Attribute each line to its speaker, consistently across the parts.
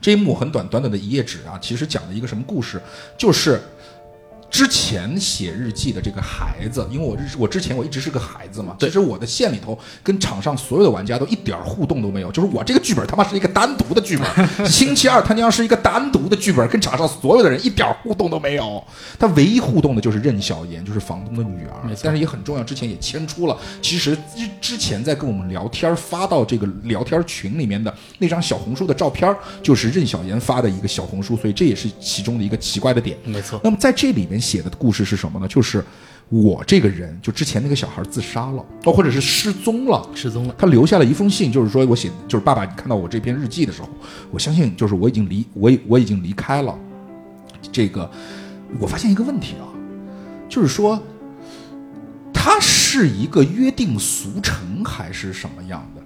Speaker 1: 这一幕很短，短短的一页纸啊，其实讲了一个什么故事？就是之前写日记的这个孩子，因为我日我之前我一直是个孩子嘛，其实我的线里头跟场上所有的玩家都一点儿互动都没有，就是我这个剧本他妈是一个单独的剧 本，星期二他娘是一个单独的剧本，跟场上所有的人一点儿互动都没有。他唯一互动的就是任小妍，就是房东的女儿
Speaker 2: 没，错
Speaker 1: 但是也很重要。之前也牵出了，其实之之前在跟我们聊天儿发到这个聊天群里面的那张小红书的照片儿，就是任小妍发的一个小红书，所以这也是其中的一个奇怪的点。
Speaker 2: 没错，
Speaker 1: 那么在这里面写的故事是什么呢？就是我这个人，就之前那个小孩自杀了，哦，或者是失踪了。
Speaker 2: 失踪了，
Speaker 1: 他留下了一封信，就是说我写，就是爸爸，你看到我这篇日记的时候，我相信就是我已经离我已我已经离开了。这个我发现一个问题啊，就是说，它是一个约定俗成还是什么样的？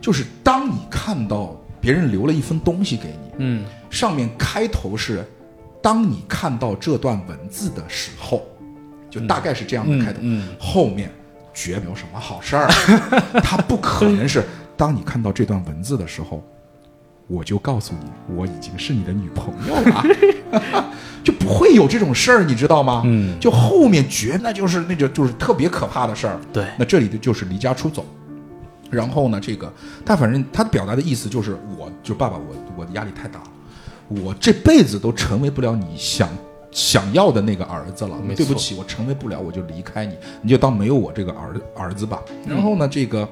Speaker 1: 就是当你看到别人留了一份东西给你，
Speaker 2: 嗯，
Speaker 1: 上面开头是“当你看到这段文字的时候”，就大概是这样的开头。
Speaker 2: 嗯
Speaker 1: 后面绝没有什么好事 儿，啊它不可能是“当你看到这段文字的时候”，我就告诉你我已经是你的女朋友 了，就不会有这种事儿，你知道吗？
Speaker 2: 嗯
Speaker 1: 就后面绝那就是那种就是特别可怕的事儿。
Speaker 2: 对
Speaker 1: 那这里的就是离家出走。然后呢，这个他反正他表达的意思就是我，就爸爸，我我的压力太大了，我这辈子都成为不了你想想要的那个儿子了
Speaker 2: 没。错
Speaker 1: 对不起，我成为不了，我就离开你，你就当没有我这个儿儿子吧。
Speaker 2: 嗯
Speaker 1: 然后呢，这个。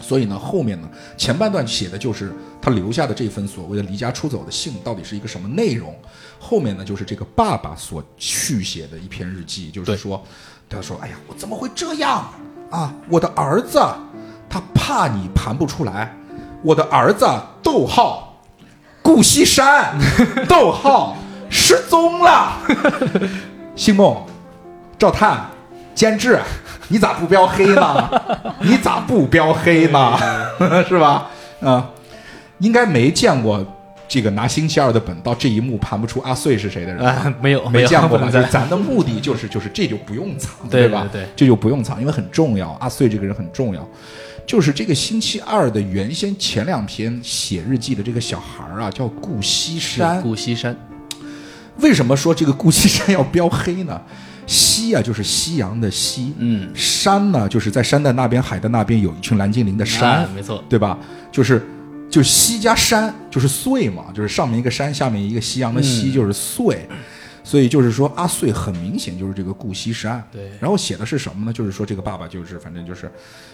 Speaker 1: 所以呢，后面呢，前半段写的就是他留下的这份所谓的离家出走的信到底是一个什么内容，后面呢就是这个爸爸所续写的一篇日记，就是
Speaker 2: 对
Speaker 1: 说，他说：“哎呀，我怎么会这样啊？我的儿子，他怕你盘不出来，我的儿子，逗号，顾西山， 逗号，失踪了。星梦，赵探，监制，啊你咋不标黑 呢？你咋不标黑呢？ 是吧？啊、应该没见过这个拿星期二的本到这一幕盘不出阿穗是谁的人吧。
Speaker 2: 啊，没有
Speaker 1: 没
Speaker 2: 有
Speaker 1: 见过
Speaker 2: 不
Speaker 1: 吧？
Speaker 2: 能
Speaker 1: 就是
Speaker 2: 再
Speaker 1: 咱的目的就是就是这就不用藏，
Speaker 2: 对
Speaker 1: 吧？
Speaker 2: 对对
Speaker 1: 这就不用藏，因为很重要。阿穗这个人很重要，就是这个星期二的原先前两篇写日记的这个小孩儿啊，叫顾西山
Speaker 2: 是。顾西山，
Speaker 1: 为什么说这个顾西山要标黑呢？西啊，就是夕阳的西，
Speaker 2: 嗯，
Speaker 1: 山呢，就是在山的那边、海的那边有一群蓝精灵的山，
Speaker 2: 啊没错，
Speaker 1: 对吧？就是就西加山就是穗嘛，就是上面一个山，下面一个夕阳的夕，
Speaker 2: 嗯
Speaker 1: 就是穗。所以就是说，阿穗很明显就是这个顾西山。
Speaker 2: 对
Speaker 1: 然后写的是什么呢？就是说这个爸爸就是反正就是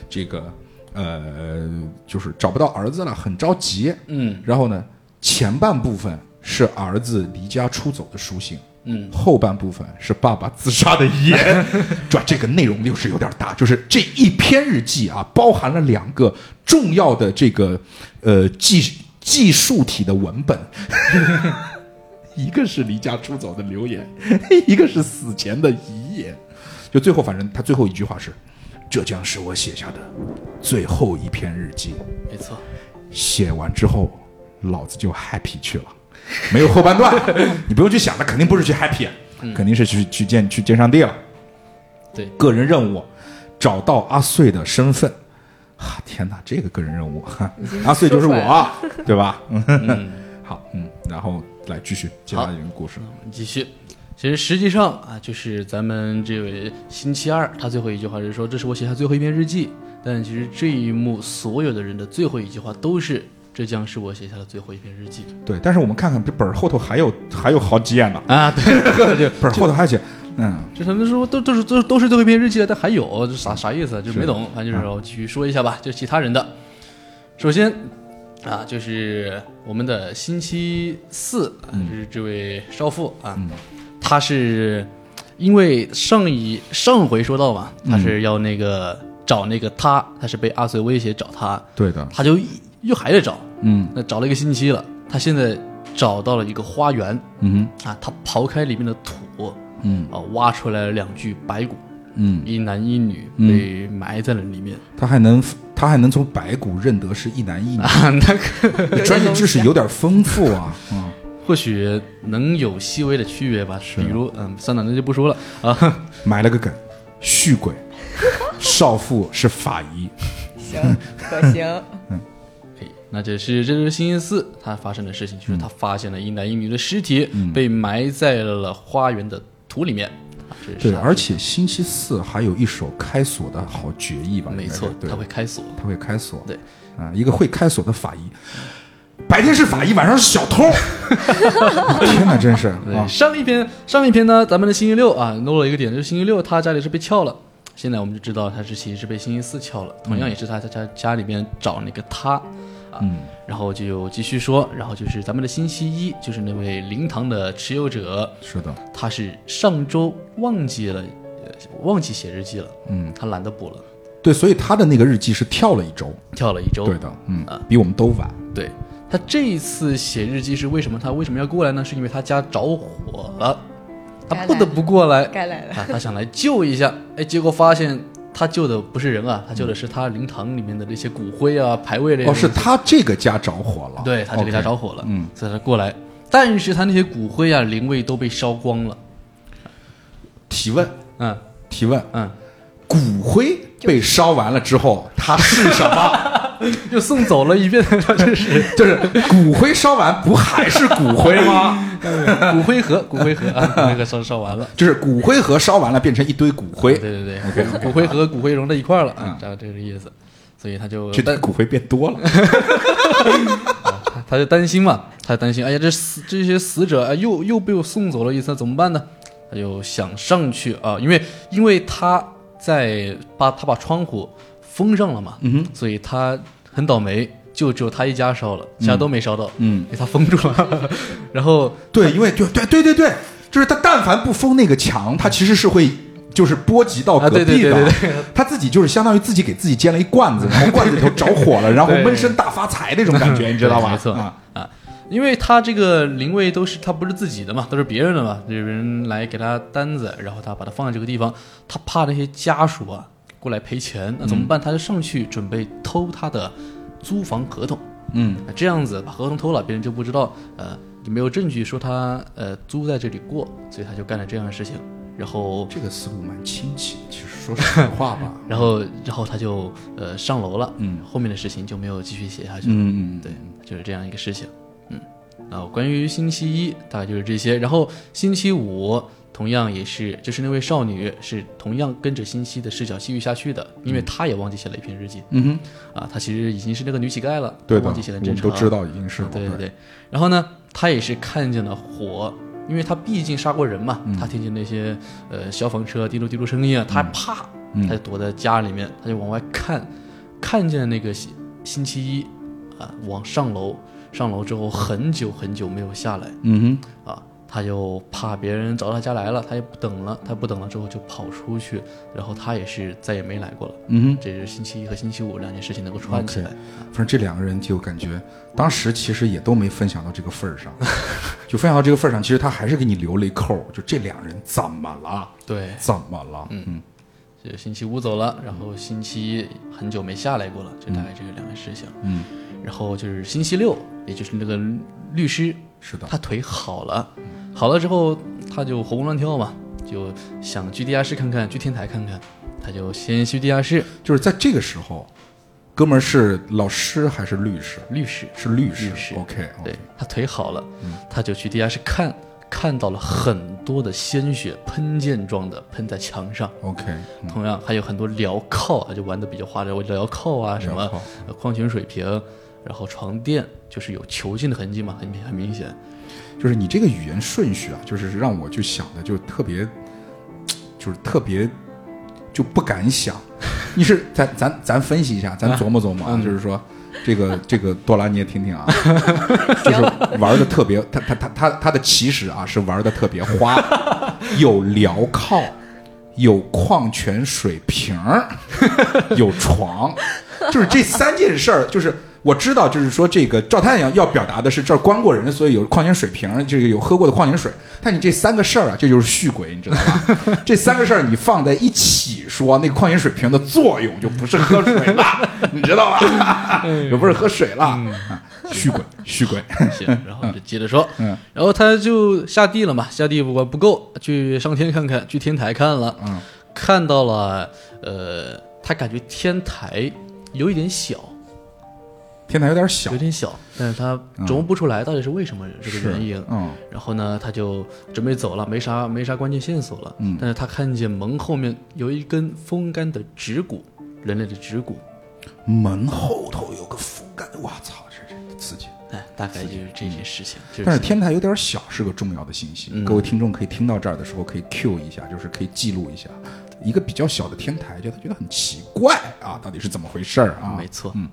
Speaker 1: 这个呃，就是找不到儿子了，很着急。
Speaker 2: 嗯
Speaker 1: 然后呢，前半部分是儿子离家出走的书信，
Speaker 2: 嗯，
Speaker 1: 后半部分是爸爸自杀的遗 言，主要这个内容又是有点大，就是这一篇日记啊，包含了两个重要的这个呃技技术体的文 本，一个是离家出走的留言，一个是死前的遗言。就最后，反正他最后一句话是：“这将是我写下的最后一篇日记。”
Speaker 2: 没 错，
Speaker 1: 写完之后，老子就 happy 去了，没有后半 段，你不用去想，那肯定不是去 happy，肯啊
Speaker 3: 嗯
Speaker 1: 定是去去见去见上帝了。
Speaker 2: 对，
Speaker 1: 个人任务，找到阿穗的身份。啊，天哪，这个个人任务，哈阿穗就是
Speaker 3: 说出
Speaker 1: 我，对吧？ 嗯，
Speaker 2: 嗯，
Speaker 1: 好，嗯，然后来继续接下来这个故事。
Speaker 2: 继续。其实实际上啊，就是咱们这位星期二，他最后一句话是说：“这是我写下最后一篇日记。”但其实这一幕，所有的人的最后一句话都是：“这将是我写下的最后一篇日记。
Speaker 1: 对，但是我们看看这本儿后头还有还有好几页呢”，
Speaker 2: 啊，对，对，
Speaker 1: 本儿后头还写，嗯，
Speaker 2: 这他们说都都是都都是最后一篇日记了，但还有这啥啥意思啊？就是没懂，反正就是我继续说一下吧，就其他人的。首先啊，就是我们的星期四，啊就是这位少妇啊，她是因为上一上回说到嘛，她是要那个找那个他，她是被阿穗威胁找他，
Speaker 1: 对的，
Speaker 2: 她就一又还在找，
Speaker 1: 嗯
Speaker 2: 那找了一个星期了，她现在找到了一个花园
Speaker 1: 嗯
Speaker 2: 啊，她刨开里面的土。
Speaker 1: 嗯
Speaker 2: 啊，挖出来了两具白骨，
Speaker 1: 嗯，
Speaker 2: 一男一女被埋在了里面。
Speaker 1: 他还能他还能从白骨认得是一男一女，
Speaker 2: 啊，那个
Speaker 1: 这专业知识有点丰富啊，嗯，
Speaker 2: 或许能有细微的区别吧，
Speaker 1: 啊
Speaker 2: 比如嗯，三男的就不说了啊，
Speaker 1: 埋了个梗，续鬼，少妇是法医，
Speaker 3: 行，可行，
Speaker 2: 可以那这是这就是星期四他发生的事情，
Speaker 1: 嗯
Speaker 2: 就是他发现了一男一女的尸体被埋在了花园的土里面。啊这是
Speaker 1: 对，
Speaker 2: 他
Speaker 1: 而且星期四还有一首开锁的好决议吧？
Speaker 2: 没
Speaker 1: 应该是
Speaker 2: 错，
Speaker 1: 对
Speaker 2: 他，会开锁。
Speaker 1: 他会开锁。
Speaker 2: 对，
Speaker 1: 啊，一个会开锁的法医，白天是法医，晚上是小偷。 天哪，真是
Speaker 2: 对，
Speaker 1: 啊！
Speaker 2: 上一篇上一篇呢，咱们的星期六啊，漏了一个点，就是星期六他家里是被撬了。现在我们就知道他是其实是被星期四撬了，同样也是他在家家里面找那个他啊，
Speaker 1: 嗯
Speaker 2: 然后就继续说，然后就是咱们的星期一，就是那位灵堂的持有者，
Speaker 1: 是的，
Speaker 2: 他是上周忘记了，呃忘记写日记了，嗯，他懒得补了，
Speaker 1: 对，所以他的那个日记是跳了一周。
Speaker 2: 跳了一周，
Speaker 1: 对的，嗯，
Speaker 2: 呃
Speaker 1: 比我们都晚。
Speaker 2: 对他这一次写日记是为什么？他为什么要过来呢？是因为他家着火了，他
Speaker 3: 该
Speaker 2: 不
Speaker 3: 来
Speaker 2: 得不过来
Speaker 3: 该来了。
Speaker 2: 啊，他想来救一下，哎，结果发现他救的不是人啊，他救的是他灵堂里面的那些骨灰啊、牌位类的
Speaker 1: 嗯哦，
Speaker 2: 东西。
Speaker 1: 是他这个家着火了。
Speaker 2: 对他这个家
Speaker 1: OK
Speaker 2: 着火了，
Speaker 1: 嗯，
Speaker 2: 所以他过来，但是他那些骨灰啊、灵位都被烧光了，
Speaker 1: 提问，
Speaker 2: 嗯
Speaker 1: 提问，
Speaker 2: 嗯，
Speaker 1: 骨灰被烧完了之后，它是什 么？
Speaker 2: 又送走了一遍， 这是
Speaker 1: 就是骨灰烧完不还是骨灰吗？
Speaker 2: 骨灰盒，骨灰盒啊，那个烧烧完了。
Speaker 1: 就是骨灰盒烧完了变成一堆骨
Speaker 2: 对
Speaker 1: 灰，
Speaker 2: 对对骨灰盒、骨灰融在一块儿了，
Speaker 1: 嗯
Speaker 2: 啊，这这个意思，所以他就
Speaker 1: 这堆骨灰变多了。
Speaker 2: 他就担心嘛，他就担心，哎呀，这死这些死者啊、哎又又被我送走了一次，怎么办呢？他就想上去啊，因为因为他在把他把窗户封上了嘛，嗯、所以他很倒霉，就只有他一家烧了，其他都没烧到，
Speaker 1: 嗯，
Speaker 2: 给他封住了。 然后
Speaker 1: 对，因为对对对对对，就是他但凡不封那个墙，他其实是会。就是波及到隔
Speaker 2: 啊对对
Speaker 1: 壁的
Speaker 2: 对，
Speaker 1: 他自己就是相当于自己给自己建了一罐子，然后罐子里头着火 了，然后闷声大发财那种感觉，你知道吧？
Speaker 2: 没错
Speaker 1: 啊，
Speaker 2: 啊，因为他这个灵位都是他不是自己的嘛，都是别人的嘛，有人来给他单子，然后他把它放在这个地方，他怕那些家属啊过来赔钱，那怎
Speaker 1: 嗯
Speaker 2: 么办？他就上去准备偷他的租房合同，
Speaker 1: 嗯，
Speaker 2: 啊这样子把合同偷了，别人就不知道，呃，也没有证据说他呃租在这里过，所以他就干了这样的事情，然后
Speaker 1: 这个思路蛮清晰。其实说实话吧，
Speaker 2: 然后然后他就呃上楼了，
Speaker 1: 嗯，
Speaker 2: 后面的事情就没有继续写下去了，
Speaker 1: 嗯嗯，
Speaker 2: 对，就是这样一个事情。嗯，啊，关于星期一大概就是这些，然后星期五同样也是，就是那位少女是同样跟着星期的视角继续下去的，因为她也忘记写了一篇日记
Speaker 1: 嗯哼，
Speaker 2: 啊，她其实已经是那个女乞丐了，
Speaker 1: 对
Speaker 2: 她
Speaker 1: 的，
Speaker 2: 忘记写了
Speaker 1: 我
Speaker 2: 正
Speaker 1: 们
Speaker 2: 常，
Speaker 1: 都知道已经是
Speaker 2: 啊对对对。然后呢，她也是看见了火。因为她毕竟杀过人嘛，
Speaker 1: 嗯
Speaker 2: 她听见那些呃消防车滴溜滴溜声音啊，她怕，
Speaker 1: 嗯
Speaker 2: 她就躲在家里面，她就往外看，看见那个星星期一啊，往上楼，上楼之后很久很久没有下来
Speaker 1: 嗯
Speaker 2: 啊，他就怕别人找到他家来了，他也不等了，他不等了之后就跑出去，然后他也是再也没来过了。
Speaker 1: 哼，嗯哼。
Speaker 2: 这是星期一和星期五两件事情能够串起来。
Speaker 1: 反正这两个人就感觉，当时其实也都没分享到这个份儿上， 就分享到这个份儿上，其实他还是给你留了一扣儿，就这两人怎么了？
Speaker 2: 对，
Speaker 1: 怎么了？嗯，
Speaker 2: 这个星期五走了，然后星期一很久没下来过了，就大概这个两件事情。
Speaker 1: 嗯，
Speaker 2: 然后就是星期六，也就是那个律师
Speaker 1: 是的，
Speaker 2: 他腿好了，好了之后他就活蹦乱跳嘛，就想去地下室看看，去天台看看。他就先去地下室，
Speaker 1: 就是在这个时候，哥们儿是老师还是律师？
Speaker 2: 律师，
Speaker 1: 是律师。
Speaker 2: 律师
Speaker 1: OK，哦嗯
Speaker 2: 对他腿好了，他就去地下室看，看到了很多的鲜血喷溅状的喷在墙上，
Speaker 1: ，OK，
Speaker 2: 同样还有很多镣铐啊，就玩的比较花的镣铐啊，什么
Speaker 1: 铐
Speaker 2: 呃矿泉水瓶，然后床垫，就是有囚禁的痕迹嘛，很明很明显。
Speaker 1: 就是你这个语言顺序啊，就是让我就想的就特别，就是特别就不敢想。你是咱咱咱分析一下，咱琢磨琢磨啊，就是说这个这个多拉你也听听啊，就是玩的特别，他他他他他的起始啊是玩的特别花，有镣铐，有矿泉水瓶儿，有床，就是这三件事儿，就是。我知道，就是说，这个赵太阳要表达的是这儿关过人，所以有矿泉水瓶儿，这个有喝过的矿泉水。但你这三个事儿啊，这就是续鬼，你知道吧？这三个事儿你放在一起说，那个矿泉水瓶的作用就不是喝水了，你知道吧？就不是喝水了，啊续鬼，续鬼。
Speaker 2: 行，然后就接着说，
Speaker 1: 嗯
Speaker 2: 然后他就下地了嘛，下地不管不够，去上天看看，去天台看了，
Speaker 1: 嗯
Speaker 2: 看到了，呃，他感觉天台有一点小，
Speaker 1: 天台有点小
Speaker 2: 有，点小，但是他琢磨不出来到底是为什么这个
Speaker 1: 是
Speaker 2: 原因。
Speaker 1: 嗯，
Speaker 2: 然后呢，他就准备走了，没啥没啥关键线索了。
Speaker 1: 嗯
Speaker 2: 但是他看见门后面有一根风干的指骨，人类的指骨，
Speaker 1: 门后头有个风干，我操，这这刺激！
Speaker 2: 哎，大概就是这些事情。就
Speaker 1: 但是天台有点小，是个重要的信息。
Speaker 2: 嗯
Speaker 1: 各位听众可以听到这儿的时候，可以 Q 一下，就是可以记录一下一个比较小的天台，就他觉得很奇怪啊，到底是怎么回事儿啊？
Speaker 2: 没错，
Speaker 1: 嗯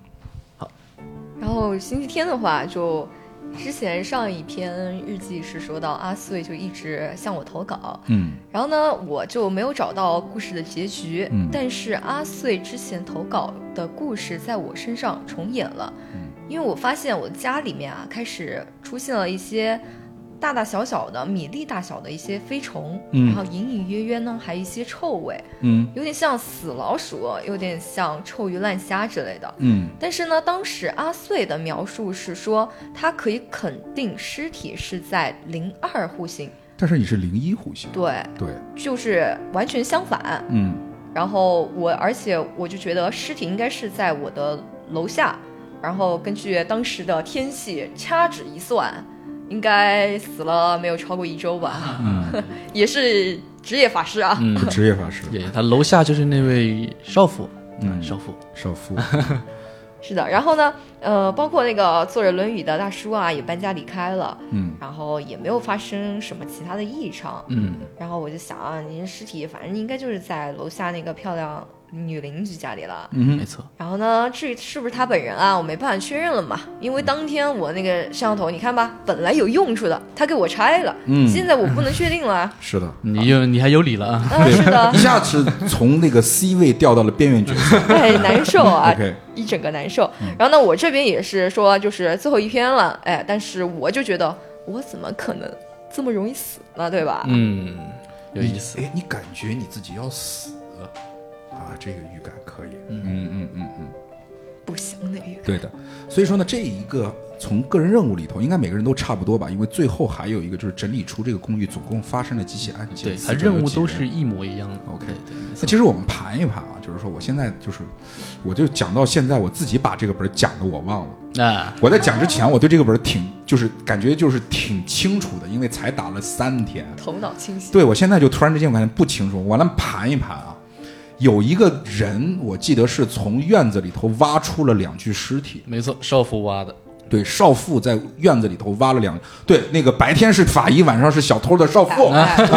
Speaker 3: 然后星期天的话，就之前上一篇日记是说到阿穗就一直向我投稿，
Speaker 1: 嗯
Speaker 3: 然后呢，我就没有找到故事的结局，
Speaker 1: 嗯
Speaker 3: 但是阿穗之前投稿的故事在我身上重演了，
Speaker 1: 嗯
Speaker 3: 因为我发现我家里面啊开始出现了一些大大小小的米粒大小的一些飞虫，
Speaker 1: 嗯
Speaker 3: 然后隐隐约约呢还有一些臭味，
Speaker 1: 嗯
Speaker 3: 有点像死老鼠，有点像臭鱼烂虾之类的。
Speaker 1: 嗯
Speaker 3: 但是呢，当时阿穗的描述是说，他可以肯定尸体是在零二户型，
Speaker 1: 但是你是零一户型，
Speaker 3: 对，
Speaker 1: 对，
Speaker 3: 就是完全相反。
Speaker 1: 嗯
Speaker 3: 然后我，而且我就觉得尸体应该是在我的楼下，然后根据当时的天气掐指一算，应该死了没有超过一周吧，
Speaker 1: 嗯，
Speaker 3: 也是职业法师啊。
Speaker 2: 嗯，
Speaker 1: 职业法师，
Speaker 2: 也他楼下就是那位少妇，
Speaker 1: 嗯
Speaker 2: 啊少妇，
Speaker 1: 少 妇，
Speaker 3: 是的，然后呢，呃，包括那个坐着轮椅的大叔啊，也搬家离开了，
Speaker 1: 嗯
Speaker 3: 然后也没有发生什么其他的异常。
Speaker 2: 嗯，
Speaker 3: 然后我就想啊，您尸体反正应该就是在楼下那个漂亮女邻居家里了。
Speaker 2: 没错，
Speaker 3: 然后呢，至于是不是他本人啊，我没办法确认了嘛，因为当天我那个摄像头，你看吧，本来有用处的，他给我拆了，
Speaker 1: 嗯。
Speaker 3: 现在我不能确定了啊
Speaker 1: 是的。
Speaker 2: 你又你还有理了啊？
Speaker 3: 啊， 是的
Speaker 1: 一，下子从那个 C 位掉到了边缘角 色。
Speaker 3: 哎，难受 啊
Speaker 1: OK，
Speaker 3: 一整个难受。然后呢，我这边也是说，就是最后一篇了，哎，但是我就觉得，我怎么可能这么容易死呢？对吧？
Speaker 2: 嗯，有意思。
Speaker 1: 哎，你感觉你自己要死了啊？这个预感可以。嗯嗯嗯嗯，
Speaker 3: 不祥的预感。
Speaker 1: 对的。所以说呢，这一个从个人任务里头，应该每个人都差不多吧？因为最后还有一个就是整理出这个公寓总共发生了几起案件，
Speaker 2: 对，
Speaker 1: 死
Speaker 2: 他
Speaker 1: 者有
Speaker 2: 任务
Speaker 1: 几
Speaker 2: 都
Speaker 1: 人
Speaker 2: 是一模一样的。
Speaker 1: OK
Speaker 2: 对对没
Speaker 1: 那
Speaker 2: 错
Speaker 1: 其实我们盘一盘啊，就是说我现在就是，我就讲到现在，我自己把这个本儿讲的我忘了。
Speaker 2: 那
Speaker 1: 我在讲之前，我对这个本儿挺就是感觉就是挺清楚的，因为才打了三天。
Speaker 3: 头脑清晰。
Speaker 1: 对我现在就突然之间我感觉不清楚，我来盘一盘啊。有一个人，我记得是从院子里头挖出了两具尸体。
Speaker 2: 没错，少妇挖的，
Speaker 1: 对，少妇在院子里头挖了两，对，那个白天是法医，晚上是小偷的少妇。
Speaker 2: 啊
Speaker 3: 哎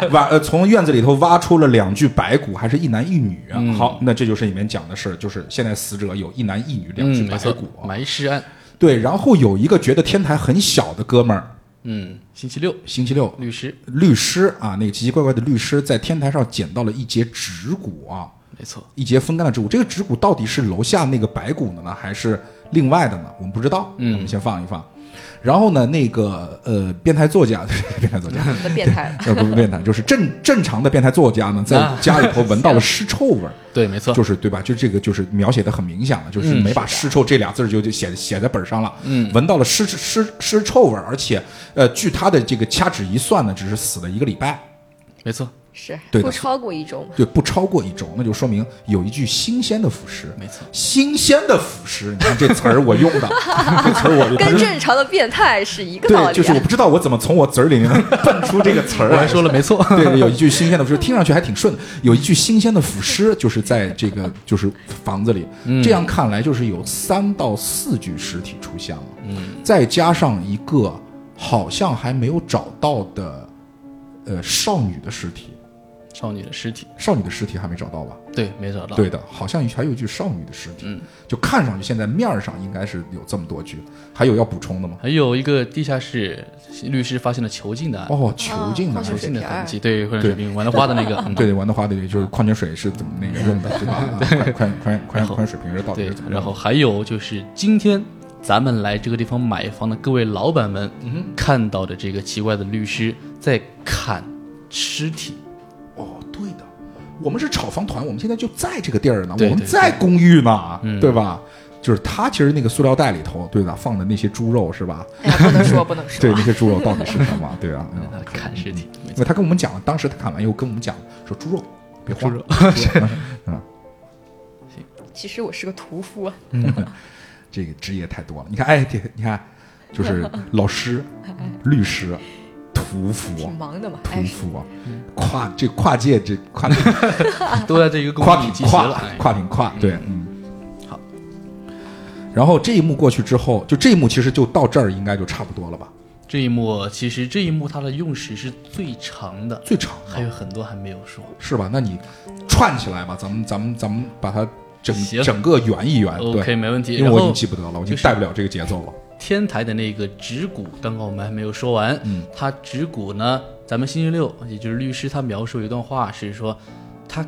Speaker 3: 对
Speaker 1: 挖呃，从院子里头挖出了两具白骨，还是一男一女啊。
Speaker 2: 嗯
Speaker 1: 好，那这就是里面讲的事儿，就是现在死者有一男一女两具
Speaker 2: 嗯，没
Speaker 1: 白
Speaker 2: 错
Speaker 1: 骨、，啊
Speaker 2: 埋尸案，
Speaker 1: 对，然后有一个觉得天台很小的哥们儿，
Speaker 2: 嗯，星期六
Speaker 1: 星期六
Speaker 2: 律师，
Speaker 1: 律师啊，那个奇奇怪怪的律师在天台上捡到了一截指骨啊，
Speaker 2: 没错，
Speaker 1: 一截风干的指骨。这个指骨到底是楼下那个白骨的呢，还是另外的呢？我们不知道，
Speaker 2: 嗯
Speaker 1: 我们先放一放。然后呢，那个呃，变态作家， 变态作家，
Speaker 3: 我的变态了。
Speaker 1: 呃，不是变态，就是正正常的变态作家呢，在
Speaker 2: 啊
Speaker 1: 家里头闻到了尸臭味儿，
Speaker 2: 对，没错，
Speaker 1: 就是对吧？就这个就是描写的很明显了，就是
Speaker 2: 嗯
Speaker 1: 没把“尸臭”这俩字儿就就写写在本上了，嗯，闻到了尸尸尸臭味儿，而且呃，据他的这个掐指一算呢，只是死了一个礼拜，
Speaker 2: 没错，
Speaker 3: 是
Speaker 1: 对的
Speaker 3: 不超过一周嘛？
Speaker 1: 对，不超过一周，那就说明有一具新鲜的腐尸，
Speaker 2: 没错，
Speaker 1: 新鲜的腐尸，你看这词儿我用 的，这词儿我
Speaker 3: 跟正常的变态是一个道理、
Speaker 1: 对，
Speaker 3: 啊。
Speaker 1: 就是我不知道我怎么从我嘴儿里面 蹦出这个词儿
Speaker 2: 我
Speaker 1: 来，
Speaker 2: 还说了没 错，
Speaker 1: 对，有一句新鲜的腐，听上去还挺顺的。有一句新鲜的腐尸，就是在这个就是房子里。
Speaker 2: 嗯
Speaker 1: 这样看来，就是有三到四具尸体出现了，
Speaker 2: 嗯
Speaker 1: 再加上一个好像还没有找到的，呃，少女的尸体，
Speaker 2: 少女的尸体，
Speaker 1: 少女的尸体还没找到吧？
Speaker 2: 对，没找到，
Speaker 1: 对的，好像还有一具少女的尸体。
Speaker 2: 嗯
Speaker 1: 就看上去现在面儿上应该是有这么多具，还有要补充的吗？
Speaker 2: 还有一个地下室律师发现了囚禁的案，
Speaker 1: 哦，囚禁的
Speaker 3: 哦
Speaker 1: 案
Speaker 3: 是
Speaker 1: 件
Speaker 2: 囚禁的
Speaker 3: 水瓶
Speaker 2: 痕迹，对，或者水瓶玩的花的那 个，嗯
Speaker 1: 对对，玩的话得就是矿泉水是怎么那个用的， 对吧？啊快 快快快
Speaker 2: 然后
Speaker 1: 快水瓶是到底
Speaker 2: 对
Speaker 1: 是怎么，用的？
Speaker 2: 然后还有就是今天咱们来这个地方买房的各位老板们，
Speaker 1: 嗯
Speaker 2: 看到的这个奇怪的律师在砍尸体，
Speaker 1: 哦，对的，我们是炒房团，我们现在就在这个地儿呢，
Speaker 2: 对嗯
Speaker 1: 我们
Speaker 2: 对
Speaker 1: 在公寓呢，对吧？就是他其实那个塑料袋里头，对吧，放的那些猪肉是吧？
Speaker 3: 哎呀，不能说，不能说。
Speaker 1: 对，那些猪肉到底是什 么？对啊，嗯
Speaker 2: 啊砍尸体，没
Speaker 1: 因
Speaker 2: 错
Speaker 1: 为他跟我们讲了，当时他砍完以后跟我们讲说猪肉别
Speaker 2: 猪
Speaker 1: 慌，
Speaker 2: 肉
Speaker 1: 猪肉嗯，
Speaker 3: 其实我是个屠夫啊，
Speaker 1: 这个职业太多了。你看，哎，这你看，就是老师、律师、屠夫啊
Speaker 3: 挺、忙的嘛，
Speaker 1: 屠
Speaker 3: 哎，
Speaker 1: 夫，啊跨这跨界这跨
Speaker 2: 都在这一个工
Speaker 1: 跨
Speaker 2: 地
Speaker 1: 挺
Speaker 2: 集齐
Speaker 1: 跨
Speaker 2: 了。哎
Speaker 1: 跨挺跨，对，嗯，
Speaker 2: 好。
Speaker 1: 然后这一幕过去之后，就这一幕其实就到这儿应该就差不多了吧，
Speaker 2: 这一幕其实这一幕它的用时是最长的，
Speaker 1: 最长
Speaker 2: 还
Speaker 1: 的
Speaker 2: 有很多还没有说。
Speaker 1: 是吧？那你串起来吧，咱们咱们咱们把它整
Speaker 2: 行
Speaker 1: 整个圆一圆，
Speaker 2: OK，
Speaker 1: 啊对，
Speaker 2: 没问题。
Speaker 1: 因为
Speaker 2: 然
Speaker 1: 我已经
Speaker 2: 后
Speaker 1: 记不得了，我已经
Speaker 2: 就是
Speaker 1: 带不了这个节奏了。
Speaker 2: 天台的那个指骨，刚刚我们还没有说完。
Speaker 1: 嗯，
Speaker 2: 他指骨呢，咱们星期六，也就是律师，他描述一段话是说，他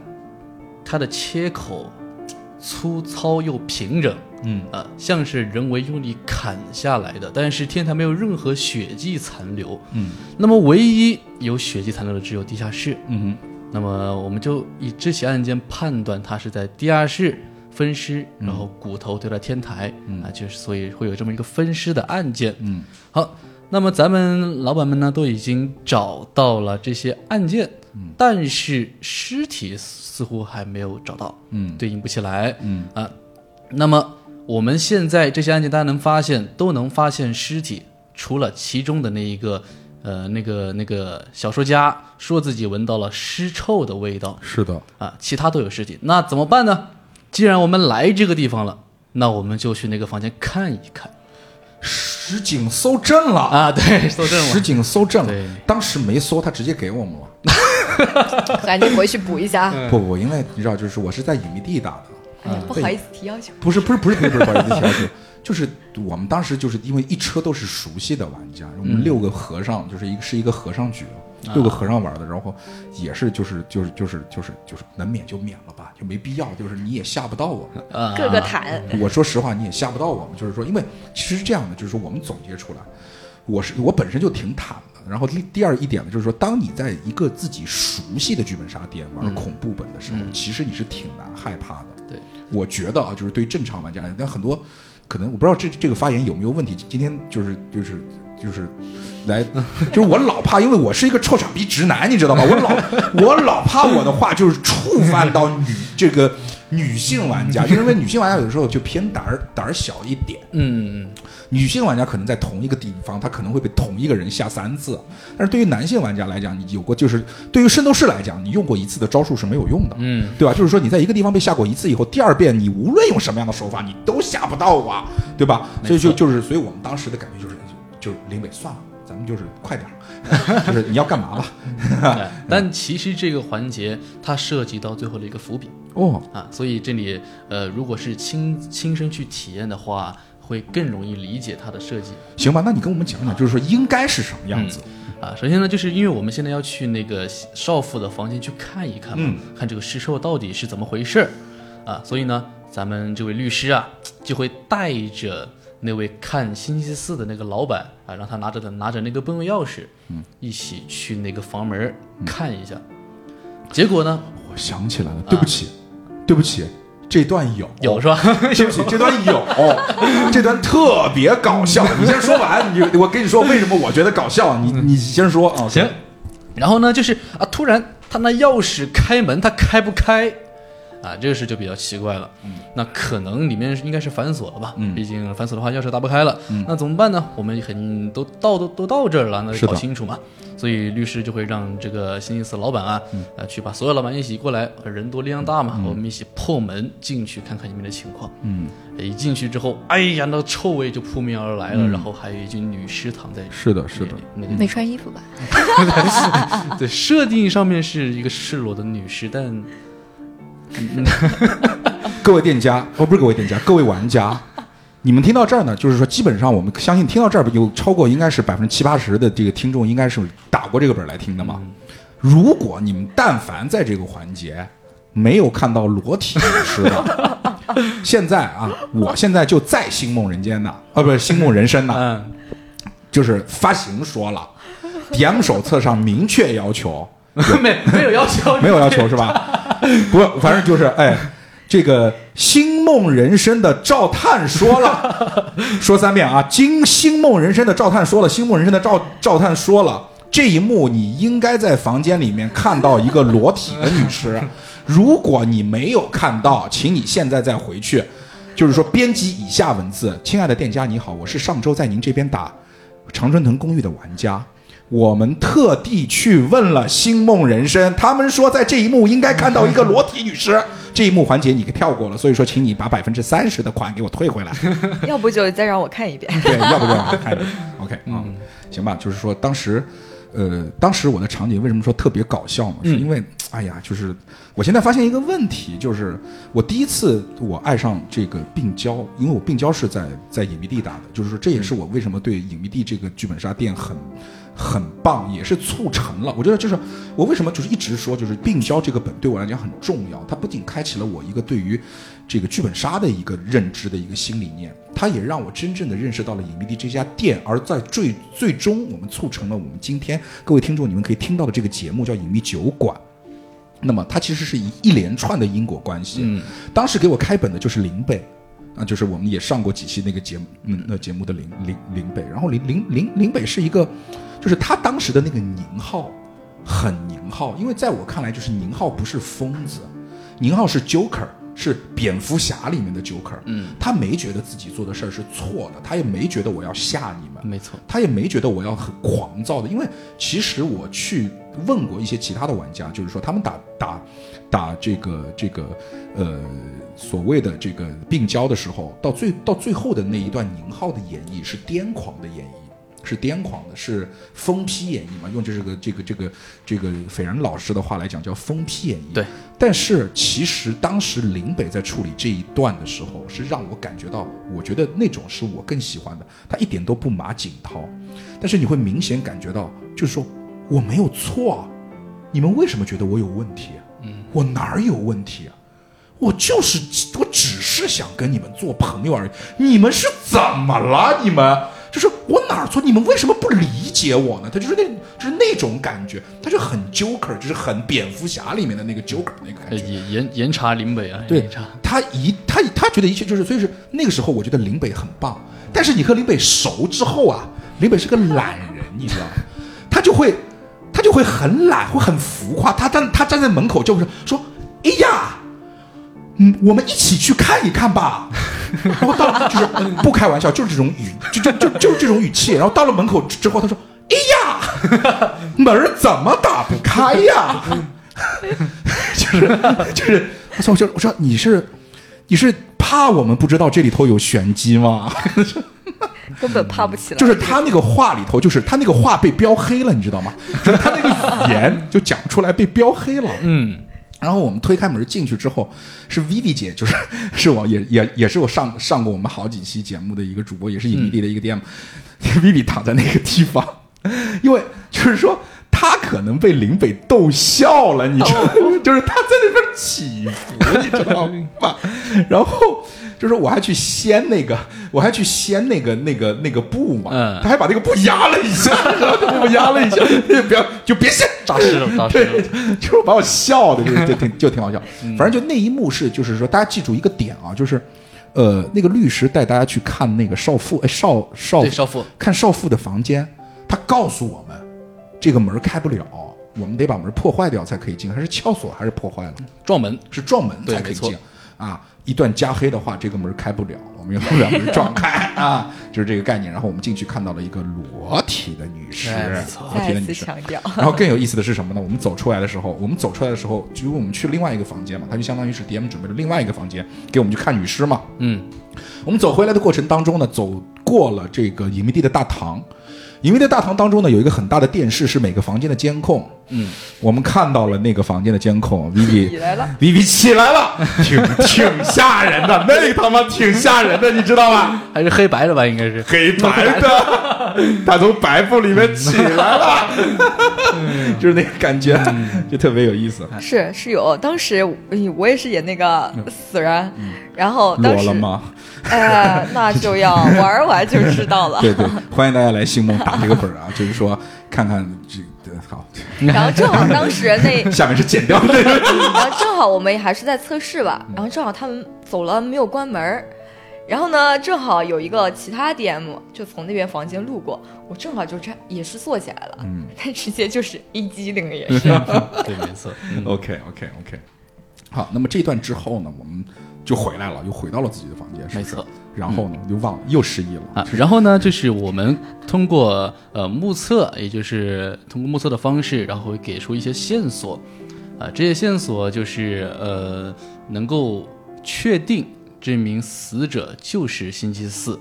Speaker 2: 他的切口呃粗糙又平整，
Speaker 1: 嗯
Speaker 2: 啊，像是人为用力砍下来的，但是天台没有任何血迹残留。
Speaker 1: 嗯
Speaker 2: 那么唯一有血迹残留的只有地下室。
Speaker 1: 嗯
Speaker 2: 那么我们就以这起案件判断，他是在地下室分尸，然后骨头丢在天台、啊，就是所以会有这么一个分尸的案件。
Speaker 1: 嗯，
Speaker 2: 好，那么咱们老板们呢都已经找到了这些案件，但是尸体似乎还没有找到，
Speaker 1: 嗯
Speaker 2: 对应不起来。
Speaker 1: 嗯
Speaker 2: 啊，那么我们现在这些案件，大家能发现都能发现尸体，除了其中的那一个，呃，那个那个小说家说自己闻到了尸臭的味道
Speaker 1: 是的，
Speaker 2: 啊，其他都有尸体，那怎么办呢？既然我们来这个地方了，那我们就去那个房间看一看
Speaker 1: 实景搜证了
Speaker 2: 啊。对，搜证
Speaker 1: 实
Speaker 2: 了，
Speaker 1: 景搜证
Speaker 2: 对
Speaker 1: 了，当时没搜，他直接给我们了。
Speaker 3: 赶紧哎回去补一 下。啊
Speaker 1: 不不，因为你知道，就是我是在隐秘地打的，
Speaker 3: 哎呀，不好意思提要求。
Speaker 1: 不是不是不是不是不是不是不是，就是我们当时就是因为一车都是熟悉的玩家，我们六个和尚就是一个是一个和尚局，六个和尚玩的，然后也是就是就是就是就是就是能免就免了吧，就没必要，就是你也吓不到我们。
Speaker 2: 啊，
Speaker 3: 各个坦，
Speaker 1: 我说实话，你也吓不到我们，就是说，因为其实是这样的，就是说我们总结出来，我是我本身就挺坦的。然后第第二一点呢，就是说，当你在一个自己熟悉的剧本杀店玩恐怖本的时候，其实你是挺难害怕的。
Speaker 2: 对，
Speaker 1: 我觉得啊，就是对于正常玩家，但很多可能我不知道这这个发言有没有问题。今天就是就是就是来，就是我老怕，因为我是一个臭傻逼直男，你知道吗？我老我老怕我的话就是触犯到女这个女性玩家，就是因为女性玩家有的时候就偏胆儿胆儿小一点。
Speaker 2: 嗯，
Speaker 1: 女性玩家可能在同一个地方，她可能会被同一个人吓三次，但是对于男性玩家来讲，你有过就是对于圣斗士来讲，你用过一次的招数是没有用的，
Speaker 2: 嗯，
Speaker 1: 对吧？就是说你在一个地方被吓过一次以后，第二遍你无论用什么样的手法，你都吓不到我，对吧？
Speaker 2: 没
Speaker 1: 所以就
Speaker 2: 错
Speaker 1: 就是，所以我们当时的感觉就是，就就是林伟算了，咱们就是快点儿， 就是你要干 嘛吧？
Speaker 2: 哎但其实这个环节它涉及到最后的一个伏笔，
Speaker 1: 哦，
Speaker 2: 啊，所以这里呃，如果是亲亲身去体验的话，会更容易理解它的设计
Speaker 1: 行吧，那你跟我们讲讲，就是说应该是什么样子？
Speaker 2: 啊。首先呢，就是因为我们现在要去那个少妇的房间去看一看嘛，
Speaker 1: 嗯
Speaker 2: 看这个尸臭到底是怎么回事儿啊，所以呢，咱们这位律师啊，就会带着。那位看星期四的那个老板啊，让他拿着的拿着那个备用钥匙，嗯，一起去那个房门儿看一下。结果呢，
Speaker 1: 我想起来了，对不起，对不起，这段有
Speaker 2: 嗯有是吧？
Speaker 1: 对不起，这段有， 这段特别搞笑。你先说完，你我跟你说为什么我觉得搞笑，你你先说啊。
Speaker 2: 行，然后呢，就是啊，突然他那钥匙开门，他开不开啊？这个事就比较奇怪了。嗯，那可能里面应该是反锁了吧？
Speaker 1: 嗯
Speaker 2: 毕竟反锁的话，钥匙打不开了。嗯，那怎么办呢？我们很都到都都到这儿了，那
Speaker 1: 是
Speaker 2: 就
Speaker 1: 的
Speaker 2: 搞清楚嘛。所以律师就会让这个星期四老板啊，
Speaker 1: 嗯
Speaker 2: 呃，去把所有老板一起过来，人多力量大嘛，我们一起破门进去看看里面的情况。
Speaker 1: 嗯，
Speaker 2: 一进去之后，哎呀，那臭味就扑面而来了，然后还有一具女尸躺在
Speaker 1: 嗯是的，是的，
Speaker 2: 那个
Speaker 3: 没穿衣 服吧？
Speaker 2: 对，设定上面是一个赤裸的女尸，但
Speaker 1: 各位店家，哦，不是各位店家，各位玩家， 你们听到这儿呢，就是说，基本上我们相信听到这儿有超过应该是百分之七八十的这个听众，应该是打过这个本儿来听的嘛。如果你们但凡在这个环节没有看到裸体女尸的， 现在啊，我现在就在星梦人间呢，啊，不是星梦人生呢，
Speaker 2: 嗯，
Speaker 1: 就是发行说了，DM 手册上明确要求，
Speaker 2: 嗯 没没有要求，
Speaker 1: 没有要求是吧？不，反正就是哎，这个《星梦人生》的赵探说了，说三遍啊，经《星梦人生》的赵探说了，《星梦人生》的赵赵探说了。这一幕你应该在房间里面看到一个裸体的女尸，如果你没有看到，请你现在再回去就是说编辑以下文字：亲爱的店家你好，我是上周在您这边打常春藤公寓的玩家。我们特地去问了《星梦人生》，他们说在这一幕应该看到一个裸体女 尸，这一幕环节你给跳过了，所以说请你把百分之三十的款给我退 回来。
Speaker 3: 要不就再让我看一遍。
Speaker 1: 对，要不就让我看你。OK，嗯，行吧，就是说当时，呃，当时我的场景为什么说特别搞笑嘛？是因为，哎呀，就是我现在发现一个问题，就是我第一次我爱上这个病娇，因为我病娇是在在影迷地打的，就是说这也是我为什么对影迷地这个剧本杀店很。很棒，也是促成了。我觉得就是我为什么就是一直说，就是病娇这个本对我来讲很重要。它不仅开启了我一个对于这个剧本杀的一个认知的一个新理念，它也让我真正的认识到了隐秘地这家店。而在最最终，我们促成了我们今天各位听众你们可以听到的这个节目叫《隐秘酒馆》。那么它其实是一一连串的因果关系。
Speaker 2: 嗯，
Speaker 1: 当时给我开本的就是林北，啊，就是我们也上过几期那个节目，嗯，那节目的林林林北。然后林林林林北是一个，就是他当时的那个宁浩，很宁浩，因为在我看来，就是宁浩不是疯子，宁浩是 Joker，是蝙蝠侠里面的 Joker。
Speaker 2: 嗯，
Speaker 1: 他没觉得自己做的事儿是错的，他也没觉得我要吓你们，
Speaker 2: 没错，
Speaker 1: 他也没觉得我要很狂躁的，因为其实我去问过一些其他的玩家，就是说他们打打打这个这个呃所谓的这个病娇的时候，到最到最后的那一段宁浩的演绎是癫狂的演绎。是癫狂的，是疯批演绎嘛？用这个这个这个这个斐然老师的话来讲，叫疯批演绎。
Speaker 2: 对，
Speaker 1: 但是其实当时林北在处理这一段的时候，是让我感觉到，我觉得那种是我更喜欢的，他一点都不马景涛，但是你会明显感觉到，就是说我没有错啊，你们为什么觉得我有问题、嗯，我哪儿有问题啊？我就是，我只是想跟你们做朋友而已。你们是怎么了？你们就是我哪儿错？你们为什么不理解我呢？他就是那，就是那种感觉，他就很 Joker，就是很蝙蝠侠里面的那个 Joker 那个感觉。
Speaker 2: 严严严查林北啊，
Speaker 1: 对
Speaker 2: 严查，
Speaker 1: 他一他他觉得一切就是，所以是那个时候我觉得林北很棒，但是你和林北熟之后啊，林北是个懒人，你知道吗？他就会他就会很懒，会很浮夸。他站他站在门口就是说，哎呀。嗯，我们一起去看一看吧。然后到了就是不开玩笑，就是这种语，就就就就是这种语气。然后到了门口之之后，他说：“哎呀，门儿怎么打不开呀？”就是就是，我说我说我说你是你是怕我们不知道这里头有玄机吗？
Speaker 3: 根本爬不起来。
Speaker 1: 嗯就是他那个话里头，就是他那个话被标黑了，你知道吗？就是他那个语言就讲出来被标黑了。
Speaker 2: 嗯，
Speaker 1: 然后我们推开门进去之后，是 Vivi 姐，就是 是我也也也是我上上过我们好几期节目的一个主播，也是影迷地的一个 DM、Vivi 躺在那个地方，因为就是说她可能被林北逗笑了，你知道，吗？ 就是她在那边起伏，你知道吗？ 然后就是我还去掀那个，我还去掀那个那个那个布嘛，
Speaker 2: 嗯
Speaker 1: 他还把那个布压了一下， 然后布压了一下，不要就别掀，
Speaker 2: 扎实了，扎实
Speaker 1: 对
Speaker 2: 了，，
Speaker 1: 就是把我笑的，就是 就挺就挺好笑。反正就那一幕是，就是说大家记住一个点啊，就是，呃，那个律师带大家去看那个少妇，哎，少少
Speaker 2: 对少妇
Speaker 1: 看少妇的房间，他告诉我们这个门开不了，我们得把门破坏掉才可以进，还是撬锁还是破坏了？
Speaker 2: 撞门，
Speaker 1: 是撞门
Speaker 2: 对
Speaker 1: 才可以
Speaker 2: 没错
Speaker 1: 进啊。一段加黑的话，这个门开不了，我们要把门撞 开啊，就是这个概念。然后我们进去看到了一个裸体的女尸，
Speaker 2: 哎没错
Speaker 1: 裸体
Speaker 3: 再
Speaker 1: 的女
Speaker 3: 次
Speaker 1: 尸。
Speaker 3: 强调，
Speaker 1: 然后更有意思的是什么呢？我们走出来的时候，我们走出来的时候，就因为我们去另外一个房间嘛，他就相当于是 DM 准备了另外一个房间给我们去看女尸嘛。
Speaker 2: 嗯，
Speaker 1: 我们走回来的过程当中呢，走过了这个隐秘地的大堂。隐秘地大堂当中呢，有一个很大的电视，是每个房间的监控。
Speaker 2: 嗯，
Speaker 1: 我们看到了那个房间的监控，Vivi
Speaker 3: 你来了，
Speaker 1: 比比起来了， 挺挺吓人的，那他妈挺吓人的，你知道吧？
Speaker 2: 还是黑白的吧，应该是，
Speaker 1: 黑白的，他从白布里面起来了，就是那个感觉，就特别有意
Speaker 2: 哦
Speaker 1: 思。
Speaker 3: 是是有。当时哎我也是演那个死人，然后
Speaker 1: 裸
Speaker 3: 当
Speaker 1: 嗯了
Speaker 3: 时
Speaker 1: 吗？
Speaker 3: 哎，那就要玩玩就知道了。
Speaker 1: 对对，欢迎大家来星梦打这个本 儿啊，就是说看看这对好，
Speaker 3: 然后正好当时那
Speaker 1: 下面是剪掉的。
Speaker 3: 然后正好我们也还是在测试吧，然后正好他们走了没有关门儿，然后呢，正好有一个其他 DM 就从那边房间路过，我正好就站也是坐起来了，
Speaker 1: 嗯
Speaker 3: 他直接就是一激灵也是，
Speaker 2: 对，没错，嗯
Speaker 1: OK OK OK，好，那么这段之后呢，我们就回来了，又回到了自己的房间，是
Speaker 2: 没
Speaker 1: 不是
Speaker 2: 错。
Speaker 1: 然后呢，又忘了，又失忆了。
Speaker 2: 啊，然后呢，就是我们通过呃目测，也就是通过目测的方式，然后会给出一些线索，啊，这些线索就是呃能够确定这名死者就是星期四，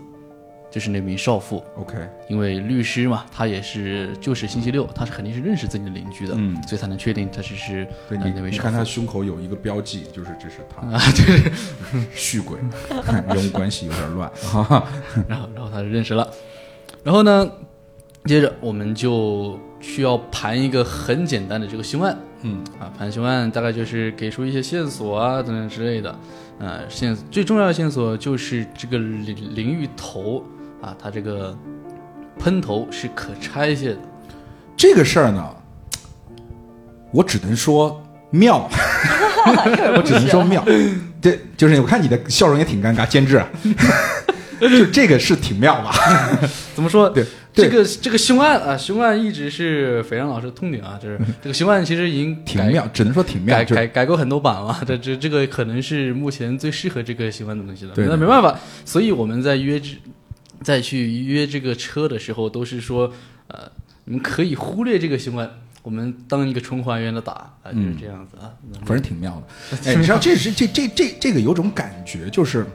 Speaker 2: 就是那名少妇，
Speaker 1: OK，
Speaker 2: 因为律师嘛，他也是就是星期六，他是肯定是认识自己的邻居的，
Speaker 1: 嗯
Speaker 2: 所以才能确定他只是
Speaker 1: 对
Speaker 2: 呃
Speaker 1: 你
Speaker 2: 那位
Speaker 1: 你
Speaker 2: 少
Speaker 1: 看
Speaker 2: 妇
Speaker 1: 他胸口有一个标记，就是这是他
Speaker 2: 啊，对。
Speaker 1: 续鬼， 人物关系有点乱。啊哈哈
Speaker 2: 然后然后他就认识了。然后呢，接着我们就需要盘一个很简单的这个凶案
Speaker 1: 嗯
Speaker 2: 啊，盘凶案大概就是给出一些线索啊等等之类的。呃，线最重要的线索就是这个淋淋浴头啊，它这个喷头是可拆卸的。
Speaker 1: 这个事儿呢，我只能说妙，我只能说妙。对，就是我看你的笑容也挺尴尬，监制，啊 就这个是挺妙吧？
Speaker 2: 怎么说？
Speaker 1: 对
Speaker 2: 这个这个凶案啊，凶案一直是斐然老师的痛点啊，就是这个凶案其实已经
Speaker 1: 嗯挺
Speaker 2: 改
Speaker 1: 妙，只能说挺妙。
Speaker 2: 改
Speaker 1: 就是
Speaker 2: 改改过很多版了，这这这个可能是目前最适合这个喜欢的东西了。
Speaker 1: 对
Speaker 2: 那
Speaker 1: 对
Speaker 2: 没办法，所以我们在约这再去约这个车的时候，都是说，呃，你们可以忽略这个新闻，我们当一个纯还原的打啊，
Speaker 1: 嗯
Speaker 2: 就是这样子啊。
Speaker 1: 反正挺妙的。哎，你知道这是这这这这个有种感觉，就是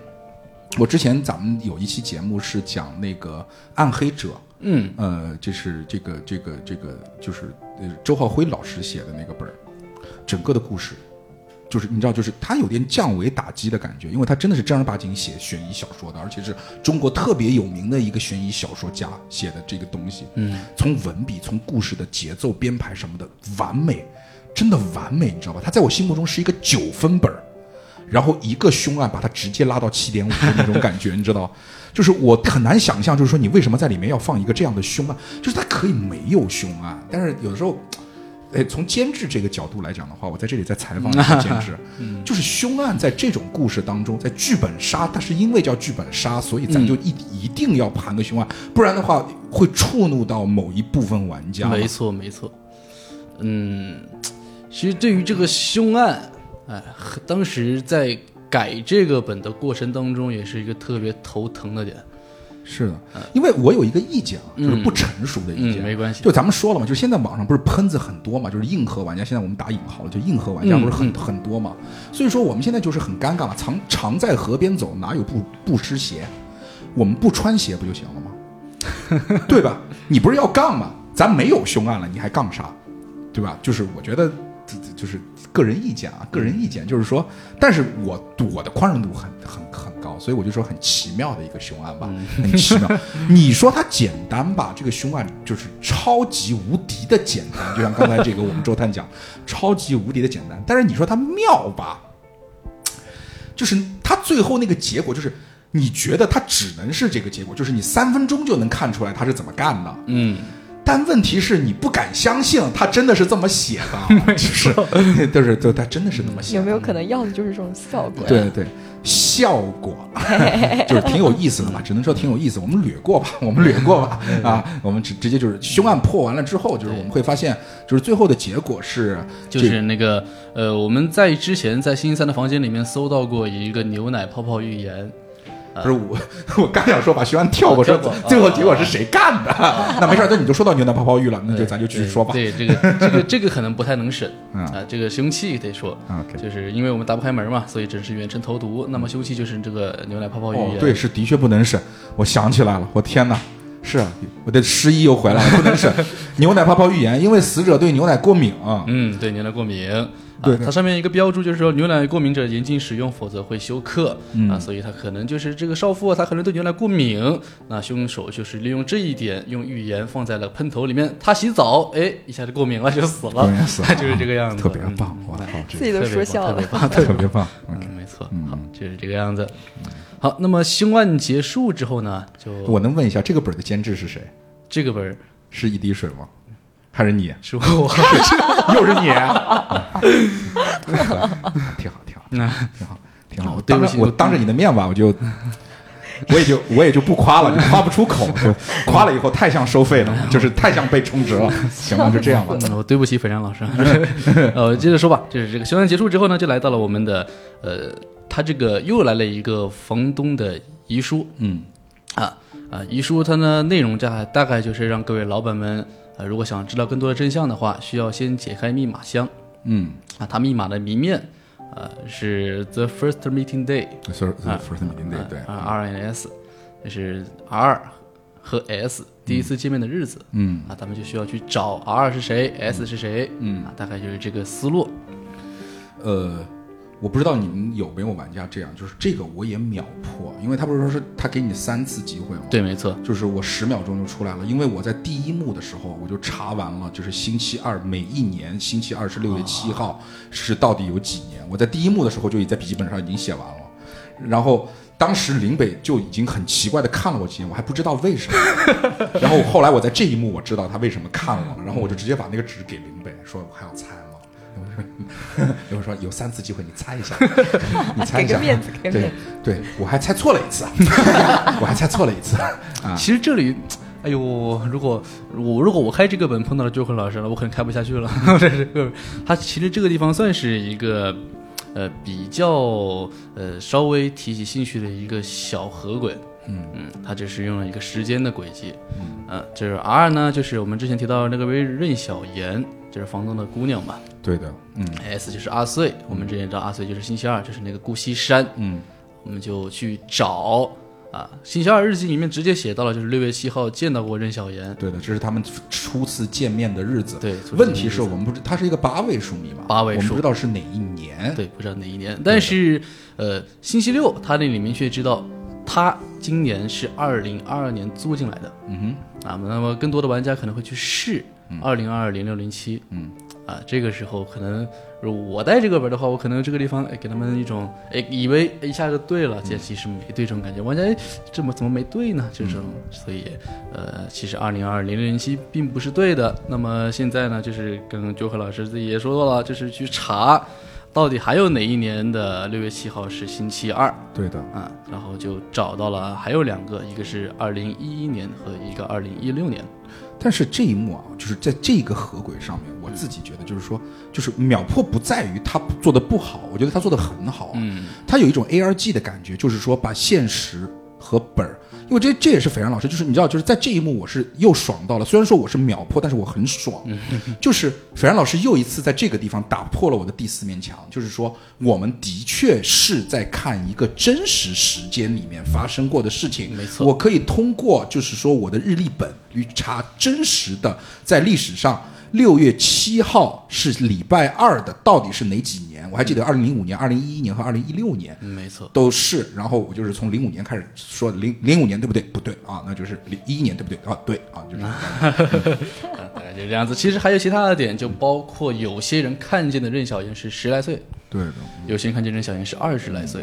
Speaker 1: 我之前咱们有一期节目是讲那个暗黑者，
Speaker 2: 嗯，
Speaker 1: 呃，就是这个这个这个就是呃周浩辉老师写的那个本儿，整个的故事，就是你知道，就是他有点降维打击的感觉，因为他真的是正儿八经写悬疑小说的，而且是中国特别有名的一个悬疑小说家写的这个东西，
Speaker 2: 嗯，
Speaker 1: 从文笔、从故事的节奏编排什么的完美，真的完美，你知道吧？他在我心目中是一个九分本儿。然后一个凶案把它直接拉到七点五的那种感觉，你知道，就是我很难想象，就是说你为什么在里面要放一个这样的凶案，就是它可以没有凶案，但是有的时候，哎，从监制这个角度来讲的话，我在这里再采访一下监 制，
Speaker 2: 嗯
Speaker 1: 就是凶案在这种故事当中，在剧本杀，它是因为叫剧本杀，所以咱
Speaker 2: 嗯
Speaker 1: 就一、一定要盘个凶案，不然的话会触怒到某一部分玩家嘛。
Speaker 2: 没错没错。嗯，其实对于这个凶案，哎，当时在改这个本的过程当中，也是一个特别头疼的点。
Speaker 1: 是的，因为我有一个意见啊，就是不成熟的意
Speaker 2: 嗯，
Speaker 1: 见，
Speaker 2: 没关系。
Speaker 1: 就咱们说了嘛，就是现在网上不是喷子很多嘛，就是硬核玩家。现在我们打引号了，就硬核玩家
Speaker 2: 嗯
Speaker 1: 不是很、
Speaker 2: 嗯
Speaker 1: 很多嘛。所以说我们现在就是很尴尬了，常常在河边走，哪有不不湿鞋？我们不穿鞋不就行了吗？ 对吧？你不是要杠吗？咱没有凶案了，你还杠啥？对吧？就是我觉得，这这就是个人意见啊，个人意见就是说，但是我我的宽容度很很很高，所以我就说很奇妙的一个凶案吧，很奇妙。你说它简单吧，这个凶案就是超级无敌的简单，就像刚才这个我们周探讲，超级无敌的简单。但是你说它妙吧，就是它最后那个结果就是。你觉得它只能是这个结果，就是你三分钟就能看出来他是怎么干的，
Speaker 2: 嗯。
Speaker 1: 但问题是你不敢相信他真的是这么写 的，啊就是就是 就他真的是那 么写的，
Speaker 4: 有没有可能要的就是这种效果？
Speaker 1: 对对，效 果 就是挺有意思的吧，只能说挺有意思。我们略过吧，我们略过 吧
Speaker 2: 嗯
Speaker 1: 啊，我们直直接就是凶案破完了之后，就是我们会发现，就是最后的结果是
Speaker 2: 就
Speaker 1: 这
Speaker 2: 是那个呃，我们在之前在星期三的房间里面搜到过一个牛奶泡泡预言，
Speaker 1: 不是我， 我刚想说把徐安跳过，说
Speaker 2: 跳过啊
Speaker 1: 最后结果是谁干的？
Speaker 2: 呃
Speaker 1: 那没事儿，那你就说到牛奶泡泡浴了，那就咱就继续说吧。
Speaker 2: 哎对对这个 这个这个可能不太能审
Speaker 1: 嗯啊
Speaker 2: 啊，这个凶器得说，
Speaker 1: OK，
Speaker 2: 就是因为我们打不开门嘛，所以只是远程投毒。那么凶器就是这个牛奶泡泡预
Speaker 1: 哦
Speaker 2: 言，，
Speaker 1: 对，，是的确不能审。我想起来了，我天哪！是啊，我的失忆又回来了，不能审牛奶泡泡预言，因为死者对牛奶过敏啊。
Speaker 2: 嗯，对牛奶过敏。啊
Speaker 1: 对对
Speaker 2: 它上面一个标注就是说牛奶过敏者严禁使用，否则会休克、
Speaker 1: 嗯
Speaker 2: 啊。所以他可能就是这个少妇啊，她可能对牛奶过敏，那凶手就是利用这一点，用预言放在了喷头里面。他洗澡，哎，一下就过敏了，就死了
Speaker 1: 过敏死了
Speaker 2: 就是这个样子，
Speaker 1: 特别棒，我
Speaker 2: 嗯
Speaker 1: 靠，这
Speaker 4: 自己都说笑
Speaker 2: 特
Speaker 4: 了
Speaker 2: 别。棒，特别
Speaker 1: 特
Speaker 2: 棒。
Speaker 1: 别棒。
Speaker 2: 嗯
Speaker 1: OK，
Speaker 2: 没错，好，就是这个样子。好，那么凶案结束之后呢，就
Speaker 1: 我能问一下，这个本儿的监制是谁？
Speaker 2: 这个本儿
Speaker 1: 是一滴水吗？还是你？
Speaker 2: 是我，
Speaker 1: 又是你、啊挺好，挺好，
Speaker 2: 嗯
Speaker 1: 挺好，挺好。
Speaker 2: 哦
Speaker 1: 我
Speaker 2: 对
Speaker 1: 当
Speaker 2: 不
Speaker 1: 着
Speaker 2: 起
Speaker 1: 我
Speaker 2: 我
Speaker 1: 当着你的面吧，我就，我也就我也就不夸了，就夸不出口，就夸了以后太像收费了，就是太像被充值了。行吧，就这样吧。
Speaker 2: 嗯我对不起 斐然老师。呃，接着说吧，就是这个凶案结束之后呢，就来到了我们的呃他这个又来了一个房东的遗书
Speaker 1: 嗯
Speaker 2: 啊啊，遗书它呢内容大大概就是让各位老板们，呃，如果想知道更多的真相的话，需要先解开密码箱
Speaker 1: 嗯
Speaker 2: 啊，它密码的谜面。呃，是 the first meeting day，
Speaker 1: ，Sir
Speaker 2: 啊
Speaker 1: First Meeting Day，对，嗯
Speaker 2: 啊，RNS，就是 R 和 S 第一次见面的日子，
Speaker 1: 嗯
Speaker 2: 啊，咱们就需要去找 R 是谁，S 是谁，
Speaker 1: 嗯
Speaker 2: 啊，大概就是这个思路，
Speaker 1: 呃，我不知道你们有没有玩家这样，就是这个我也秒破，因为他不是说是他给你三次机会吗？
Speaker 2: 对，没错，
Speaker 1: 就是我十秒钟就出来了，因为我在第一幕的时候我就查完了，就是星期二每一年星期二是六月七
Speaker 3: 啊
Speaker 1: 号是到底有几年，我在第一幕的时候就已在笔记本上已经写完了，然后当时林北就已经很奇怪的看了我几眼，我还不知道为什 么，然后后来我在这一幕我知道他为什么看了，然后我就直接把那个纸给林北，说我还要猜吗？ 有人说有三次机会，你猜 一下，你猜一下，
Speaker 3: 给个面子给个面
Speaker 1: 对对，
Speaker 3: 子
Speaker 1: 我还猜错了 一次，我还猜错了一次啊。
Speaker 2: 其实这里，哎呦，如果我如果我开这个本碰到了 Joker 老师了，我可能开不下去了。 这是个，他其实这个地方算是一个，呃，比较呃稍微提起兴趣的一个小合轨。
Speaker 1: 嗯
Speaker 2: 嗯，它只是用了一个时间的轨迹。嗯，这是 R 呢，就是我们之前提到的那个位任小妍，就是房东的姑娘嘛。
Speaker 1: 对的，嗯
Speaker 2: S 就是阿穗，我们之前知道阿穗就是星期二，就是那个顾西山。
Speaker 1: 嗯
Speaker 2: 我们就去找啊，《星期二日记》里面直接写到了，就是六月七号见到过任小妍，，
Speaker 1: 对的，这是他们初次见面的日子。
Speaker 2: 对初次见面的日子
Speaker 1: 问题是我们不知，它是一个八位数密码，
Speaker 2: 八位数
Speaker 1: 我们不知道是哪一年。，
Speaker 2: 对，不知道哪一年，但是呃，星期六他那里明确知道，他今年是二零二二年租进来的
Speaker 1: 嗯
Speaker 2: 啊，那么更多的玩家可能会去试二零二二零六零七，
Speaker 1: 嗯。
Speaker 2: 啊，这个时候可能如果我带这个本的话，我可能这个地方哎给他们一种哎以为哎一下就对
Speaker 1: 嗯
Speaker 2: 了，其实其实没对这种感觉。玩家哎这么怎么没对呢？就这种，所以呃，其实二零二零零七并不是对的。那么现在呢，就是跟九和老师自己也说到了，就是去查到底还有哪一年的六月七号是星期二
Speaker 1: 哼，对的，
Speaker 2: 啊，然后就找到了还有两个，一个是二零一一年和一个二零一六年。
Speaker 1: 但是这一幕啊，就是在这个合轨上面，我自己觉得就是说，就是秒破不在于他做的不好，我觉得他做的很好、啊。
Speaker 2: 嗯，
Speaker 1: 他有一种 ARG 的感觉，就是说把现实和本儿，因为这这也是斐然老师，就是你知道，就是在这一幕我是又爽到了，虽然说我是秒破，但是我很 爽，就是斐然老师又一次在这个地方打破了我的第四面墙，就是说我们的确是在看一个真实时间里面发生过的事情，
Speaker 2: 没错
Speaker 1: 我可以通过就是说我的日历本去查真实的在历史上。六月七号是礼拜二的，到底是哪几年？我还记得二零零五年、二零一一年和二零一六年，
Speaker 2: 没错。
Speaker 1: 都是。然后我就是从零五年开始说零零五年对不对？不对啊，那就是零一年对不对？啊，对啊，就是
Speaker 2: 啊大概就这样子。其实还有其他的点，就包括有些人看见的任小妍是十来岁，
Speaker 1: 对的。
Speaker 2: 有些人看见任小妍是二十来岁。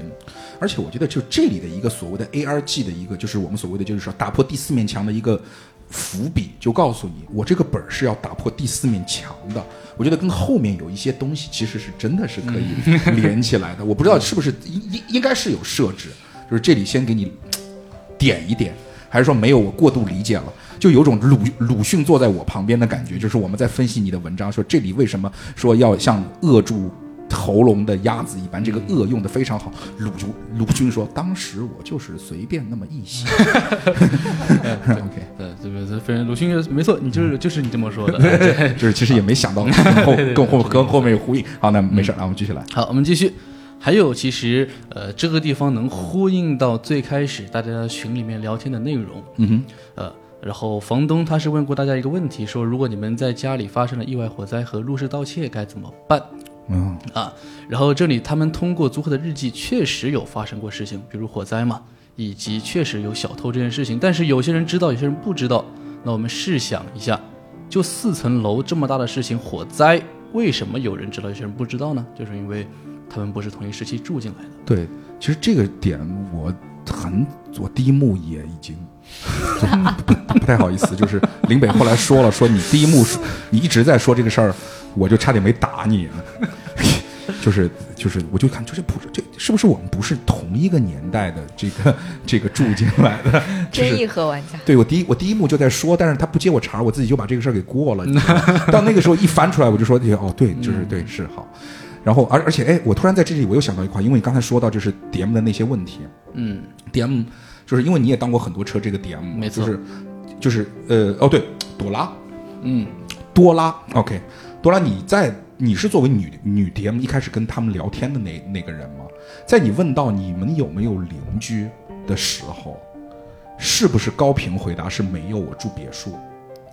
Speaker 1: 而且我觉得，就这里的一个所谓的 ARG 的一个，就是我们所谓的就是说打破第四面墙的一个伏笔，就告诉你，我这个本儿是要打破第四面墙的。我觉得跟后面有一些东西其实是真的是可以连起来的。我不知道是不是应应应该是有设置，就是这里先给你点一点，还是说没有我过度理解了？就有种鲁鲁迅坐在我旁边的感觉，就是我们在分析你的文章，说这里为什么说要像扼住喉咙的鸭子一般，这个“扼”用的非常好。鲁鲁迅说，当时我就是随便那么一写。OK，
Speaker 2: 对，呃这个这非常鲁迅没错，你就是就是你这么说的。哎对
Speaker 1: 就是其实也没想到跟后跟后跟后面有呼应。好，那没事儿，那我们继续来。
Speaker 2: 好，我们继续。还有，其实呃，这个地方能呼应到最开始大家群里面聊天的内容。
Speaker 1: 嗯哼，
Speaker 2: 呃，然后房东他是问过大家一个问题，说如果你们在家里发生了意外火灾和入室盗窃该怎么办？
Speaker 1: 嗯
Speaker 2: 啊，然后这里他们通过租客的日记确实有发生过事情，比如火灾嘛，以及确实有小偷这件事情。但是有些人知道，有些人不知道。那我们试想一下，就四层楼这么大的事情，火灾为什么有人知道，有些人不知道呢？就是因为他们不是同一时期住进来的。
Speaker 1: 对，其实这个点我很，我第一幕也已经 不不不太好意思，就是林北后来说了，说你第一幕说你一直在说这个事儿，我就差点没打你。啊 就是就是，我就看，就是不是这是不是我们不是同一个年代的这个这个住进来的？ 就是
Speaker 3: 真一和玩家，
Speaker 1: 对我第一我第一幕就在说，但是他不接我茬儿，
Speaker 2: 嗯
Speaker 1: 我自己就把这个事儿给过了。你知道吗到那个时候一翻出来，我就说，哦，对，就是对，是好。然后而而且哎，我突然在这里我又想到一块，因为你刚才说到就是 DM 的那些问题
Speaker 2: 嗯，
Speaker 1: ，DM 就是因为你也当过很多车这个 DM，
Speaker 2: 没错
Speaker 1: 就是就是呃哦对，朵拉
Speaker 2: 嗯，
Speaker 1: 多拉，OK，多拉你在你是作为女女 DM 一开始跟他们聊天的那那个人吗？在你问到你们有没有邻居的时候，是不是高频回答是没有，我住别墅？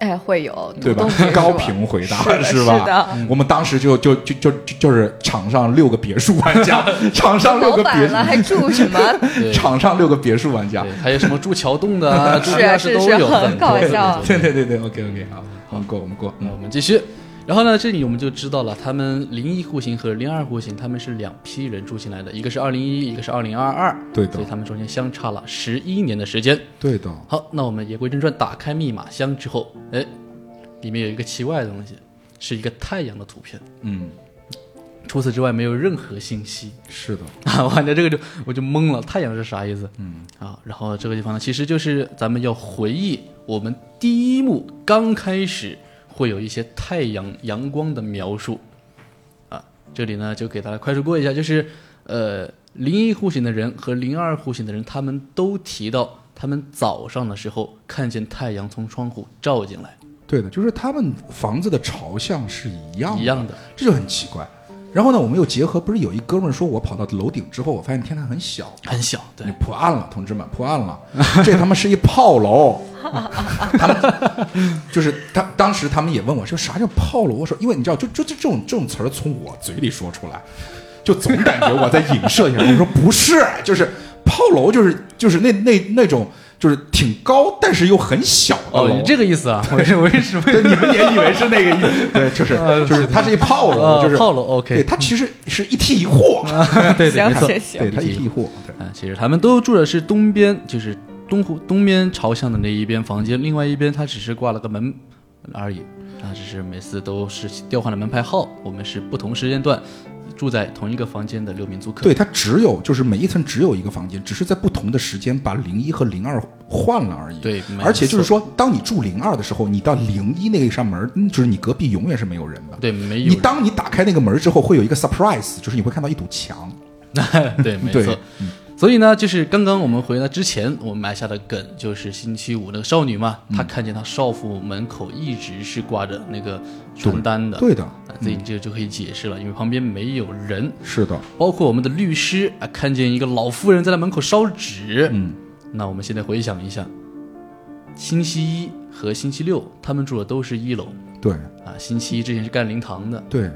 Speaker 3: 哎，会有
Speaker 1: 对吧
Speaker 3: 独栋别？墅
Speaker 1: 高频回答
Speaker 3: 啊是的
Speaker 1: 是
Speaker 3: 是
Speaker 1: 吧
Speaker 3: 的？
Speaker 1: 我们当时就就就就就就是场上六个别墅玩 家，场上六
Speaker 3: 老
Speaker 1: 个别
Speaker 3: 板了
Speaker 1: 墅，
Speaker 3: 还住什么？
Speaker 2: 对，
Speaker 1: 场上六个别墅玩家
Speaker 2: 对，，还有什么住桥洞的啊，住
Speaker 3: 是
Speaker 2: 地下
Speaker 3: 是
Speaker 2: 室都
Speaker 3: 是
Speaker 2: 有，
Speaker 3: 很搞
Speaker 2: 对对
Speaker 3: 笑
Speaker 2: 对
Speaker 1: 对对对对，OK
Speaker 2: 嗯
Speaker 1: OK，好，我们过我们过，
Speaker 2: 那
Speaker 1: 嗯
Speaker 2: 我们继续。然后呢，这里我们就知道了，他们零一户型和零二户型，他们是两批人住进来的，一个是二零一，一个是二零二二，
Speaker 1: 对的
Speaker 2: 所以他们中间相差了十一年的时间。
Speaker 1: 对的，
Speaker 2: 好，那我们言归正传，打开密码箱之后，哎，里面有一个奇怪的东西，是一个太阳的图片，
Speaker 1: 嗯，
Speaker 2: 除此之外没有任何信息。
Speaker 1: 是的，
Speaker 2: 啊，我感觉这个就我就懵了，太阳是啥意思？嗯啊，然后这个地方呢，其实就是咱们要回忆我们第一幕刚开始会有一些太阳阳光的描述啊，这里呢就给大家快速过一下，就是呃零一户型的人和零二户型的人，他们都提到他们早上的时候看见太阳从窗户照进来，
Speaker 1: 对的，就是他们房子的朝向是一样
Speaker 2: 一
Speaker 1: 的，
Speaker 2: 样的，
Speaker 1: 这就很奇怪。然后呢，我们又结合，不是有一哥们儿说，我跑到楼顶之后，我发现天台很小，
Speaker 2: 很小，对
Speaker 1: 你，破案了，同志们，破案了！ 这他妈是一炮楼。他们就是他当时他们也问我说啥叫炮楼？我说因为你知道，就就就这种这种词儿从我嘴里说出来，就总感觉我在影射一下。我说不是，就是炮楼，就是就是那那那种就是挺高但是又很小的
Speaker 2: 哦，
Speaker 1: 楼。
Speaker 2: 你这个意思啊，我是我是
Speaker 1: 对你们也以为是那个意 思，对，就是
Speaker 2: 哦
Speaker 1: 就是它是一炮楼，
Speaker 2: 啊
Speaker 1: 就是
Speaker 2: 炮楼，OK 啊
Speaker 1: 对，它其实是一梯一户，
Speaker 2: 对对，没
Speaker 3: 行
Speaker 2: 错。
Speaker 1: 对，
Speaker 3: 行行，
Speaker 1: 它一梯一户，对，
Speaker 2: 啊，其实他们都住的是东边，就是东湖东边朝向的那一边房间，另外一边他只是挂了个门而已。他只是每次都是调换了门牌号，我们是不同时间段住在同一个房间的六名租客。
Speaker 1: 对，它只有就是每一层只有一个房间，只是在不同的时间把零一和零二换了而已。
Speaker 2: 对没
Speaker 1: 而且就是
Speaker 2: 错
Speaker 1: 说，当你住零二的时候，你到零一那一扇门，嗯就是你隔壁永远是没有人的。
Speaker 2: 对，没有
Speaker 1: 你
Speaker 2: 人。
Speaker 1: 当你打开那个门之后，会有一个 surprise，就是你会看到一堵墙。
Speaker 2: 对，没
Speaker 1: 对嗯
Speaker 2: 错。所以呢，就是刚刚我们回来之前，我们埋下的梗就是星期五那个少女嘛，
Speaker 1: 嗯
Speaker 2: 她看见她少妇门口一直是挂着那个传单的，
Speaker 1: 对的，嗯
Speaker 2: 啊所以这个就可以解释了，因为旁边没有人，
Speaker 1: 是的，
Speaker 2: 包括我们的律师啊，看见一个老妇人在他门口烧纸。
Speaker 1: 嗯，
Speaker 2: 那我们现在回想一下，星期一和星期六他们住的都是一楼
Speaker 1: 对
Speaker 2: 啊。星期一之前是干灵堂的，
Speaker 1: 对。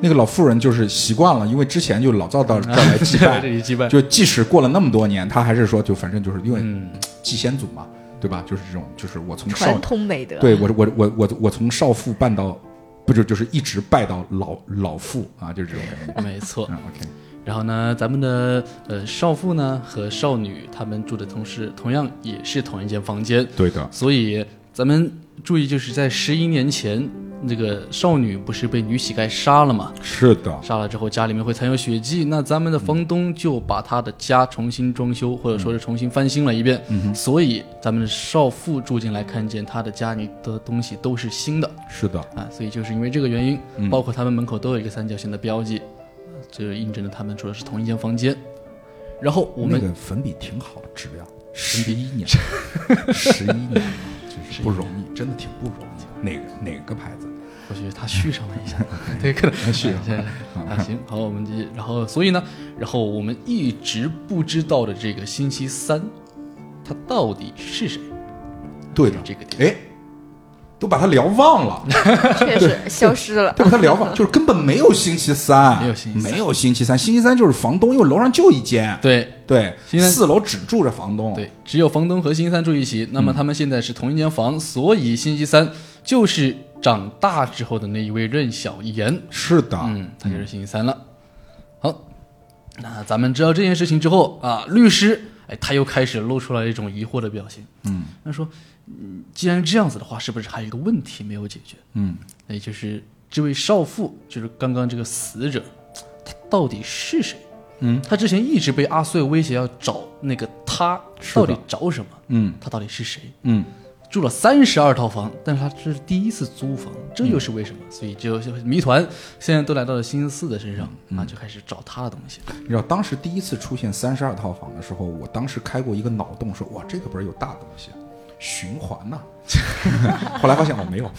Speaker 1: 那个老妇人就是习惯了，因为之前就老造到这儿来祭
Speaker 2: 这
Speaker 1: 拜，
Speaker 2: 里祭拜。
Speaker 1: 就即使过了那么多年，她还是说，就反正就是因为
Speaker 2: 嗯，
Speaker 1: 祭先祖嘛，对吧？就是这种，就是我从少
Speaker 3: 传统美德。
Speaker 1: 对我我我我我从少妇办到，不就就是一直拜到老老妇啊，就是这种感觉。
Speaker 2: 没错。
Speaker 1: 嗯，OK，
Speaker 2: 然后呢，咱们的呃少妇呢和少女他们住的同时，同样也是同一间房间，
Speaker 1: 对的，
Speaker 2: 所以咱们注意，就是在十一年前，那个少女不是被女乞丐杀了吗？
Speaker 1: 是的，
Speaker 2: 杀了之后家里面会残有血迹，那咱们的房东就把他的家重新装修，或者说是重新翻新了一遍。
Speaker 1: 嗯
Speaker 2: 所以咱们的少妇住进来，看见他的家里的东西都是新的
Speaker 1: 是的，
Speaker 2: 啊，所以就是因为这个原因，
Speaker 1: 嗯
Speaker 2: 包括他们门口都有一个三角形的标记，这就印证了他们住的是同一间房间。然后我
Speaker 1: 那
Speaker 2: 们、
Speaker 1: 个粉笔挺好，质量十一年，十一年啊，就是不容易，真的挺不容易。哪个哪个牌子？
Speaker 2: 或许他续上了一下， 对，可能
Speaker 1: 续上
Speaker 2: 了啊，行，好，我们继续。然后，所以呢，然后我们一直不知道的这个星期三，他到底是谁？
Speaker 1: 对的，
Speaker 2: 这个点
Speaker 1: 哎，都把它聊忘了，
Speaker 3: 确实消失了。
Speaker 1: 都把它聊忘，就是根本没有星期三，
Speaker 2: 没有星期三
Speaker 1: 没有星期三，星期三就是房东，因为楼上就一间，
Speaker 2: 对
Speaker 1: 对，
Speaker 2: 星期三
Speaker 1: 四楼只住着房东，
Speaker 2: 对，只有房东和星期三住一起。那么他们现在是同一间房，所以星期三就是长大之后的那一位任小妍。
Speaker 1: 是的，
Speaker 2: 嗯，他就是星期三了。好，那咱们知道这件事情之后啊，律师哎，他又开始露出了一种疑惑的表情。嗯，他说：“嗯，既然这样子的话，是不是还有一个问题没有解决？
Speaker 1: 嗯，
Speaker 2: 也就是这位少妇，就是刚刚这个死者，她到底是谁？”
Speaker 1: 嗯，
Speaker 2: 他之前一直被阿穗威胁要找那个他
Speaker 1: 是的
Speaker 2: 到底找什么？
Speaker 1: 嗯
Speaker 2: 他到底是谁？
Speaker 1: 嗯，
Speaker 2: 住了三十二套房，但是他这是第一次租房，这
Speaker 1: 嗯
Speaker 2: 又是为什么？所以就就谜团现在都来到了星期四的身上、
Speaker 1: 嗯
Speaker 2: 啊，就开始找他的东西。
Speaker 1: 你知道当时第一次出现三十二套房的时候，我当时开过一个脑洞，说哇，这个本儿有大东西，啊循环呐、 后来发现我哦没有，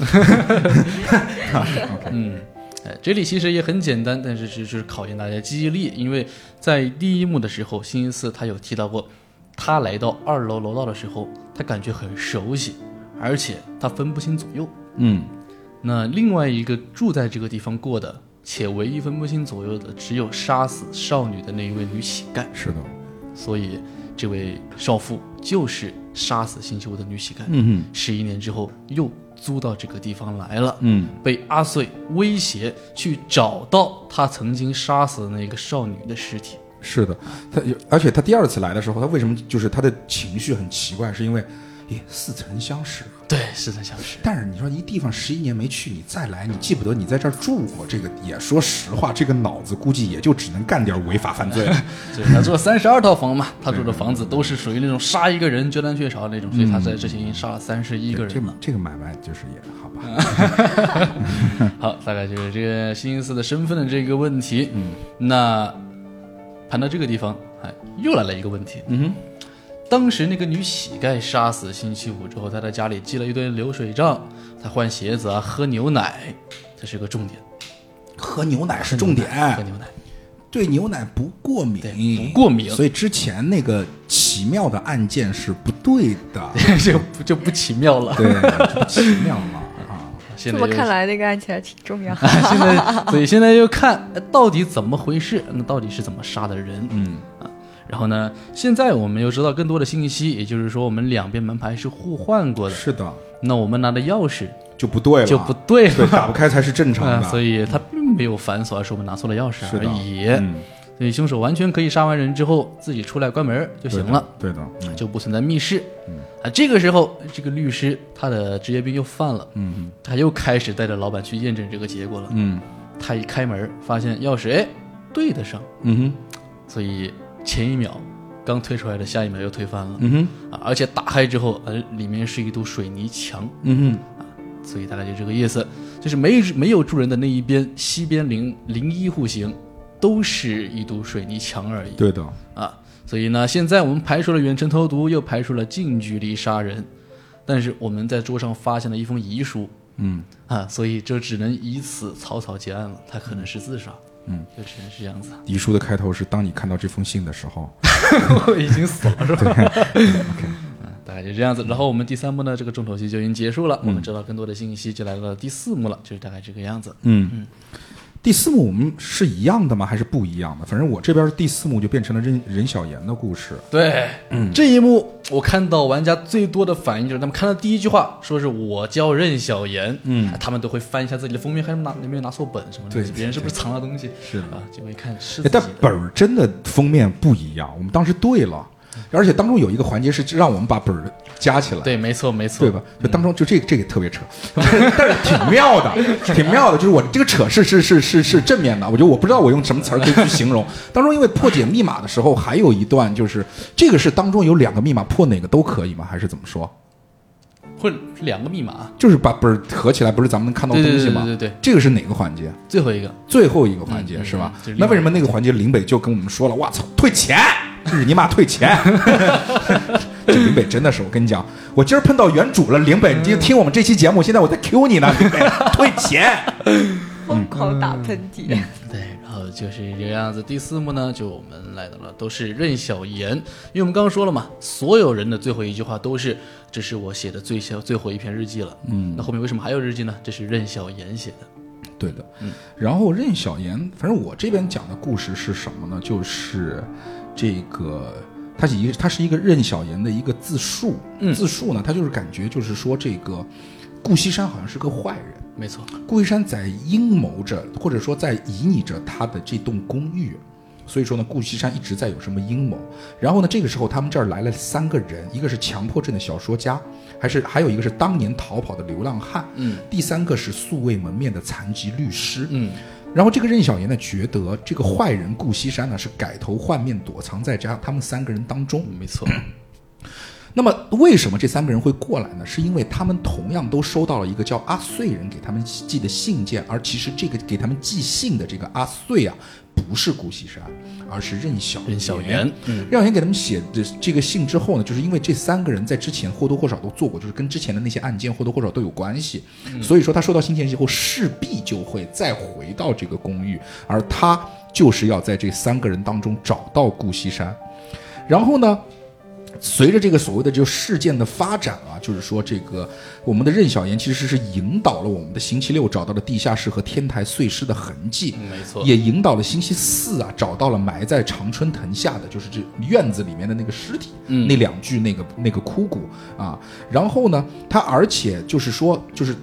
Speaker 2: 嗯，呃，这里其实也很简单，但是只是考验大家记忆力，因为在第一幕的时候，星期四他有提到过，他来到二楼楼道的时候，他感觉很熟悉，而且他分不清左右。
Speaker 1: 嗯，
Speaker 2: 那另外一个住在这个地方过的，且唯一分不清左右的，只有杀死少女的那一位女乞丐，
Speaker 1: 是的，
Speaker 2: 所以这位少妇就是杀死星期五的女乞丐。
Speaker 1: 嗯
Speaker 2: 十一年之后又租到这个地方来了。
Speaker 1: 嗯
Speaker 2: 被阿穗威胁去找到他曾经杀死的那个少女的尸体。
Speaker 1: 是的，他有，而且他第二次来的时候，他为什么就是他的情绪很奇怪，是因为，咦，似曾相识。
Speaker 2: 对，似曾相识。
Speaker 1: 但是你说一地方十一年没去，你再来，你记不得你在这儿住过，这个也说实话，这个脑子估计也就只能干点违法犯 罪了。
Speaker 2: 对，他住了三十二套房嘛，他住的房子都是属于那种杀一个人决单雀巢那种，所以他在之前已经杀了三十一个
Speaker 1: 这
Speaker 2: 人
Speaker 1: 个
Speaker 2: 了。
Speaker 1: 这个买卖就是也好吧，
Speaker 2: 好，大概就是这个星期四的身份的这个问题。嗯，那盘到这个地方，哎，又来了一个问题。
Speaker 1: 嗯
Speaker 2: 当时那个女乞丐杀死星期五之后，她在家里记了一堆流水账，她换鞋子啊，喝牛奶，这是个重点。
Speaker 1: 哼，喝牛奶是重
Speaker 2: 喝
Speaker 1: 点，
Speaker 2: 牛奶。
Speaker 1: 对牛奶不过敏，
Speaker 2: 对不过敏
Speaker 1: 所以之前那个奇妙的案件是不对 的，
Speaker 2: 就不就不奇妙了。
Speaker 1: 对，这奇妙了 啊，
Speaker 2: 现
Speaker 4: 这
Speaker 2: 在
Speaker 4: 么
Speaker 2: 又
Speaker 4: 看，来那个案情还挺重 要。
Speaker 2: 现在所以现在就看呃到底怎么回事，那到底是怎么杀的人？啊
Speaker 1: 嗯
Speaker 2: 然后呢，现在我们又知道更多的信息，也就是说我们两边门牌是互换过的。
Speaker 1: 是的，
Speaker 2: 那我们拿的钥匙
Speaker 1: 就不对了，
Speaker 2: 就不对
Speaker 1: 对，
Speaker 2: 了，
Speaker 1: 打不开才是正常
Speaker 2: 啊，
Speaker 1: 的，
Speaker 2: 所以他并没有反锁，而是我们拿错了钥匙
Speaker 1: 是
Speaker 2: 而
Speaker 1: 的
Speaker 2: 已。
Speaker 1: 嗯
Speaker 2: 所以凶手完全可以杀完人之后自己出来关门就行了。，
Speaker 1: 对的，对的嗯
Speaker 2: 就不存在密室。啊，这个时候这个律师他的职业病又犯了，
Speaker 1: 嗯
Speaker 2: 他又开始带着老板去验证这个结果了。
Speaker 1: 嗯
Speaker 2: 他一开门发现钥匙，哎，对得上，
Speaker 1: 嗯嗯
Speaker 2: 所以前一秒刚推出来的，下一秒又推翻了、
Speaker 1: 嗯哼
Speaker 2: 啊！而且打开之后，呃，里面是一堵水泥墙，
Speaker 1: 嗯
Speaker 2: 所以大概就这个意思，就是没没有住人的那一边，西边零零一户型都是一堵水泥墙而已
Speaker 1: 哼，对的，
Speaker 2: 啊！所以呢，现在我们排除了远程投毒，又排除了近距离杀人，但是我们在桌上发现了一封遗书
Speaker 1: 嗯
Speaker 2: 啊，所以这只能以此草草结案了，他可能是自杀。
Speaker 1: 嗯，
Speaker 2: 就只能是这样子。
Speaker 1: 遗书的开头是当你看到这封信的时候，
Speaker 2: 我已经死了，是 吧？嗯大概就这样子。然后我们第三幕呢，这个重头戏就已经结束了。
Speaker 1: 嗯
Speaker 2: 我们知道更多的信息，就来到第四幕了，就是大概这个样子。
Speaker 1: 嗯。第四幕我们是一样的吗？还是不一样的？反正我这边第四幕就变成了任任小妍的故事。
Speaker 2: 对，
Speaker 1: 嗯
Speaker 2: 这一幕我看到玩家最多的反应就是他们看到第一句话，说是我叫任小妍，嗯，他们都会翻一下自己的封面，还拿有没有拿错本什么的，
Speaker 1: 对
Speaker 2: 别人是不是藏了东西？
Speaker 1: 是的
Speaker 2: 啊，结果一看是
Speaker 1: 哎
Speaker 2: 自己
Speaker 1: 但
Speaker 2: 的，
Speaker 1: 本儿真的封面不一样，我们当时对了，而且当中有一个环节是让我们把本儿加起来，
Speaker 2: 嗯对，嗯没错，没错，
Speaker 1: 对吧？就当中就这个这个特别扯， 但是挺妙 的，挺妙的。就是我这个扯是是是是是正面的，我觉得我不知道我用什么词儿可以去形容。当中因为破解密码的时候，还有一段就是这个是当中有两个密码，破哪个都可以吗？还是怎么说？
Speaker 2: 会是两个密码，
Speaker 1: 就是把本儿合起来，不是咱们能看到东
Speaker 2: 对对
Speaker 1: 西
Speaker 2: 对
Speaker 1: 吗？
Speaker 2: 对对对，
Speaker 1: 这个是哪个环节？
Speaker 2: 最后一个，
Speaker 1: 最后一个环节、
Speaker 2: 嗯嗯
Speaker 1: 是吧
Speaker 2: 嗯就是？
Speaker 1: 那为什么那个环节林北就跟我们说了，哇操，退钱，日你妈退 钱！这林北真的是，我跟你讲，我今儿碰到原主了，林北，你就听我们这期节目，现在我在 Q 你 呢，林北，退钱。
Speaker 4: 疯狂打喷嚏，
Speaker 2: 对，然后就是这个样子。第四幕呢，就我们来到了，都是任小妍，因为我们刚刚说了嘛，所有人的最后一句话都是“这是我写的最小最后一篇日记了”。嗯，那后面为什么还有日记呢？这是任小妍写的。
Speaker 1: 对的，然后任小妍，反正我这边讲的故事是什么呢？就是这个，它是一个，它是一个任小妍的一个自述，
Speaker 2: 嗯
Speaker 1: 自述呢，它就是感觉就是说这个顾惜山好像是个坏人。
Speaker 2: 没错，
Speaker 1: 顾一山在阴谋着，或者说在旖旎着他的这栋公寓，所以说呢，顾西山一直在有什么阴谋。然后呢，这个时候他们这儿来了三个人，一个是强迫症的小说家，还是还有一个是当年逃跑的流浪汉，
Speaker 2: 嗯
Speaker 1: 第三个是素未门面的残疾律师。
Speaker 2: 嗯，
Speaker 1: 然后这个任小妍呢，觉得这个坏人顾西山呢是改头换面，躲藏在这他们三个人当中。
Speaker 2: 没错，
Speaker 1: 那么为什么这三个人会过来呢？是因为他们同样都收到了一个叫阿穗人给他们寄的信件，而其实这个给他们寄信的这个阿穗啊，不是顾惜山，而是任小
Speaker 2: 任小元，嗯，
Speaker 1: 任小元给他们写的这个信之后呢，就是因为这三个人在之前或多或少都做过，就是跟之前的那些案件或多或少都有关系，所以说他收到信件以后，势必就会再回到这个公寓，而他就是要在这三个人当中找到顾惜山。然后呢，随着这个所谓的就事件的发展啊，就是说这个我们的任小岩其实是引导了我们的星期六找到了地下室和天台碎尸的痕迹，
Speaker 2: 嗯没错，
Speaker 1: 也引导了星期四啊找到了埋在常春藤下的就是这院子里面的那个尸体，
Speaker 2: 嗯
Speaker 1: 那两具那个那个枯骨啊。然后呢，他而且就是说就是。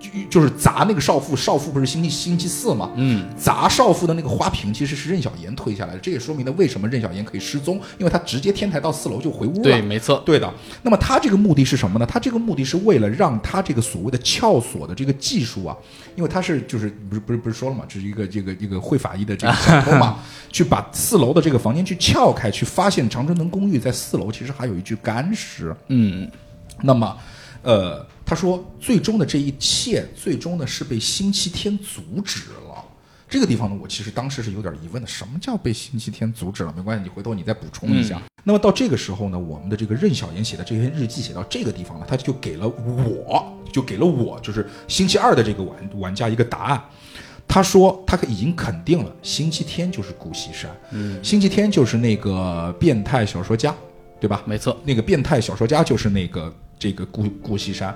Speaker 1: 就就是砸那个少妇，少妇不是星期星期四嘛，
Speaker 2: 嗯，
Speaker 1: 砸少妇的那个花瓶其实是任小岩推下来的，这也说明了为什么任小岩可以失踪，因为他直接天台到四楼就回屋了。
Speaker 2: 对，没错，
Speaker 1: 对的。那么他这个目的是什么呢？他这个目的是为了让他这个所谓的撬锁的这个技术啊，因为他是就是不是不是不是说了嘛，这是一个这个这个会法医的这个小偷嘛，去把四楼的这个房间去撬开，去发现常春藤公寓在四楼其实还有一具干尸。
Speaker 2: 嗯，
Speaker 1: 那么，呃，他说最终的这一切，最终呢是被星期天阻止了。这个地方呢，我其实当时是有点疑问的，什么叫被星期天阻止了？没关系，你回头你再补充一下。那么到这个时候呢，我们的这个任小岩写的这篇日记写到这个地方呢，他就给了我，就给了我，就是星期二的这个玩玩家一个答案。他说他已经肯定了，星期天就是顾惜山，嗯，星期天就是那个变态小说家，对吧？
Speaker 2: 没错，
Speaker 1: 那个变态小说家就是那个这个顾顾惜山，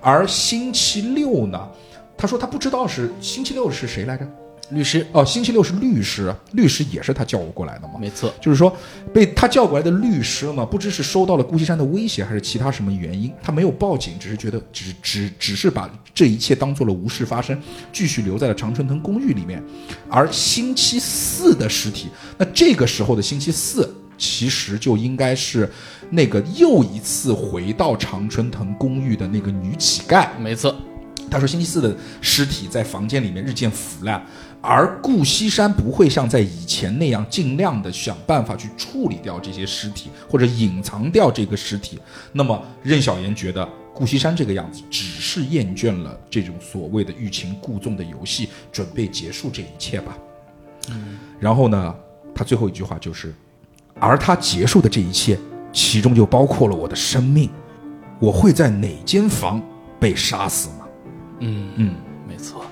Speaker 1: 而星期六呢，他说他不知道是星期六是谁来着？
Speaker 2: 律师，
Speaker 1: 哦，星期六是律师，律师也是他叫我过来的嘛。
Speaker 2: 没错，
Speaker 1: 就是说，被他叫过来的律师呢，不知是收到了顾惜山的威胁，还是其他什么原因，他没有报警，只是觉得只只只是把这一切当做了无事发生，继续留在了常春藤公寓里面。而星期四的尸体，那这个时候的星期四。其实就应该是那个又一次回到常春藤公寓的那个女乞丐，
Speaker 2: 没错，
Speaker 1: 他说星期四的尸体在房间里面日渐腐烂，而顾西山不会像在以前那样尽量的想办法去处理掉这些尸体或者隐藏掉这个尸体。那么任小岩觉得顾西山这个样子只是厌倦了这种所谓的欲擒故纵的游戏，准备结束这一切吧。然后呢，他最后一句话就是，而他结束的这一切，其中就包括了我的生命，我会在哪间房被杀死吗？
Speaker 2: 嗯，
Speaker 1: 嗯，
Speaker 2: 没错，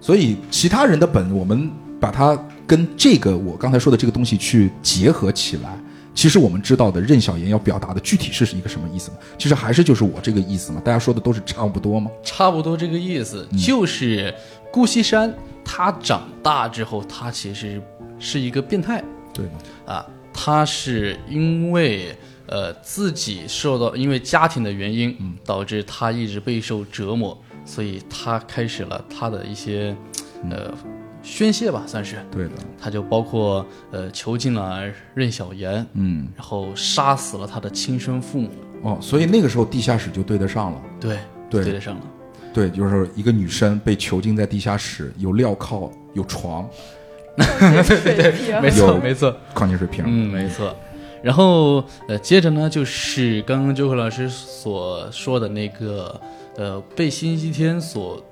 Speaker 1: 所以其他人的本，我们把它跟这个我刚才说的这个东西去结合起来，其实我们知道的任小岩要表达的具体是一个什么意思吗？其实还是就是我这个意思嘛，大家说的都是差不多吗？
Speaker 2: 差不多这个意思，
Speaker 1: 嗯
Speaker 2: 就是顾惜山他长大之后，他其实是一个变态，
Speaker 1: 对吗？
Speaker 2: 啊，他是因为呃自己受到因为家庭的原因，
Speaker 1: 嗯
Speaker 2: 导致他一直备受折磨，所以他开始了他的一些
Speaker 1: 嗯
Speaker 2: 呃宣泄吧，算是，
Speaker 1: 对的，
Speaker 2: 他就包括呃囚禁了任小岩，
Speaker 1: 嗯，
Speaker 2: 然后杀死了他的亲生父母，
Speaker 1: 哦，所以那个时候地下室就对得上了。
Speaker 2: 对
Speaker 1: 对
Speaker 2: 对得上了，
Speaker 1: 对，嗯哦就是一个女生被囚禁在地下室，有镣铐，有床，
Speaker 4: 水平
Speaker 2: 没错
Speaker 1: 有
Speaker 2: 没错，
Speaker 1: 矿泉水瓶。
Speaker 2: 嗯，没错。然后呃，接着呢，就是刚刚 Joker 老师所说的那个呃，被星期天所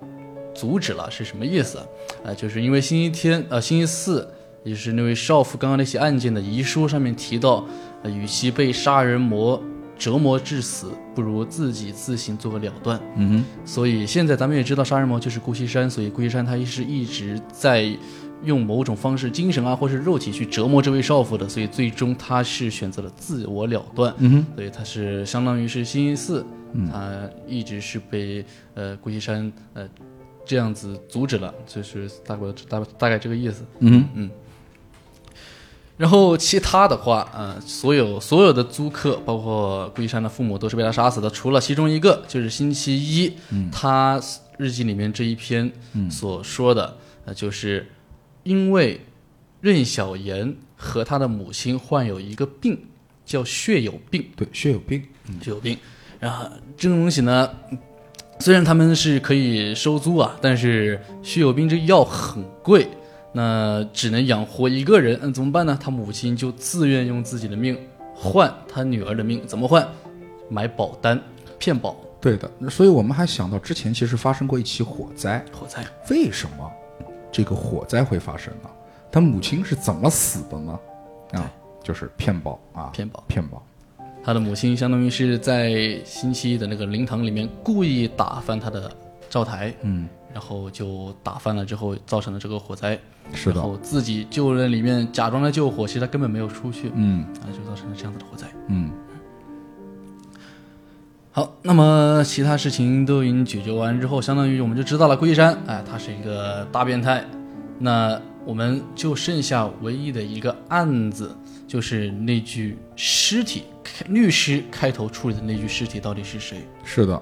Speaker 2: 阻止了是什么意思？呃，就是因为星期天呃，星期四，也就是那位少妇刚刚那起案件的遗书上面提到，呃，与其被杀人魔折磨致死，不如自己自行做个了断。
Speaker 1: 嗯
Speaker 2: 所以现在咱们也知道杀人魔就是顾惜山，所以顾惜山他是一直在用某种方式，精神啊或是肉体去折磨这位少妇的，所以最终他是选择了自我了断。
Speaker 1: 哼，嗯嗯哼，
Speaker 2: 所以他是相当于是星期四，他一直是被呃顾惜山呃这样子阻止了，就是大概大大概这个意思。
Speaker 1: 嗯哼，
Speaker 2: 然后其他的话，呃，所有所有的租客，包括顾一山的父母，都是被他杀死的，除了其中一个，就是星期一，他日记里面这一篇所说的，呃，就是因为任小妍和他的母亲患有一个病，叫血友病，
Speaker 1: 对，血有病。
Speaker 2: 就有病。然后这种东西呢，虽然他们是可以收租啊，但是血友病这个药很贵，那只能养活一个人，嗯，怎么办呢？他母亲就自愿用自己的命换他女儿的命，怎么换？买保单骗保
Speaker 1: 对的，所以我们还想到之前其实发生过一起火啊灾，
Speaker 2: 火灾。
Speaker 1: 为什么这个火灾会发生呢？他母亲是怎么死的呢？啊，就是骗保啊，
Speaker 2: 骗保
Speaker 1: 骗保，
Speaker 2: 他的母亲相当于是在星期一的那个灵堂里面故意打翻他的灶台，
Speaker 1: 嗯，
Speaker 2: 然后就打翻了之后造成了这个火灾。
Speaker 1: 是
Speaker 2: 然
Speaker 1: 的，
Speaker 2: 后自己救人里面假装在救火，其实他根本没有出去，
Speaker 1: 嗯
Speaker 2: 啊，就造成了这样子的火灾。
Speaker 1: 嗯，
Speaker 2: 好，那么其他事情都已经解决完之后，相当于我们就知道了龟山，哎，他是一个大变态。那我们就剩下唯一的一个案子，就是那具尸体，律师开头处理的那具尸体到底是谁？
Speaker 1: 是的，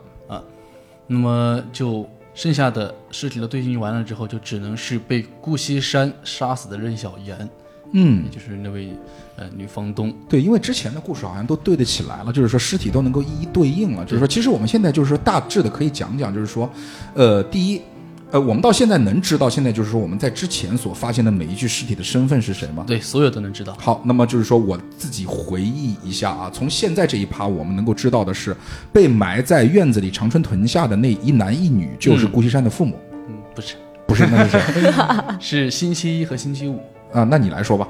Speaker 2: 那么就剩下的尸体的对应完了之后，就只能是被顾西山杀死的任小妍，
Speaker 1: 嗯
Speaker 2: 也，就是那位呃女房东。
Speaker 1: 对，因为之前的故事好像都对得起来了，就是说尸体都能够一一对应了。就是说，其实我们现在就是说大致的可以讲讲，就是说，呃，第一，呃，我们到现在能知道现在就是说我们在之前所发现的每一具尸体的身份是谁吗？
Speaker 2: 对，所有都能知道。
Speaker 1: 好，那么就是说我自己回忆一下啊，从现在这一趴我们能够知道的是，被埋在院子里长春屯下的那一男一女就是顾西山的父母，
Speaker 2: 嗯，不是，
Speaker 1: 不是那是谁
Speaker 2: 是星期一和星期五。
Speaker 1: 啊？那你来说吧。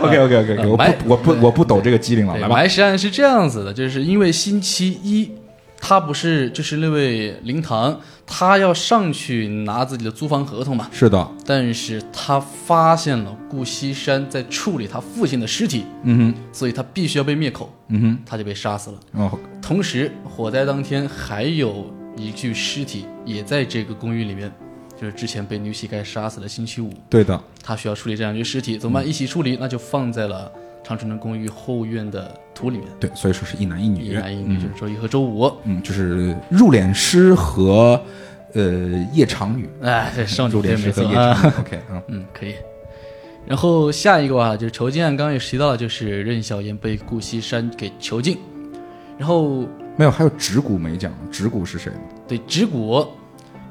Speaker 1: OK OK OK，,
Speaker 2: 呃
Speaker 1: o 我
Speaker 2: 埋
Speaker 1: 不我不我不抖这个机灵了，
Speaker 2: 对，
Speaker 1: 来吧。
Speaker 2: 埋实际上是这样子的，就是因为星期一，他不是就是那位灵堂，他要上去拿自己的租房合同嘛，
Speaker 1: 是的，
Speaker 2: 但是他发现了顾西山在处理他父亲的尸体，
Speaker 1: 嗯哼，
Speaker 2: 所以他必须要被灭口，
Speaker 1: 嗯哼。
Speaker 2: 他就被杀死了。
Speaker 1: 哦，
Speaker 2: 同时，火灾当天还有一具尸体也在这个公寓里面，就是之前被女乞丐杀死的星期五。
Speaker 1: 对的，
Speaker 2: 他需要处理这两具尸体，怎么办？一起处理，那就放在了长春的公寓后院的土里面。
Speaker 1: 对，所以说是一男一女，
Speaker 2: 一男一女，就是周一和周五。
Speaker 1: 嗯，就是入殓师和呃夜场女，
Speaker 2: 哎，这上
Speaker 1: 入
Speaker 2: 主
Speaker 1: 殓
Speaker 2: 对
Speaker 1: 师
Speaker 2: 没
Speaker 1: 和
Speaker 2: 错
Speaker 1: 夜
Speaker 2: 啊。
Speaker 1: 场女，OK，嗯，
Speaker 2: 嗯，可以。然后下一个啊，就是囚禁案，刚刚也提到了，就是任小妍被顾西山给囚禁。然后
Speaker 1: 没有，还有指骨没讲，指骨是谁呢？
Speaker 2: 对指骨，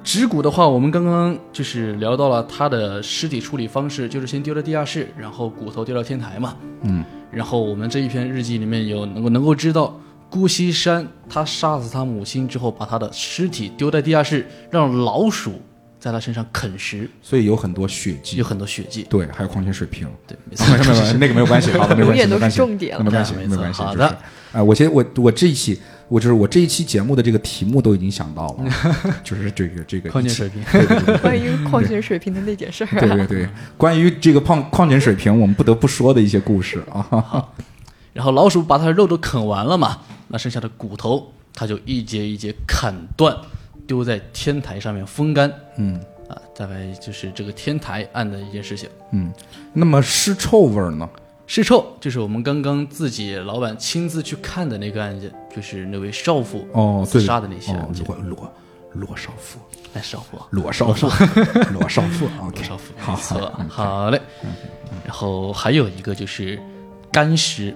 Speaker 2: 指骨的话，我们刚刚就是聊到了他的尸体处理方式，就是先丢到地下室，然后骨头丢到天台嘛。
Speaker 1: 嗯，
Speaker 2: 然后我们这一篇日记里面有能够能够知道，顾西山他杀死他母亲之后，把他的尸体丢在地下室，让老鼠在他身上啃食，
Speaker 1: 所以有很多血迹，
Speaker 2: 有很多血迹。
Speaker 1: 对，还有矿泉水瓶，啊
Speaker 2: 对，没错
Speaker 1: 没，有没有没有那个没有关系，好的，没
Speaker 4: 永
Speaker 1: 有关系，
Speaker 4: 远都
Speaker 1: 没有
Speaker 4: 是
Speaker 1: 关系，
Speaker 4: 重点
Speaker 1: 没
Speaker 4: 了。
Speaker 1: 有关系，
Speaker 2: 对没
Speaker 1: 没有
Speaker 2: 错
Speaker 1: 关系，
Speaker 2: 啊好
Speaker 1: 就是
Speaker 2: 的，
Speaker 1: 哎，我先我我这一期。我就是我这一期节目的这个题目都已经想到 了，就是这个这个
Speaker 2: 矿
Speaker 1: 一
Speaker 2: 泉
Speaker 1: 起
Speaker 2: 水瓶。
Speaker 1: 对对对对对
Speaker 4: 关于矿泉水瓶的那件事儿
Speaker 1: 对
Speaker 4: 啊，
Speaker 1: 对对，关于这个矿矿泉水瓶，我们不得不说的一些故事啊。
Speaker 2: 然后老鼠把它的肉都啃完了嘛，那剩下的骨头，它就一节一节砍断，丢在天台上面风干。
Speaker 1: 嗯
Speaker 2: 啊，大概就是这个天台案的一件事情。
Speaker 1: 嗯，那么尸臭味儿呢？
Speaker 2: 尸臭就是我们刚刚自己老板亲自去看的那个案件，就是那位少妇
Speaker 1: 哦，
Speaker 2: 自
Speaker 1: 对，
Speaker 2: 杀的那些
Speaker 1: 哦
Speaker 2: 案件。
Speaker 1: 裸裸裸少妇，
Speaker 2: 哎，少妇啊，
Speaker 1: 裸少妇，裸少 妇，OK，
Speaker 2: 少妇，
Speaker 1: 好
Speaker 2: 没错
Speaker 1: 好，嗯
Speaker 2: 好嘞。然后还有一个就是干尸，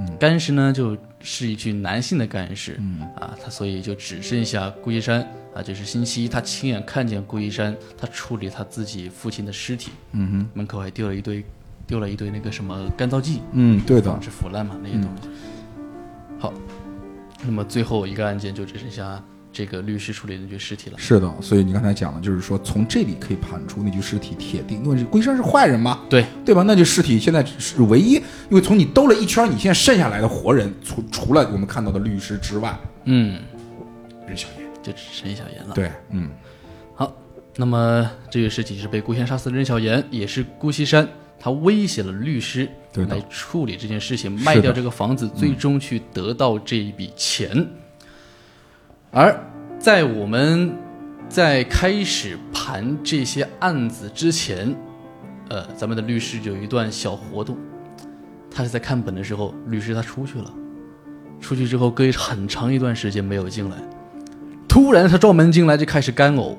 Speaker 1: 嗯
Speaker 2: 干尸呢就是一具男性的干尸，啊，他所以就只剩下顾一山啊，就是星期一他亲眼看见顾一山，他处理他自己父亲的尸体，
Speaker 1: 嗯
Speaker 2: 门口还丢了一堆丢了一堆那个什么干燥剂，
Speaker 1: 哼，嗯，对的嗯
Speaker 2: 防，止腐烂嘛那些东西。好，那么最后一个案件就只剩下这个律师处理那具尸体了。
Speaker 1: 是的，所以你刚才讲了，就是说从这里可以盘出那具尸体铁定，因为龟山是坏人嘛，
Speaker 2: 对，
Speaker 1: 对吧？那具尸体现在是唯一，因为从你兜了一圈，你现在剩下来的活人，除除了我们看到的律师之外，
Speaker 2: 嗯，
Speaker 1: 任小燕，
Speaker 2: 就只剩小妍了。
Speaker 1: 对，嗯，
Speaker 2: 好，那么这具尸体是被顾先杀死的任小妍，也是顾西山他威胁了律师
Speaker 1: 对的
Speaker 2: 来处理这件事情，
Speaker 1: 是的
Speaker 2: 卖掉这个房子，最终去得到这一笔钱。而在我们在开始盘这些案子之前，呃，咱们的律师有一段小活动，他是在看本的时候，律师他出去了，出去之后隔一很长一段时间没有进来，突然他撞门进来就开始干呕，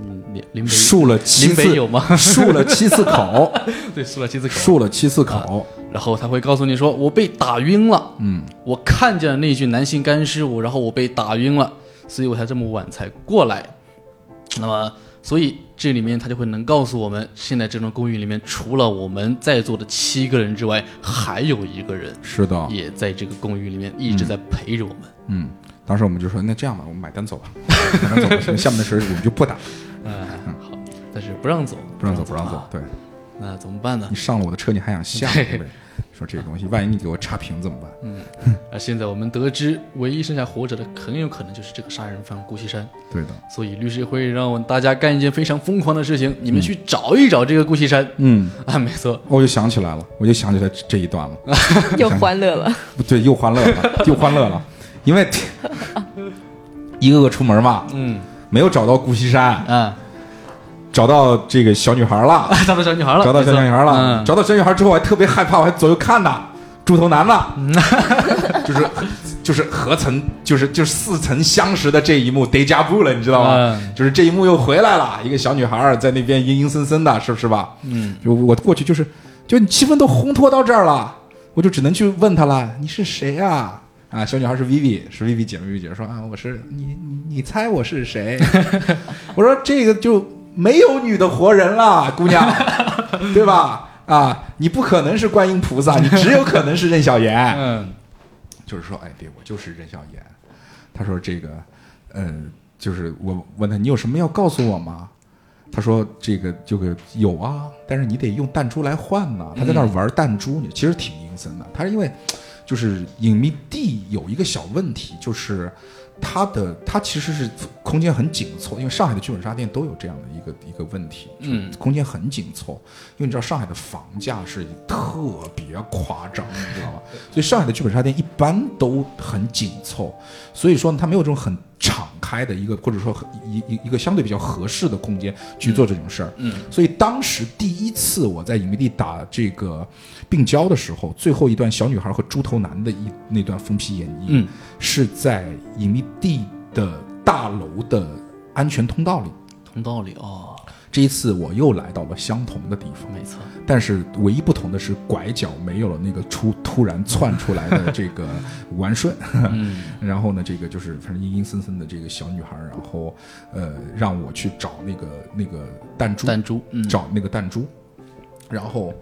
Speaker 2: 嗯，林林北
Speaker 1: 竖了七
Speaker 2: 林北
Speaker 1: 次，
Speaker 2: 有吗？
Speaker 1: 竖了七次口，
Speaker 2: 对，塑料机子口，
Speaker 1: 竖了七次口，
Speaker 2: 然后他会告诉你说我被打晕了，
Speaker 1: 嗯，
Speaker 2: 我看见了那具男性干尸我，然后我被打晕了，所以我才这么晚才过来。那么所以这里面他就会能告诉我们，现在这栋公寓里面除了我们在座的七个人之外，还有一个人
Speaker 1: 是的，
Speaker 2: 也在这个公寓里面一直在陪着我们。
Speaker 1: 嗯，当时我们就说，那这样吧，我们买单走吧，买单走吧，行下面的事我们就不打了，
Speaker 2: 哎，好，但是不让走，
Speaker 1: 嗯不让走，不让走嗯
Speaker 2: 啊。
Speaker 1: 对
Speaker 2: 那怎么办呢
Speaker 1: 你？上了我的车，你还想下
Speaker 2: 对
Speaker 1: 来？对不对说这个东西，万一你给我差评怎么办？
Speaker 2: 而啊现在我们得知，唯一剩下活着的很有可能就是这个杀人犯顾西山，
Speaker 1: 对的，
Speaker 2: 所以律师会让我大家干一件非常疯狂的事情，你们去找一找这个顾西山。
Speaker 1: 嗯，
Speaker 2: 啊，没错，
Speaker 1: 我就想起来了，我就想起来这这一段了。
Speaker 4: 又欢乐了。
Speaker 1: 不对，又欢乐了，又欢乐了，因为一个个出门嘛，
Speaker 2: 嗯
Speaker 1: 没有找到顾西山，
Speaker 2: 啊，
Speaker 1: 找到这个小女孩了，
Speaker 2: 找到小女孩了，
Speaker 1: 找到
Speaker 2: 没
Speaker 1: 小
Speaker 2: 错
Speaker 1: 女孩了，
Speaker 2: 嗯，
Speaker 1: 找到小女孩之后，我还特别害怕，我还左右看呢，猪头男呢，
Speaker 2: 嗯
Speaker 1: 就是 就是何曾就是就是似曾相识的这一幕 deja vu 了，你知道吗
Speaker 2: 嗯？
Speaker 1: 就是这一幕又回来了，一个小女孩在那边阴阴森森的，是不是吧？
Speaker 2: 嗯，
Speaker 1: 就我过去就是，就你气氛都烘托到这儿了，我就只能去问她了，你是谁啊？啊，小女孩是 Vivi，是 Vivi 姐妹，Vivi 姐说啊，我是你，你你猜我是谁？我说这个就没有女的活人了，姑娘，对吧？啊，你不可能是观音菩萨，你只有可能是任小妍。
Speaker 2: 嗯，
Speaker 1: 就是说，哎，对我就是任小妍。他说这个，呃，就是我问他你有什么要告诉我吗？他说这个这个有啊，但是你得用弹珠来换呢。他在那儿玩弹珠，你其实挺阴森的。他是因为就是隐秘地有一个小问题，就是它的它其实是空间很紧凑，因为上海的剧本杀店都有这样的一个一个问题，
Speaker 2: 嗯，
Speaker 1: 空间很紧凑，因为你知道上海的房价是特别夸张，你知道吗？ 所以上海的剧本杀店一般都很紧凑，所以说呢，它没有这种很敞开的一个，或者说很一一一个相对比较合适的空间去做这种事儿。
Speaker 2: 嗯，
Speaker 1: 所以当时第一次我在影迷地打这个病娇的时候，最后一段小女孩和猪头男的一那段疯批演绎，
Speaker 2: 嗯，
Speaker 1: 是在影迷地的大楼的安全通道里。
Speaker 2: 同道理哦，
Speaker 1: 这一次我又来到了相同的地方，
Speaker 2: 没错，
Speaker 1: 但是唯一不同的是拐角没有了那个出突然窜出来的这个完顺，
Speaker 2: 嗯，
Speaker 1: 然后呢，这个就是反正阴阴森森的这个小女孩，然后呃让我去找那个那个弹珠，
Speaker 2: 弹珠，嗯，
Speaker 1: 找那个弹珠，然后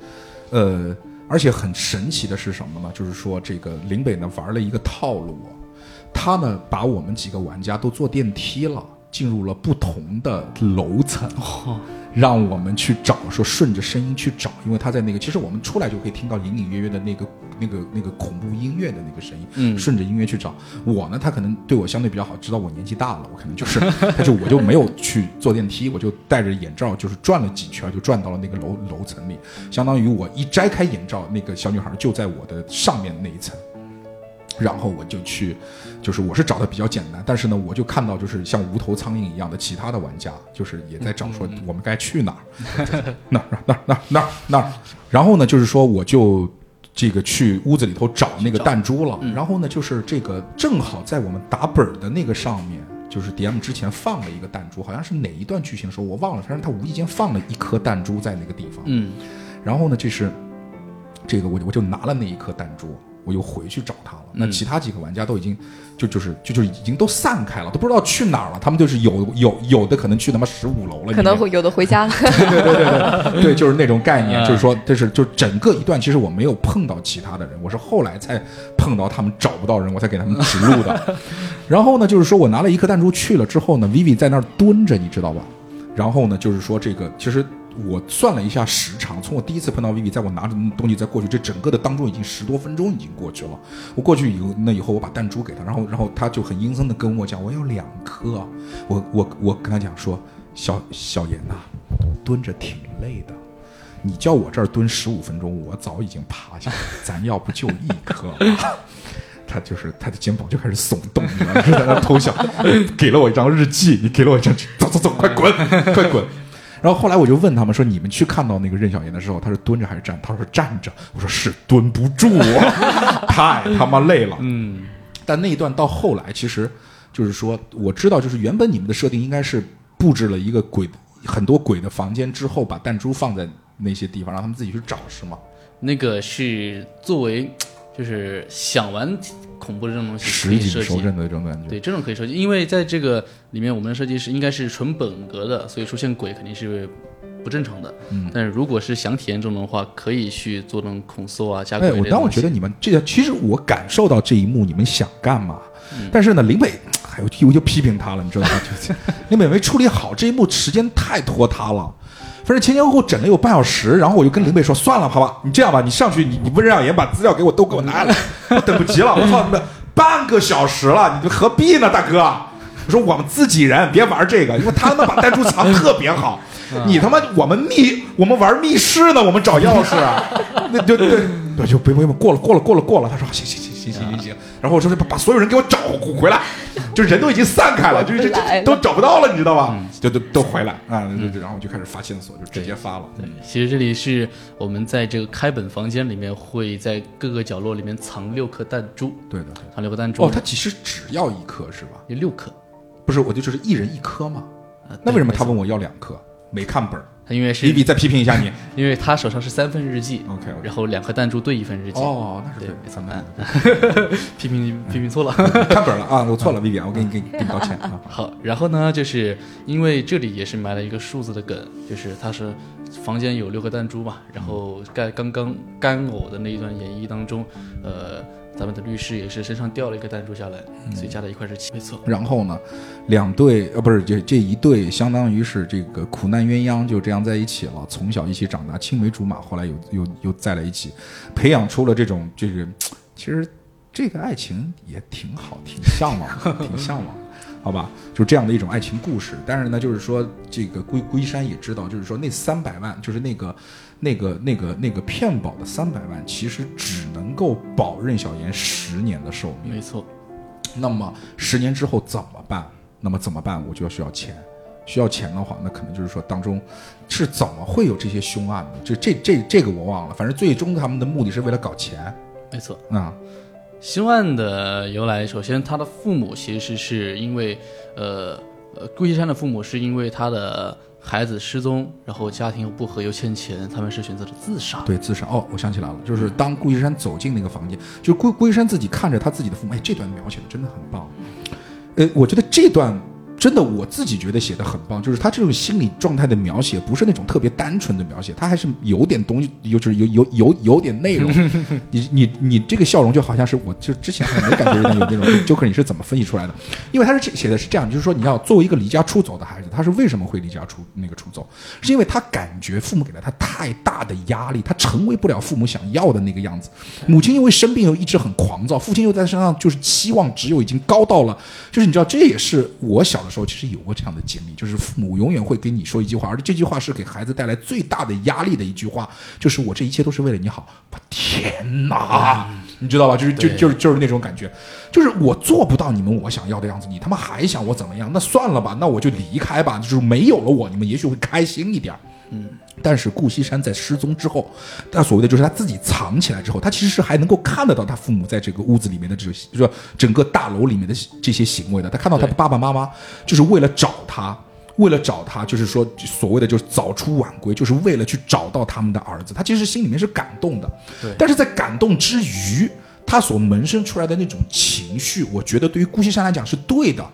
Speaker 1: 呃，而且很神奇的是什么呢？就是说这个林北呢玩了一个套路，哦他呢把我们几个玩家都坐电梯了，进入了不同的楼层。
Speaker 2: 哦，
Speaker 1: 让我们去找，说顺着声音去找，因为他在那个，其实我们出来就可以听到隐隐约约的那个、那个、那个恐怖音乐的那个声音。
Speaker 2: 嗯
Speaker 1: 顺着音乐去找我呢，他可能对我相对比较好，知道我年纪大了，我可能就是， 他就我就没有去坐电梯，我就戴着眼罩就是转了几圈，就转到了那个楼楼层里，相当于我一摘开眼罩，那个小女孩就在我的上面那一层。然后我就去，就是我是找的比较简单，但是呢，我就看到就是像无头苍蝇一样的其他的玩家，就是也在找说我们该去哪儿，哪儿哪儿哪儿哪儿哪儿。然后呢，就是说我就这个去屋子里头找那个弹珠了。然后呢，就是这个正好在我们打本儿的那个上面，就是 DM 之前放了一个弹珠，好像是哪一段剧情的时候我忘了，反正他无意间放了一颗弹珠在那个地方。
Speaker 2: 嗯，
Speaker 1: 然后呢，这是这个我就我就拿了那一颗弹珠，我又回去找他了。那
Speaker 2: 嗯
Speaker 1: 其他几个玩家都已经就就是就就是已经都散开了，都不知道去哪儿了。他们就是有有有的可能去他妈十五楼了，
Speaker 4: 可能
Speaker 1: 已经
Speaker 4: 会有的回家了，
Speaker 1: 对，就是那种概念，
Speaker 2: 嗯
Speaker 1: 就是说这是就是整个一段，其实我没有碰到其他的人，我是后来才碰到他们找不到人，我才给他们指路的。然后呢，就是说我拿了一颗弹珠去了之后呢，Vivi 在那儿蹲着，你知道吧？然后呢，就是说这个其实。我算了一下时长，从我第一次碰到 Vivi，在我拿着东西再过去，这整个的当中已经十多分钟已经过去了。我过去以后，那以后我把弹珠给他，然后然后他就很阴森的跟我讲，我要两颗啊。我我我跟他讲说，小小严呐、蹲着挺累的，你叫我这儿蹲十五分钟，我早已经趴下了，咱要不就一颗吧。他就是他的肩膀就开始耸动，你知道吗？就 在那偷笑，给了我一张日记，你给了我一张，走走走，快 滚，快滚。然后后来我就问他们说：“你们去看到那个任小妍的时候，她是蹲着还是站？”他说：“站着。”我说：“是蹲不住啊， 太他妈累了。”
Speaker 2: 嗯，
Speaker 1: 但那一段到后来，其实就是说，我知道，就是原本你们的设定应该是布置了一个鬼很多鬼的房间之后，把弹珠放在那些地方，让他们自己去找，是吗？
Speaker 2: 那个是作为就是想玩恐怖的这种东西可
Speaker 1: 实
Speaker 2: 以
Speaker 1: 景
Speaker 2: 设
Speaker 1: 收
Speaker 2: 计。
Speaker 1: 阵的这种感觉。
Speaker 2: 对，这种可以设计，因为在这个里面，我们的设计是应该是纯本格的，所以出现鬼肯定是不正常的。
Speaker 1: 嗯
Speaker 2: 但是如果是想体验这种的话，可以去做那种恐缩啊、加鬼
Speaker 1: 哎，
Speaker 2: 这
Speaker 1: 我
Speaker 2: 种东西。
Speaker 1: 但我觉得你们这个，其实我感受到这一幕，你们想干嘛？
Speaker 2: 嗯
Speaker 1: 但是呢，林北，哎呦，我就批评他了，你知 道吗？就是林北没处理好这一幕，时间太拖沓了。反正前前后后整了有半小时，然后我就跟林北说：“算了，好吧，你这样吧，你上去，你你温让言把资料给我都给我拿来，我等不及了，我操你们半个小时了，你们何必呢，大哥？”我说我们自己人，别玩这个，因为他他妈把弹珠藏特别好，你他妈我们密我们玩密室呢，我们找钥匙，那就对，那就别别别过了过了过了过了。他说行行行行行行行，然后我说把把所有人给我找回来，就人都已经散开了，就是这这都找不到了，你知道吧？嗯就都都回来啊，就就然后我就开始发线索，就直接发了。嗯
Speaker 2: 对，嗯其实这里是我们在这个开本房间里面，会在各个角落里面藏六颗弹珠，
Speaker 1: 对的，
Speaker 2: 藏六颗弹珠。
Speaker 1: 哦，他其实只要一颗是吧？
Speaker 2: 有六颗。
Speaker 1: 不是，我就就是一人一颗嘛。
Speaker 2: 啊
Speaker 1: 那为什么？他
Speaker 2: 对没错
Speaker 1: 问我要两颗？没看本儿，
Speaker 2: 他因为是
Speaker 1: 李比再批评一下你。
Speaker 2: 因为他手上是三份日记
Speaker 1: OK，OK
Speaker 2: 然后两颗弹珠对一份日 记。
Speaker 1: 哦，那是
Speaker 2: 对
Speaker 1: 对，，
Speaker 2: 没错
Speaker 1: 咱们
Speaker 2: 啊， 批评批评错了。
Speaker 1: 看本了啊，我错了，Vivian，我给你给你给你道歉啊。
Speaker 2: 好，然后呢，就是因为这里也是埋了一个数字的梗，就是他是房间有六个弹珠嘛，然后在刚刚干呕的那一段演绎当中，呃，咱们的律师也是身上掉了一个弹珠下来，所以加了一块是七，嗯没错，
Speaker 1: 然后呢，两队呃不是这这一对，相当于是这个苦难鸳鸯就这样在一起了，从小一起长大，青梅竹马，后来又又又在了一起，培养出了这种这个，其实这个爱情也挺好，挺向往的，挺向往的。好吧，就这样的一种爱情故事。但是呢，就是说这个龟龟山也知道，就是说那三百万，就是那个那个那个那个骗保的三百万，其实只能够保任小妍十年的寿命。
Speaker 2: 没错，
Speaker 1: 那么十年之后怎么办？那么怎么办？我就要需要钱，需要钱的话，那可能就是说当中是怎么会有这些凶案的？这这这这个我忘了，反正最终他们的目的是为了搞钱
Speaker 2: 没错。
Speaker 1: 啊、
Speaker 2: 凶案的由来，首先他的父母其实是因为，呃呃，顾一山的父母是因为他的孩子失踪，然后家庭又不和又欠钱，他们是选择了自杀。
Speaker 1: 对，自杀。哦，我想起来了，就是当顾一山走进那个房间，就是顾顾一山自己看着他自己的父母，哎，这段描写的真的很棒。呃，我觉得这段真的我自己觉得写的很棒，就是他这种心理状态的描写，不是那种特别单纯的描写，他还是有点东西，有就是有有有有点内容。 你你你这个笑容就好像是我就之前还没感觉到有那种 Joker 你是怎么分析出来的？因为他是这写的是这样，就是说你要作为一个离家出走的孩子，他是为什么会离家出那个出走？是因为他感觉父母给了他太大的压力，他成为不了父母想要的那个样子。母亲因为生病又一直很狂躁，父亲又在身上就是期望值又已经高到了，就是你知道，这也是我小的时候其实有过这样的经历，就是父母永远会给你说一句话，而且这句话是给孩子带来最大的压力的一句话，就是我这一切都是为了你好。我天哪！啊你知道吧？就是就
Speaker 2: 对
Speaker 1: 就是就是那种感觉，就是我做不到你们我想要的样子，你他妈还想我怎么样？那算了吧，那我就离开吧。就是没有了我，你们也许会开心一点。但是顾惜山在失踪之后，他所谓的就是他自己藏起来之后，他其实是还能够看得到他父母在这个屋子里面的这些，就是说整个大楼里面的这些行为的。他看到他的
Speaker 2: 对
Speaker 1: 爸爸妈妈，就是为了找他，为了找他，就是说所谓的就是早出晚归，就是为了去找到他们的儿子。他其实心里面是感动的，
Speaker 2: 对
Speaker 1: 但是在感动之余，他所萌生出来的那种情绪，我觉得对于顾惜山来讲是对的。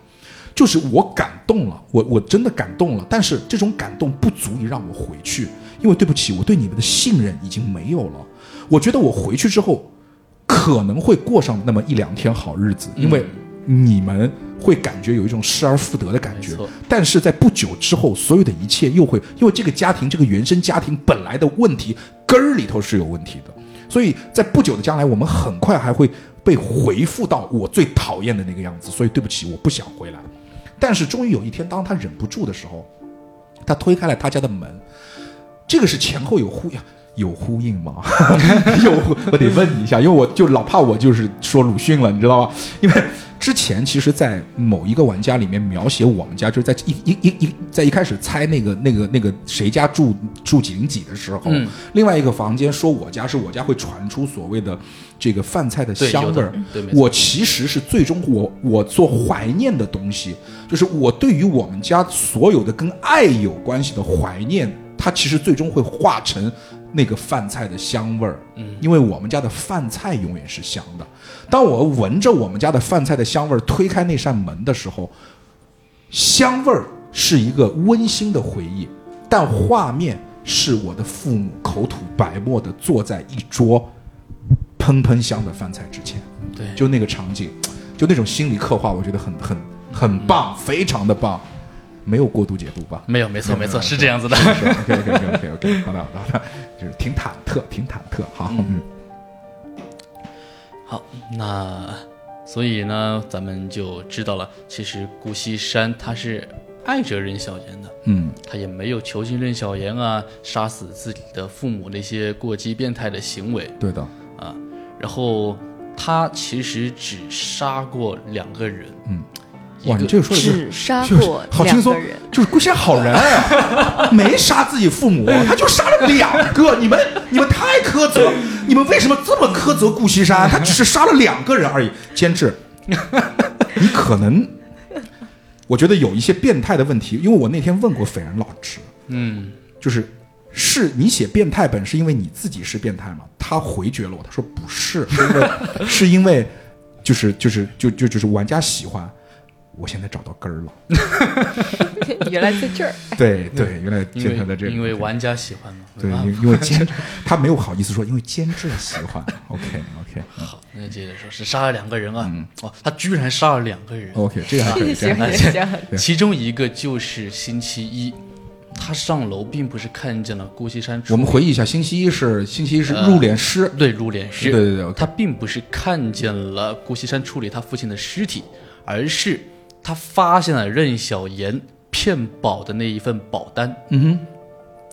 Speaker 1: 就是我感动了，我我真的感动了，但是这种感动不足以让我回去，因为对不起，我对你们的信任已经没有了。我觉得我回去之后，可能会过上那么一两天好日
Speaker 2: 嗯
Speaker 1: 子，因为你们会感觉有一种失而复得的感觉
Speaker 2: 没错。
Speaker 1: 但是在不久之后，所有的一切又会，因为这个家庭，这个原生家庭本来的问题根儿里头是有问题的，所以在不久的将来，我们很快还会被回复到我最讨厌的那个样子。所以对不起，我不想回来。但是终于有一天，当他忍不住的时候，他推开了他家的门，这个是前后有呼有呼应吗？ 有呼，我得问你一下，因为我就老怕我就是说鲁迅了，你知道吗？因为之前其实，在某一个玩家里面描写我们家，就是在一一一一在一开始猜那个那个那个谁家住住几零几的时候，
Speaker 2: 嗯
Speaker 1: 另外一个房间说我家是我家会传出所谓的这个饭菜的
Speaker 2: 对有
Speaker 1: 香味
Speaker 2: 的嗯
Speaker 1: 儿，
Speaker 2: 对没错
Speaker 1: 我其实是最终我我所怀念的东西，就是我对于我们家所有的跟爱有关系的怀念，它其实最终会化成那个饭菜的香味儿，
Speaker 2: 嗯
Speaker 1: 因为我们家的饭菜永远是香的。当我闻着我们家的饭菜的香味儿推开那扇门的时候，香味儿是一个温馨的回忆，但画面是我的父母口吐白沫的坐在一桌喷喷香的饭菜之前。
Speaker 2: 对，
Speaker 1: 就那个场景，就那种心理刻画，我觉得很很
Speaker 2: 嗯
Speaker 1: 很棒，非常的棒，没有过度解读 吧？
Speaker 2: 没有，没错，没错，是这样子的。
Speaker 1: 是 OK OK OK OK OK，好的好的好的，就是挺忐忑，挺忐忑。好，嗯，
Speaker 2: 好，那所以呢，咱们就知道了，其实顾惜山他是爱着任小妍的，
Speaker 1: 嗯
Speaker 2: 他也没有囚禁任小妍啊，杀死自己的父母那些过激变态的行为。
Speaker 1: 对的，
Speaker 2: 啊，然后他其实只杀过两个人，
Speaker 1: 嗯，
Speaker 2: 一
Speaker 1: 哇，
Speaker 2: 个
Speaker 1: 你这个说的是。
Speaker 3: 只杀
Speaker 1: 就是
Speaker 3: 过
Speaker 1: 好轻
Speaker 3: 两
Speaker 1: 松
Speaker 3: 个人，，
Speaker 1: 就是顾先好人啊， 没杀自己父母，他就杀了两个。你们你们太苛责，你们为什么这么苛责顾惜 山？他只是杀了两个人而已。监制，你可能，我觉得有一些变态的问题，因为我那天问过斐然老师，
Speaker 2: 嗯，
Speaker 1: 就是是你写变态本是因为你自己是变态吗？他回绝了我，他说不是，是因 为是因为就是就是就就就是玩家喜欢。我现在找到根儿了，
Speaker 3: 原来在这儿。
Speaker 1: 对对，原来
Speaker 2: 哎嗯因
Speaker 1: 建成在
Speaker 2: 为
Speaker 1: 这里，
Speaker 2: 因为玩家喜欢嘛，啊
Speaker 1: 对，
Speaker 2: 没办
Speaker 1: 因
Speaker 2: 法
Speaker 1: 为因为监，他没有好意思说，因为监制喜欢。OK OK
Speaker 2: 好，那接着说，是杀了两个人啊，哦，他居然杀了两个人，
Speaker 1: 嗯 OK，这个还可 以，这
Speaker 3: 行
Speaker 1: 样
Speaker 3: 行行，
Speaker 1: 对
Speaker 2: 其中一个就是星期一，他上楼并不是看见了顾惜山出，
Speaker 1: 我们回忆一下，星期一是星期一
Speaker 2: 呃
Speaker 1: 是入殓师，
Speaker 2: 对入殓师，
Speaker 1: 对对对，OK
Speaker 2: 他并不是看见了顾惜山处理他父亲的尸体，而是他发现了任小妍骗保的那一份保单。
Speaker 1: 嗯哼，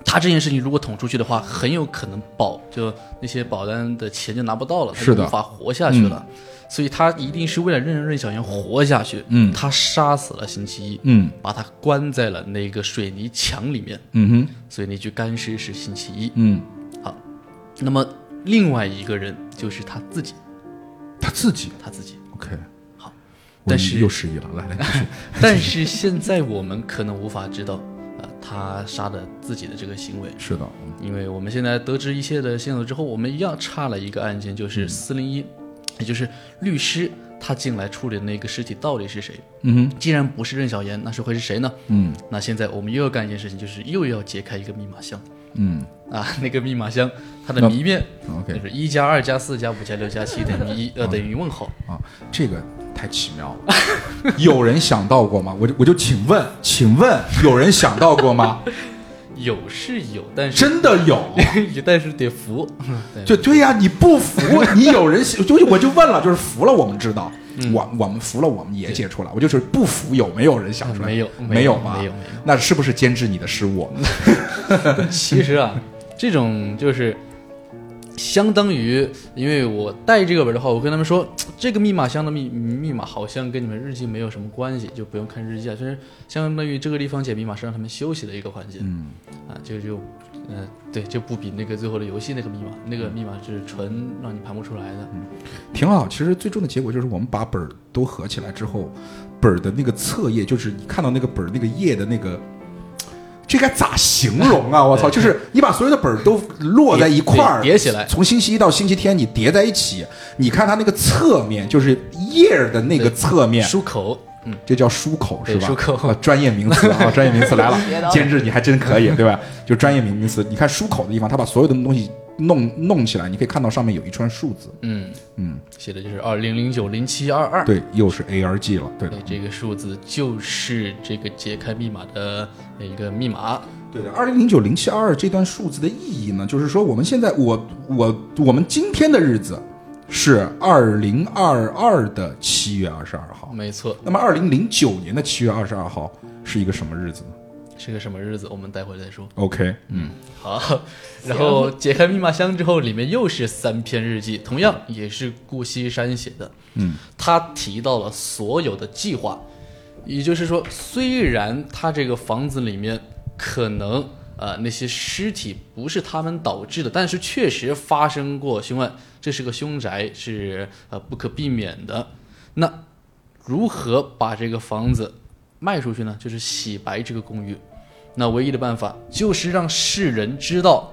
Speaker 2: 他这件事情如果捅出去的话，很有可能保就那些保单的钱就拿不到了，他
Speaker 1: 是
Speaker 2: 就
Speaker 1: 的
Speaker 2: 无法活下去了。所以他一定是为了让任小妍活下去，
Speaker 1: 嗯
Speaker 2: 他杀死了星期一，
Speaker 1: 嗯
Speaker 2: 把他关在了那个水泥墙里面，
Speaker 1: 嗯哼，
Speaker 2: 所以那具干尸是星期一。
Speaker 1: 嗯，
Speaker 2: 好，那么另外一个人就是他自己，
Speaker 1: 他自己
Speaker 2: 他自己。
Speaker 1: OK，
Speaker 2: 好，
Speaker 1: 我
Speaker 2: 但是
Speaker 1: 又失忆了，来来继续，
Speaker 2: 但是现在我们可能无法知道，呃，他杀的自己的这个行为，
Speaker 1: 是的，
Speaker 2: 因为我们现在得知一切的线索之后，我们一样差了一个案件，
Speaker 1: 嗯
Speaker 2: 就是四零一，也就是律师他进来处理的那个尸体到底是谁？
Speaker 1: 嗯哼，
Speaker 2: 既然不是任小妍，那是会是谁呢？
Speaker 1: 嗯
Speaker 2: 那现在我们又要干一件事情，就是又要揭开一个密码箱
Speaker 1: 嗯
Speaker 2: 啊， 那个密码箱它的
Speaker 1: 那
Speaker 2: 谜面就
Speaker 1: ，OK
Speaker 2: 是一加二加四加五加六加七等于一，呃，等于问号。
Speaker 1: 啊，这个太奇妙了，有人想到过吗？我就我就请问，请问有人想到过吗？
Speaker 2: 有是有，但是
Speaker 1: 真的有。
Speaker 2: 但是得服，对
Speaker 1: 就嗯对呀、你不 服，你有人信就我就问了，就是服了，我们知道，
Speaker 2: 嗯
Speaker 1: 我我们服了，我们也解出来。我就是不服，有没有人想出来？
Speaker 2: 没有
Speaker 1: 没有吧？
Speaker 2: 没有没有
Speaker 1: 那是不是监制你的失 误？
Speaker 2: 其 实啊，这种就是相当于，因为我带这个本的话，我跟他们说，这个密码箱的密密码好像跟你们日记没有什么关系，就不用看日记啊。就是相当于这个地方解密码是让他们休息的一个环节，
Speaker 1: 嗯，
Speaker 2: 啊，就就，嗯、对，就不比那个最后的游戏那个密码，那个密码是纯让你盘不出来的。
Speaker 1: 嗯挺好。其实最终的结果就是我们把本儿都合起来之后，本儿的那个册页，就是你看到那个本儿那个页的那个。这该咋形容 啊！我操，就是你把所有的本儿都摞在一块儿
Speaker 2: 叠叠起来
Speaker 1: 从星期一到星期天你叠在一起，你看它那个侧面，就是页儿的那个
Speaker 2: 对
Speaker 1: 侧面，
Speaker 2: 漱口，嗯，
Speaker 1: 这叫漱口是
Speaker 2: 对
Speaker 1: 吧？
Speaker 2: 漱口
Speaker 1: 啊专业名词 啊，专业名词来
Speaker 3: 学
Speaker 1: 了，
Speaker 3: 到
Speaker 1: 监制你还真可以，对吧？就专业名名词，你看漱口的地方，他把所有的东西弄弄起来，你可以看到上面有一串数字，
Speaker 2: 嗯
Speaker 1: 嗯，
Speaker 2: 写的就是二零零九零七二二。
Speaker 1: 对，又是 ARG 了，对的
Speaker 2: 对，，这个数字就是这个解开密码的一个密码。
Speaker 1: 对的。二零零九零七二二这段数字的意义呢，就是说我们现在我我我们今天的日子是二零二二的七月二十二号，
Speaker 2: 没错，
Speaker 1: 那么二零零九年的七月二十二号是一个什么日子呢
Speaker 2: 是个什么日子，我们待会儿再说。
Speaker 1: ？OK，嗯，
Speaker 2: 好，然后解开密码箱之后，里面又是三篇日记，同样也是顾惜山写的。
Speaker 1: 嗯，
Speaker 2: 他提到了所有的计划，也就是说，虽然他这个房子里面可能呃那些尸体不是他们导致的，但是确实发生过凶案，这是个凶宅，是呃不可避免的。那如何把这个房子卖出去呢？就是洗白这个公寓。那唯一的办法就是让世人知道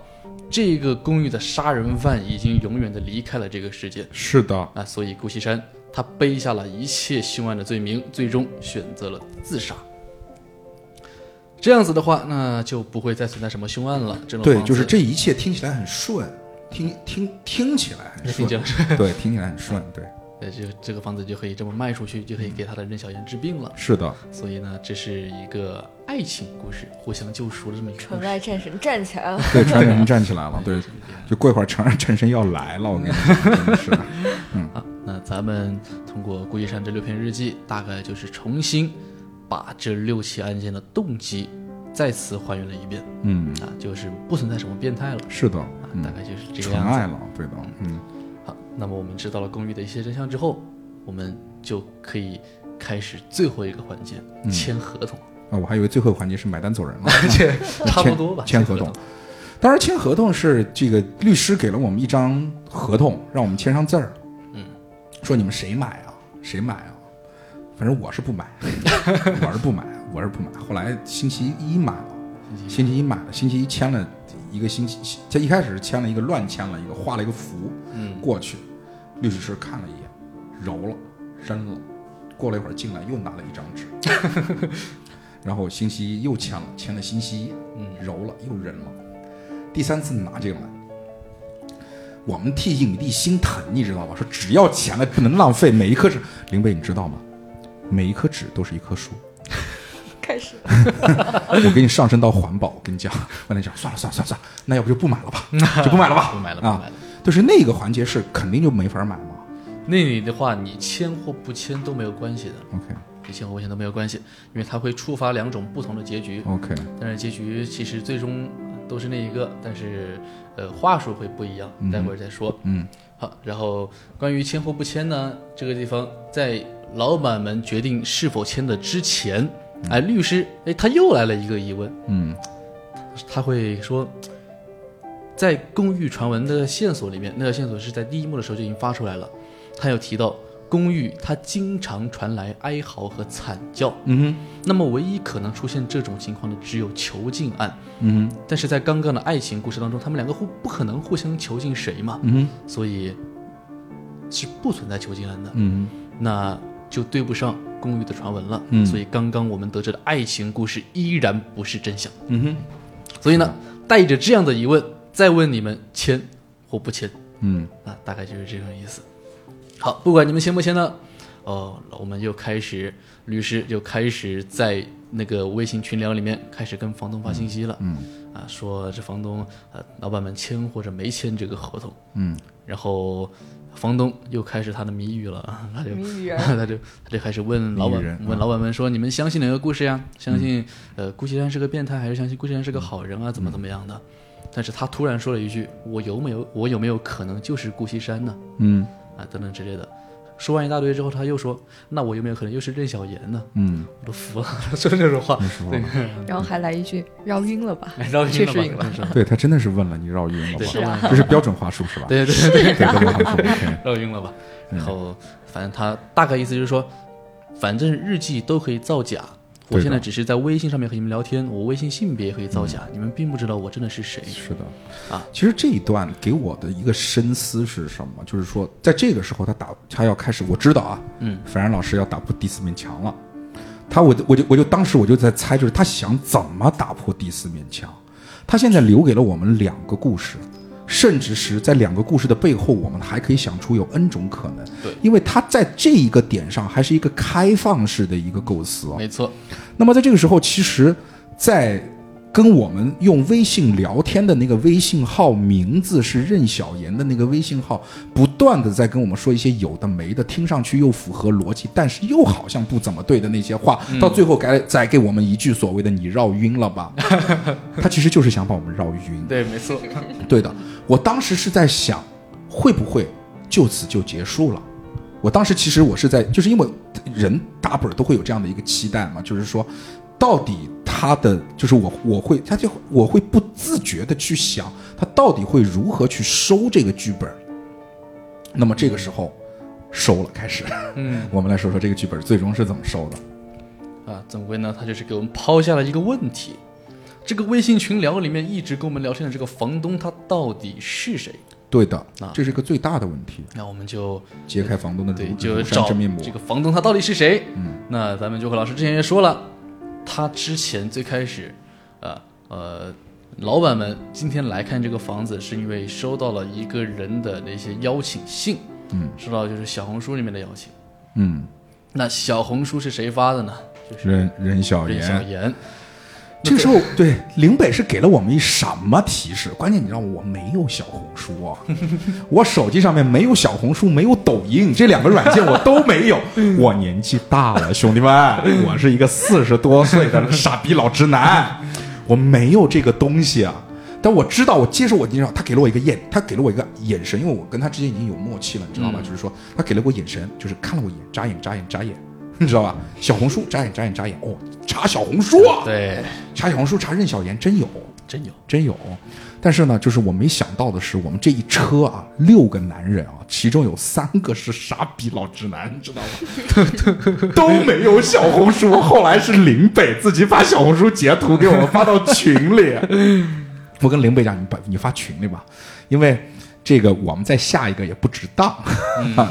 Speaker 2: 这个公寓的杀人犯已经永远的离开了这个世界
Speaker 5: 是的，
Speaker 2: 啊，所以顾西山他背下了一切凶案的罪名，最终选择了自杀。这样子的话，那就不会再存在什么凶案了。这种
Speaker 1: 对，
Speaker 2: 房
Speaker 1: 就是
Speaker 2: 子
Speaker 1: 这一切听起来很顺，听听听起来很顺，
Speaker 2: 听讲
Speaker 1: 对，听起来很顺，对，
Speaker 2: 呃，这个这个房子就可以这么卖出去，就可以给他的任小妍治病了。
Speaker 5: 是的，
Speaker 2: 所以呢，这是一个爱情故事，互相救赎的这么一个故
Speaker 3: 纯
Speaker 2: 事。啊
Speaker 3: 爱战神站起来了，
Speaker 1: 对，传人站起来了， 对，就过一会儿传战神要来了，我跟你讲，真的是，
Speaker 2: 啊，那咱们通过顾一山这六篇日记，大概就是重新把这六起案件的动机再次还原了一遍
Speaker 1: 嗯，
Speaker 2: 啊，就是不存在什么变态了
Speaker 1: 是的，
Speaker 2: 啊，大
Speaker 1: 嗯，
Speaker 2: 概就是这个
Speaker 1: 纯
Speaker 2: 样子。
Speaker 1: 爱了，对的，嗯，
Speaker 2: 好，那么我们知道了公寓的一些真相之后，我们就可以开始最后一个环节——
Speaker 1: 嗯
Speaker 2: 签合 同，
Speaker 1: 啊，我还以为最后环节是买单走人了。
Speaker 2: 差不多吧？
Speaker 1: 签
Speaker 2: 签
Speaker 1: 合同。当然，签合同是这个律师给了我们一张合同，让我们签上字儿。
Speaker 2: 嗯，
Speaker 1: 说你们谁买啊？谁买啊？反正我是不买， 我是不买，我是不买。后来星期一买了，
Speaker 2: 嗯
Speaker 1: 星期一买了，星期一签了一个星期，他一开始是签了一个乱签了一个，画了一个符
Speaker 2: 嗯
Speaker 1: 过去，律师看了一眼，揉了，扔了。过了一会儿进来又拿了一张纸， 然后星期一又签了，签了星期一，
Speaker 2: 嗯
Speaker 1: 揉了又扔了，第三次拿这个来，我们替影帝心疼，你知道吗？说只要钱了不能浪费，每一颗纸，林北你知道吗？每一颗纸都是一棵树。
Speaker 3: 开始
Speaker 1: 我给你上升到环保，我跟你讲， 我跟你讲，算了算了算了算了，那要不就不买了吧，就不买了吧，
Speaker 2: 不买了，不
Speaker 1: 啊
Speaker 2: 买！了。
Speaker 1: 就是那个环节是肯定就没法买嘛。
Speaker 2: 那里的话，你签或不签都没有关系的，
Speaker 1: OK
Speaker 2: 你签或不签都没有关系，因为它会触发两种不同的结局。
Speaker 1: OK，
Speaker 2: 但是结局其实最终都是那一个，但是呃话术会不一样，待会儿再说。
Speaker 1: 嗯，
Speaker 2: 好，然后关于签或不签呢，这个地方在老板们决定是否签的之前，哎，律师哎他又来了一个疑问，
Speaker 1: 嗯，
Speaker 2: 他会说。在公寓传闻的线索里面，那条线索是在第一幕的时候就已经发出来了。他有提到公寓，它经常传来哀嚎和惨叫。
Speaker 1: 嗯
Speaker 2: 那么，唯一可能出现这种情况的只有囚禁案。
Speaker 1: 哼嗯哼
Speaker 2: 但是在刚刚的爱情故事当中，他们两个互不可能互相囚禁谁嘛，
Speaker 1: 嗯哼
Speaker 2: 所以是不存在囚禁案的，
Speaker 1: 嗯
Speaker 2: 那就对不上公寓的传闻了。
Speaker 1: 嗯
Speaker 2: 所以刚刚我们得知的爱情故事依然不是真相。
Speaker 1: 哼嗯哼
Speaker 2: 所以呢，带着这样的疑问，再问你们签或不签
Speaker 1: 嗯
Speaker 2: 啊，大概就是这种意思。好，不管你们签不签呢，哦，我们就开始，律师就开始在那个微信群聊里面开始跟房东发信息了。
Speaker 1: 嗯
Speaker 2: 啊，说这房东呃，老板们签或者没签这个合同，
Speaker 1: 嗯
Speaker 2: 然后房东又开始他的谜语了， 他就
Speaker 3: 谜语人，
Speaker 2: 他就他就开始问老
Speaker 1: 谜语人
Speaker 2: 板
Speaker 1: 啊
Speaker 2: 问老板们说，你们相信哪个故事呀？相信呃顾其山是个变态，还是相信顾其山是个好人啊？怎么怎么样的？但是他突然说了一句：“我有没有我有没有可能就是顾西山呢？
Speaker 1: 嗯
Speaker 2: 啊，等等之类的。”说完一大堆之后，他又说：“那我有没有可能又是任小妍呢
Speaker 1: 嗯，？”
Speaker 2: 我都服了， 说这种话，对，
Speaker 3: 然后还来一句绕晕了吧，
Speaker 2: 绕晕
Speaker 3: 确
Speaker 2: 了
Speaker 3: 实晕
Speaker 2: 吧
Speaker 3: 了，
Speaker 2: 真是
Speaker 1: 对他真的是问了你绕晕了吧？
Speaker 2: 对，
Speaker 3: 是啊
Speaker 1: 这是标准话术是吧？
Speaker 2: 对对对
Speaker 1: 对对，标准话术。OK
Speaker 2: 绕晕了吧？然后反正他大概意思就是说，反正日记都可以造假。我
Speaker 1: 对的
Speaker 2: 现在只是在微信上面和你们聊天，我微信性别也可以造假，你们并不知道我真的是谁。
Speaker 1: 嗯是的，
Speaker 2: 啊，
Speaker 1: 其实这一段给我的一个深思是什么？就是说，在这个时候他打他要开始，我知道啊，
Speaker 2: 嗯，
Speaker 1: 樊然老师要打破第四面墙了。他我就我就我就当时我就在猜，就是他想怎么打破第四面墙。他现在留给了我们两个故事，甚至是在两个故事的背后，我们还可以想出有 n 种可能。
Speaker 2: 对
Speaker 1: 因为他在这一个点上还是一个开放式的一个构思哦。
Speaker 2: 没错，
Speaker 1: 那么在这个时候，其实，在跟我们用微信聊天的那个微信号名字是任小妍的那个微信号，不断的在跟我们说一些有的没的，听上去又符合逻辑，但是又好像不怎么对的那些话，到最后改再给我们一句所谓的“你绕晕了吧”，他其实就是想把我们绕晕。
Speaker 2: 对，没错，
Speaker 1: 对的，我当时是在想，会不会就此就结束了？我当时其实我是在，就是因为人打本儿都会有这样的一个期待嘛，就是说，到底他的就是我我会他就我会不自觉的去想，他到底会如何去收这个剧本儿？那么这个时候收了，开始，
Speaker 2: 嗯
Speaker 1: 我们来说说这个剧本最终是怎么收的。
Speaker 2: 啊，总归呢，他就是给我们抛下了一个问题。这个微信群聊里面一直跟我们聊天的这个房东他到底是谁？
Speaker 1: 对的
Speaker 2: 啊，
Speaker 1: 这是一个最大的问题，
Speaker 2: 那我们就
Speaker 1: 揭开房东的
Speaker 2: 对
Speaker 1: 如，
Speaker 2: 就
Speaker 1: 如
Speaker 2: 找
Speaker 1: 嗯山真面目
Speaker 2: 这。个房东他到底是谁？
Speaker 1: 嗯，
Speaker 2: 那咱们就和老师之前也说了，他之前最开始，呃呃，老板们今天来看这个房子，是因为收到了一个人的那些邀请信，
Speaker 1: 嗯，
Speaker 2: 收到就是小红书里面的邀请。
Speaker 1: 嗯，
Speaker 2: 那小红书是谁发的呢？就是
Speaker 1: 任任小
Speaker 2: 任小
Speaker 1: 言，
Speaker 2: 妍。
Speaker 1: 这个时候对林北是给了我们一什么提示？关键你知道我没有小红书啊， 我手机上面没有小红书，没有抖音，这两个软件我都没 有。我年纪大了，兄弟 们，我是一个四十多岁的傻逼老直男，我没有这个东西啊。但我知道，我接受我，你知道，他给了我一个眼，他给了我一个眼神，因为我跟他之间已经有默契了，你知道吧？
Speaker 2: 嗯
Speaker 1: 就是说，他给了我眼神，就是看了我一眼，眨眼，眨眼， 眨眼，你知道吧？小红书，眨眼，眨眼，眨眼，哦，查小红书啊，
Speaker 2: 对，
Speaker 1: 查小红书查任小妍真有，
Speaker 2: 真有。
Speaker 1: 真有。但是呢，就是我没想到的是，我们这一车啊，六个男人啊，其中有三个是傻逼老直男，你知道吗？ 都没有小红书。后来是林北自己把小红书截图给我们发到群里。 我跟林北讲，你把你发群里吧，因为这个我们再下一个也不值当，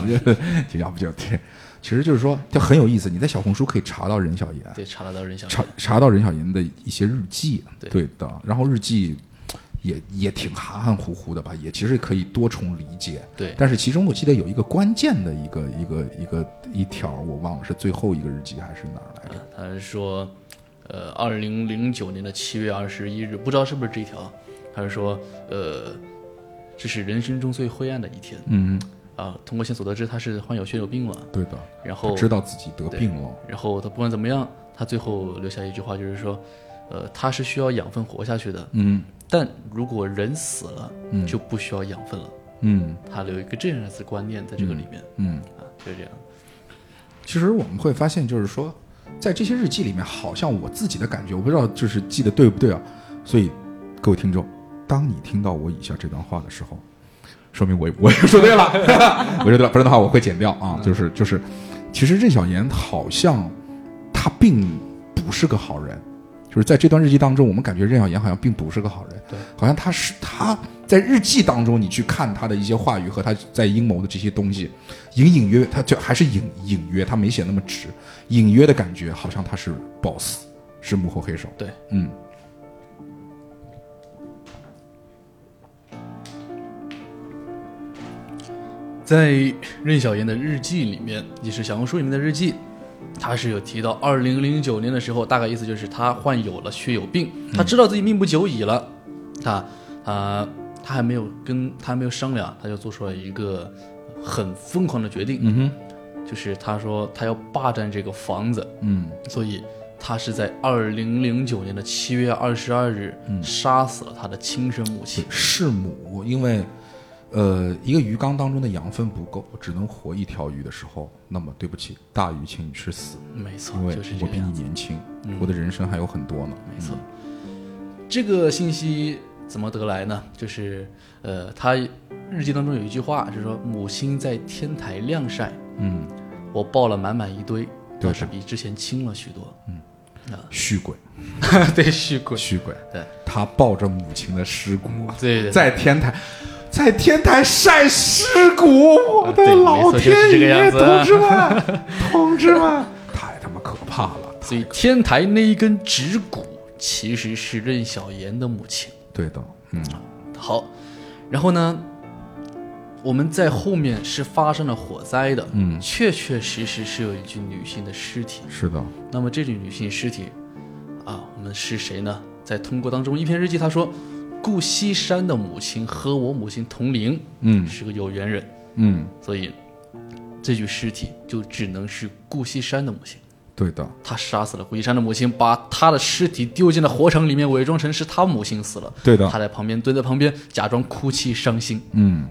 Speaker 1: 就 就要不就对，其实就是说，就很有意思。你在小红书可以查到任小妍，
Speaker 2: 对，查得到任小妍
Speaker 1: 查。查到任小妍的一些日记，啊
Speaker 2: 对
Speaker 1: 的，然后日记也也挺含含糊糊的吧，也其实可以多重理解。
Speaker 2: 对，
Speaker 1: 但是其中我记得有一个关键的一个一个一个一条，我忘了是最后一个日记还是哪儿来着？
Speaker 2: 啊他是说，呃，二零零九年的七月二十一日，不知道是不是这一条，他是说，呃，这是人生中最灰暗的一天
Speaker 1: 嗯，
Speaker 2: 啊。通过线索得知他是患有血友病了，
Speaker 1: 对的，
Speaker 2: 然后
Speaker 1: 他知道自己得病了，
Speaker 2: 然后他不管怎么样，他最后留下一句话，就是说，呃，他是需要养分活下去的，
Speaker 1: 嗯
Speaker 2: 但如果人死了，
Speaker 1: 嗯
Speaker 2: 就不需要养分了。
Speaker 1: 嗯
Speaker 2: 他留一个这样子观念在这个里面、
Speaker 1: 嗯。
Speaker 2: 啊，就是这样。
Speaker 1: 其实我们会发现，就是说，在这些日记里面，好像我自己的感觉，我不知道就是记得对不对啊。所以，各位听众，当你听到我以下这段话的时候，说明我 我说对了，我说对了，不然的话我会剪掉啊。就是就是，其实任小妍好像她并不是个好人。就是在这段日记当中，我们感觉任小妍好像并不是个好人，
Speaker 2: 对，
Speaker 1: 好像她是她在日记当中，你去看她的一些话语和她在阴谋的这些东西，隐隐约约，他就还是隐隐约，他没写那么直，隐约的感觉好像他是 boss，是幕后黑手。
Speaker 2: 对，
Speaker 1: 嗯，
Speaker 2: 在任小妍的日记里面，也是小红书里面的日记，她是有提到，二零零九年的时候，大概意思就是她患有了血友病，
Speaker 1: 嗯
Speaker 2: 她知道自己命不久矣了，她啊，她还没有跟她还没有商量，她就做出了一个很疯狂的决定，
Speaker 1: 嗯哼，
Speaker 2: 就是她说她要霸占这个房子，
Speaker 1: 嗯
Speaker 2: 所以她是在二零零九年的七月二十二日、
Speaker 1: 嗯
Speaker 2: 杀死了她的亲生母亲。
Speaker 1: 是母，因为呃，一个鱼缸当中的养分不够，只能活一条鱼的时候，那么对不起，大鱼请你吃死，
Speaker 2: 没错
Speaker 1: 因，为
Speaker 2: 就是这
Speaker 1: 我
Speaker 2: 个
Speaker 1: 比
Speaker 2: 样
Speaker 1: 你
Speaker 2: 子。嗯
Speaker 1: 年轻，我的人生还有很多呢。
Speaker 2: 没错，这个信息怎么得来呢？就是呃，他日记当中有一句话，就是说母亲在天台晾晒，
Speaker 1: 嗯，
Speaker 2: 我抱了满满一堆，
Speaker 1: 对
Speaker 2: 但是比之前轻了许 多。
Speaker 1: 续嗯鬼，
Speaker 2: 对，是鬼。
Speaker 1: 续鬼，
Speaker 2: 对，
Speaker 1: 他抱着母亲的尸骨，啊
Speaker 2: 对对，
Speaker 1: 在天台，在天台晒尸骨，我
Speaker 2: 啊对
Speaker 1: 的老
Speaker 2: 没错就
Speaker 1: 天
Speaker 2: 是这个
Speaker 1: 爷，
Speaker 2: 样子
Speaker 1: 同志们，同志们，太他妈可怕了！
Speaker 2: 所以天台那一根指骨其实是任小妍的母亲。
Speaker 1: 对的，嗯，
Speaker 2: 好，然后呢，我们在后面是发生了火灾的，
Speaker 1: 嗯
Speaker 2: 确确实实是有一具女性的尸体。
Speaker 1: 是的，
Speaker 2: 那么这具女性尸体，啊，我们是谁呢？在通过当中一篇日记，他说，顾西山的母亲和我母亲同龄，
Speaker 1: 嗯
Speaker 2: 是个有缘人，
Speaker 1: 嗯，
Speaker 2: 所以这具尸体就只能是顾西山的母亲。
Speaker 1: 对的，
Speaker 2: 他杀死了顾西山的母亲，把他的尸体丢进了火场里面，伪装成是他母亲死了。
Speaker 1: 对的
Speaker 2: 他在旁边蹲在旁边，假装哭泣伤心。
Speaker 1: 嗯，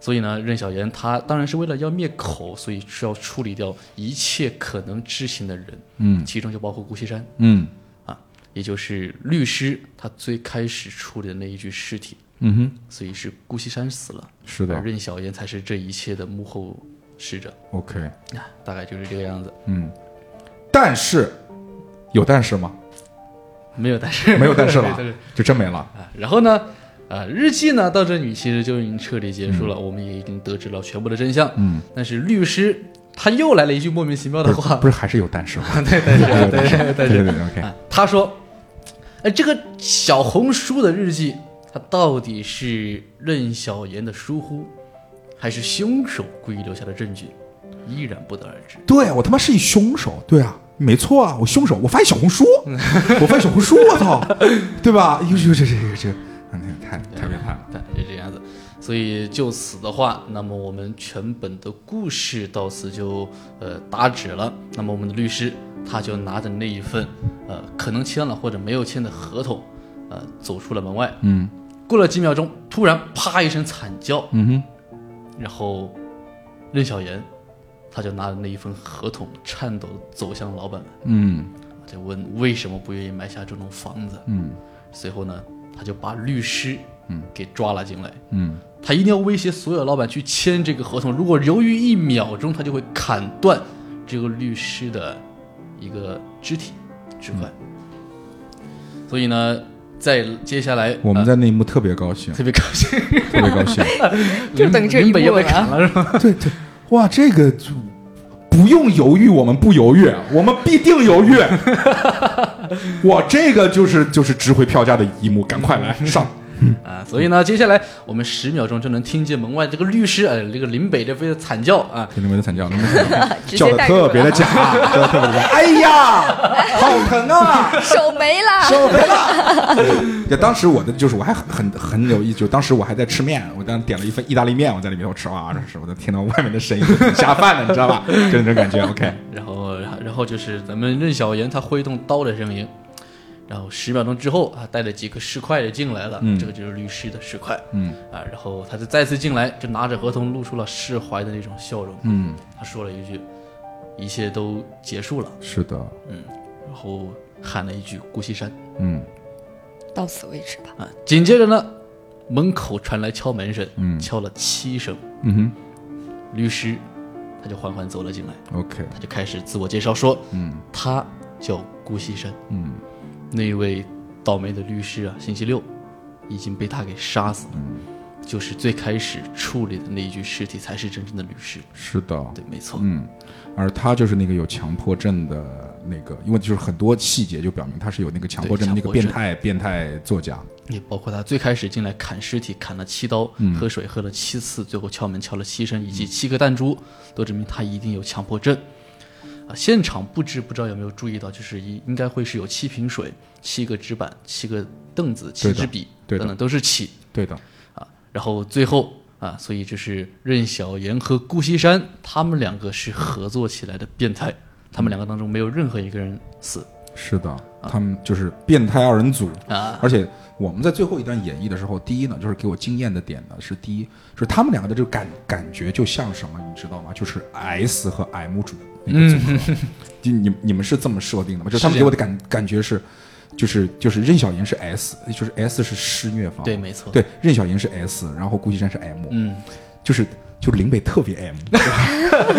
Speaker 2: 所以呢，任小妍她当然是为了要灭口，所以需要处理掉一切可能知情的人，
Speaker 1: 嗯
Speaker 2: 其中就包括顾西山。
Speaker 1: 嗯
Speaker 2: 啊，也就是律师他最开始处理的那一具尸体，
Speaker 1: 嗯哼，
Speaker 2: 所以是顾西山死了，
Speaker 1: 是
Speaker 2: 而
Speaker 1: 的
Speaker 2: 任小妍才是这一切的幕后使者，
Speaker 1: ，OK，
Speaker 2: 啊，大概就是这个样子。
Speaker 1: 嗯，但是有但是吗？
Speaker 2: 没有但是，
Speaker 1: 没有但是了
Speaker 2: 没有但是
Speaker 1: 就真没了。
Speaker 2: 啊，然后呢，呃，日记呢到这里其实就已经彻底结束了，我们也已经得知了全部的真相。
Speaker 1: 嗯，
Speaker 2: 但是律师他又来了一句莫名其妙的话，
Speaker 1: 不是还是有但是吗？
Speaker 2: 对对对
Speaker 1: 但是
Speaker 2: 对对
Speaker 1: 对对对，OK，
Speaker 2: 啊，他说，哎，这个小红书的日记，它到底是任小妍的疏忽，还是凶手故意留下的证据，依然不得而知。
Speaker 1: 对我他妈是一凶手，对啊，没错啊，我凶手，我发现小红书，我发现小红书，我 操，对吧？哟呦，这这这这，嗯太太变态了。
Speaker 2: 对，是哎这样子。所以就此的话，那么我们全本的故事到此就呃打止了。那么我们的律师他就拿着那一份呃可能签了或者没有签的合同，呃走出了门外。
Speaker 1: 嗯
Speaker 2: 过了几秒钟，突然啪一声惨叫，
Speaker 1: 嗯哼，
Speaker 2: 然后任小妍他就拿着那一份合同颤抖地走向老板们，
Speaker 1: 嗯
Speaker 2: 就问为什么不愿意买下这栋房子。
Speaker 1: 嗯
Speaker 2: 随后呢，他就把律师嗯给抓了进来。
Speaker 1: 嗯，
Speaker 2: 他一定要威胁所有老板去签这个合同，如果犹豫一秒钟，他就会砍断这个律师的一个肢体指环。所以呢，在接下来
Speaker 1: 我们
Speaker 2: 呃
Speaker 1: 在那一幕特别高兴，
Speaker 2: 特别高 兴，
Speaker 1: 特别高兴。
Speaker 3: 就等这一
Speaker 2: 林
Speaker 3: 幕
Speaker 2: 嗯北也被
Speaker 3: 了
Speaker 2: 砍
Speaker 3: 啊。
Speaker 2: 了是吧？
Speaker 1: 呃对对，哇，这个就不用犹豫，我们不犹豫，我们必定犹 豫。哇，这个就是就是值回票价的一幕，赶快来 上。
Speaker 2: 啊，所以呢，接下来我们十秒钟就能听见门外这个律师，呃，这个林北这边的惨叫啊，
Speaker 1: 听你们的 惨叫，你们的惨
Speaker 3: 直
Speaker 1: 叫
Speaker 3: 接
Speaker 1: 的
Speaker 3: 带入
Speaker 1: 特别的
Speaker 3: 了，
Speaker 1: 假， 叫的特别的假。哎呀，好疼啊！
Speaker 3: 手没了，
Speaker 1: 受不了。 就当时我的就是我还很很很有意思，就当时我还在吃面，我当时点了一份意大利面，我在里面我吃啊，这是我都听到外面的声音，下饭了，你知道吧？就那种感觉。OK，
Speaker 2: 然后，然后然后就是咱们任小妍她挥动刀的声音，然后十秒钟之后啊，带着几个石块也进来了，
Speaker 1: 嗯
Speaker 2: 这个就是律师的石块，
Speaker 1: 嗯
Speaker 2: 啊，然后他就再次进来，就拿着合同露出了释怀的那种笑容，
Speaker 1: 嗯，
Speaker 2: 他说了一句：“一切都结束了。
Speaker 1: 是的，”
Speaker 2: 然后喊了一句“顾西山
Speaker 1: 嗯
Speaker 3: 到此为止吧。”
Speaker 2: 啊，紧接着呢，门口传来敲门声，
Speaker 1: 嗯
Speaker 2: 敲了七声，
Speaker 1: 嗯
Speaker 2: 律师他就缓缓走了进来，
Speaker 1: 哼，OK，
Speaker 2: 他就开始自我介绍说
Speaker 1: 嗯：“
Speaker 2: 他叫顾西山。”
Speaker 1: 嗯
Speaker 2: 那位倒霉的律师啊，星期六已经被他给杀死了。
Speaker 1: 嗯
Speaker 2: 就是最开始处理的那一具尸体才是真正的律师。
Speaker 1: 是的，
Speaker 2: 对，没错。
Speaker 1: 嗯，而他就是那个有强迫症的那个，因为就是很多细节就表明他是有那个强迫症的那个
Speaker 2: 对强迫
Speaker 1: 变
Speaker 2: 症
Speaker 1: 态变态作家。
Speaker 2: 也包括他最开始进来砍尸体，砍了七刀，
Speaker 1: 嗯
Speaker 2: 喝水喝了七次，最后敲门敲了七声，以及七个弹珠，都证明他一定有强迫症。啊，现场布置不知道有没有注意到，就是一应该会是有七瓶水、七个纸板、七个凳子、七
Speaker 1: 对的
Speaker 2: 支笔
Speaker 1: 对的
Speaker 2: 等等，都是起。
Speaker 1: 对的，
Speaker 2: 啊，然后最后啊，所以就是任小妍和顾西山他们两个是合作起来的变态，他们两个当中没有任何一个人死
Speaker 1: 是的，他们就是变态二人组。
Speaker 2: 啊，
Speaker 1: 而且我们在最后一段演绎的时候，第一呢，就是给我惊艳的点呢是第一，就是他们两个的这个感感觉就像什么，你知道吗？就是 S 和 M 组那个组合，就 你你们是这么设定的吗？就是他们
Speaker 2: 嗯是这样
Speaker 1: 给我的感感觉是，就是就是任小妍是 S，就是 S 是施虐方，
Speaker 2: 对，没错，，
Speaker 1: 对，任小妍是 S，然后顾惜山是 M，
Speaker 2: 嗯，
Speaker 1: 就是。就是林北特别 M，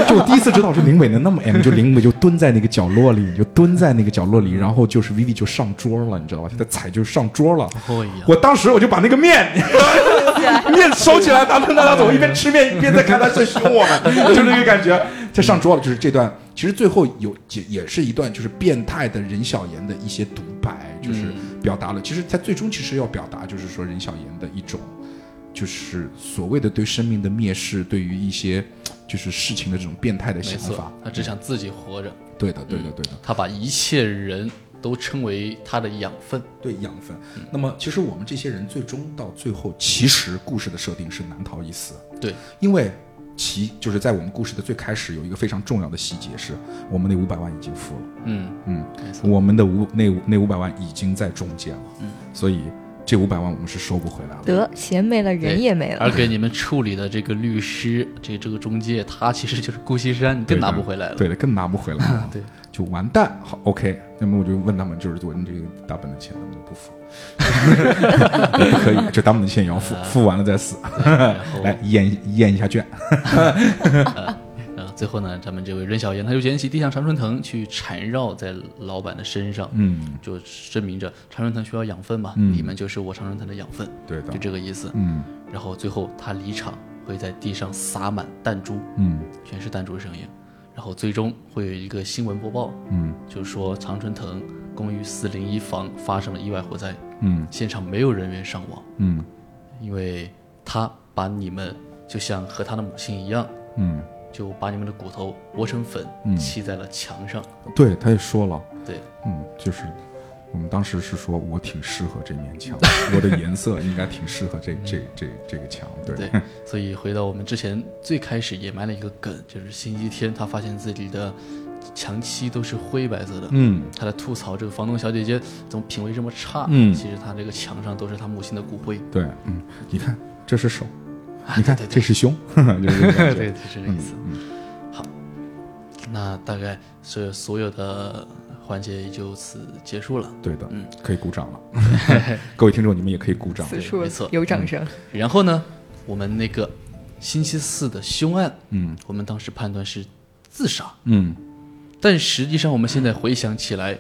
Speaker 1: 就我 第一次知道是林北能那么 M，就林北就蹲在那个角落里，就蹲在那个角落里，然后就是 Vivi 就上桌了，你知道吧？他踩就上桌了，
Speaker 2: 和我一样，
Speaker 1: 我当时我就把那个 面面收起来，当成大家走，一边吃面一边在看他在凶我们， 就那个感觉。这上桌了，就是这段，其实最后有也也是一段就是变态的任小妍的一些独白，就是
Speaker 2: 嗯
Speaker 1: 表达了，其实他最终其实要表达就是说任小妍的一种。就是所谓的对生命的蔑视，对于一些就是事情的这种变态的
Speaker 2: 没
Speaker 1: 想
Speaker 2: 错啊嗯
Speaker 1: 法，，
Speaker 2: 他只想自己活着，
Speaker 1: 对的，对的，对的。
Speaker 2: 他把一切人都称为他的养分，
Speaker 1: 对养分。那么，其实我们这些人最终到最后，其实故事的设定是难逃一死，
Speaker 2: 对，
Speaker 1: 因为其就是在我们故事的最开始有一个非常重要的细节是，我们那五百万已经付了，
Speaker 2: 嗯，
Speaker 1: 嗯
Speaker 2: 没，错
Speaker 1: 我们的五那五那五百万已经在中间了，嗯，所以这五百万我们是收不回来了。
Speaker 3: 得钱没了，人也没
Speaker 2: 而
Speaker 3: 了。
Speaker 2: 给你们处理的这个律师，这这个中介，他其实就是顾西山，你
Speaker 1: 对
Speaker 2: 更
Speaker 1: 的
Speaker 2: 拿不回来了， ，
Speaker 1: 对的，更拿不回来了
Speaker 2: 对，
Speaker 1: 就完蛋。好，OK，那么我就问他们，就是我们这个大本的钱能不能不 付？ 也不可以，就大本的钱也
Speaker 2: 啊哦
Speaker 1: 要付，付完了再死。
Speaker 2: 然后
Speaker 1: 来验验一下卷，
Speaker 2: 啊，最后呢，咱们这位任小燕，她就捡起地上常春藤去缠绕在老板的身上，
Speaker 1: 嗯，
Speaker 2: 就证明着常春藤需要养分嘛，
Speaker 1: 嗯
Speaker 2: 你们就是我常春藤的养分，
Speaker 1: 对的
Speaker 2: 就，这个意思。
Speaker 1: 嗯
Speaker 2: 然后最后他离场，会在地上撒满弹珠，
Speaker 1: 嗯
Speaker 2: 全是弹珠声音。然后最终会有一个新闻播报，
Speaker 1: 嗯
Speaker 2: 就是说常春藤公寓四零一房发生了意外火灾，
Speaker 1: 嗯
Speaker 2: 现场没有人员伤亡，
Speaker 1: 嗯
Speaker 2: 因为他把你们就像和他的母亲一样，
Speaker 1: 嗯，
Speaker 2: 就把你们的骨头磨成粉，
Speaker 1: 嗯
Speaker 2: 砌在了墙上。
Speaker 1: 对，他也说了，
Speaker 2: 对，
Speaker 1: 嗯，就是我们当时是说我挺适合这面 墙，我的颜色应该挺适合这这这这个墙，对，
Speaker 2: 嗯对，所以回到我们之前最开始也埋了一个梗，就是星期天他发现自己的墙漆都是灰白色的，
Speaker 1: 嗯
Speaker 2: 他在吐槽这个房东小姐姐怎么品味这么差，
Speaker 1: 嗯
Speaker 2: 其实他这个墙上都是他母亲的骨灰，
Speaker 1: 对，嗯，你看这是手，
Speaker 2: 啊
Speaker 1: 你看
Speaker 2: 对对对
Speaker 1: 这是胸， 呵呵 就是这个感觉
Speaker 2: 对，就是这个意思。
Speaker 1: 嗯
Speaker 2: 那大概是所有的环节也就此结束了，
Speaker 1: 对的，
Speaker 2: 嗯，
Speaker 1: 可以鼓掌了， 各位听众你们也可以鼓掌，
Speaker 3: 此
Speaker 2: 没
Speaker 3: 处
Speaker 2: 错
Speaker 3: 有掌声，
Speaker 2: 然后呢，我们那个星期四的凶案，
Speaker 1: 嗯
Speaker 2: 我们当时判断是自杀，
Speaker 1: 嗯
Speaker 2: 但实际上我们现在回想起来，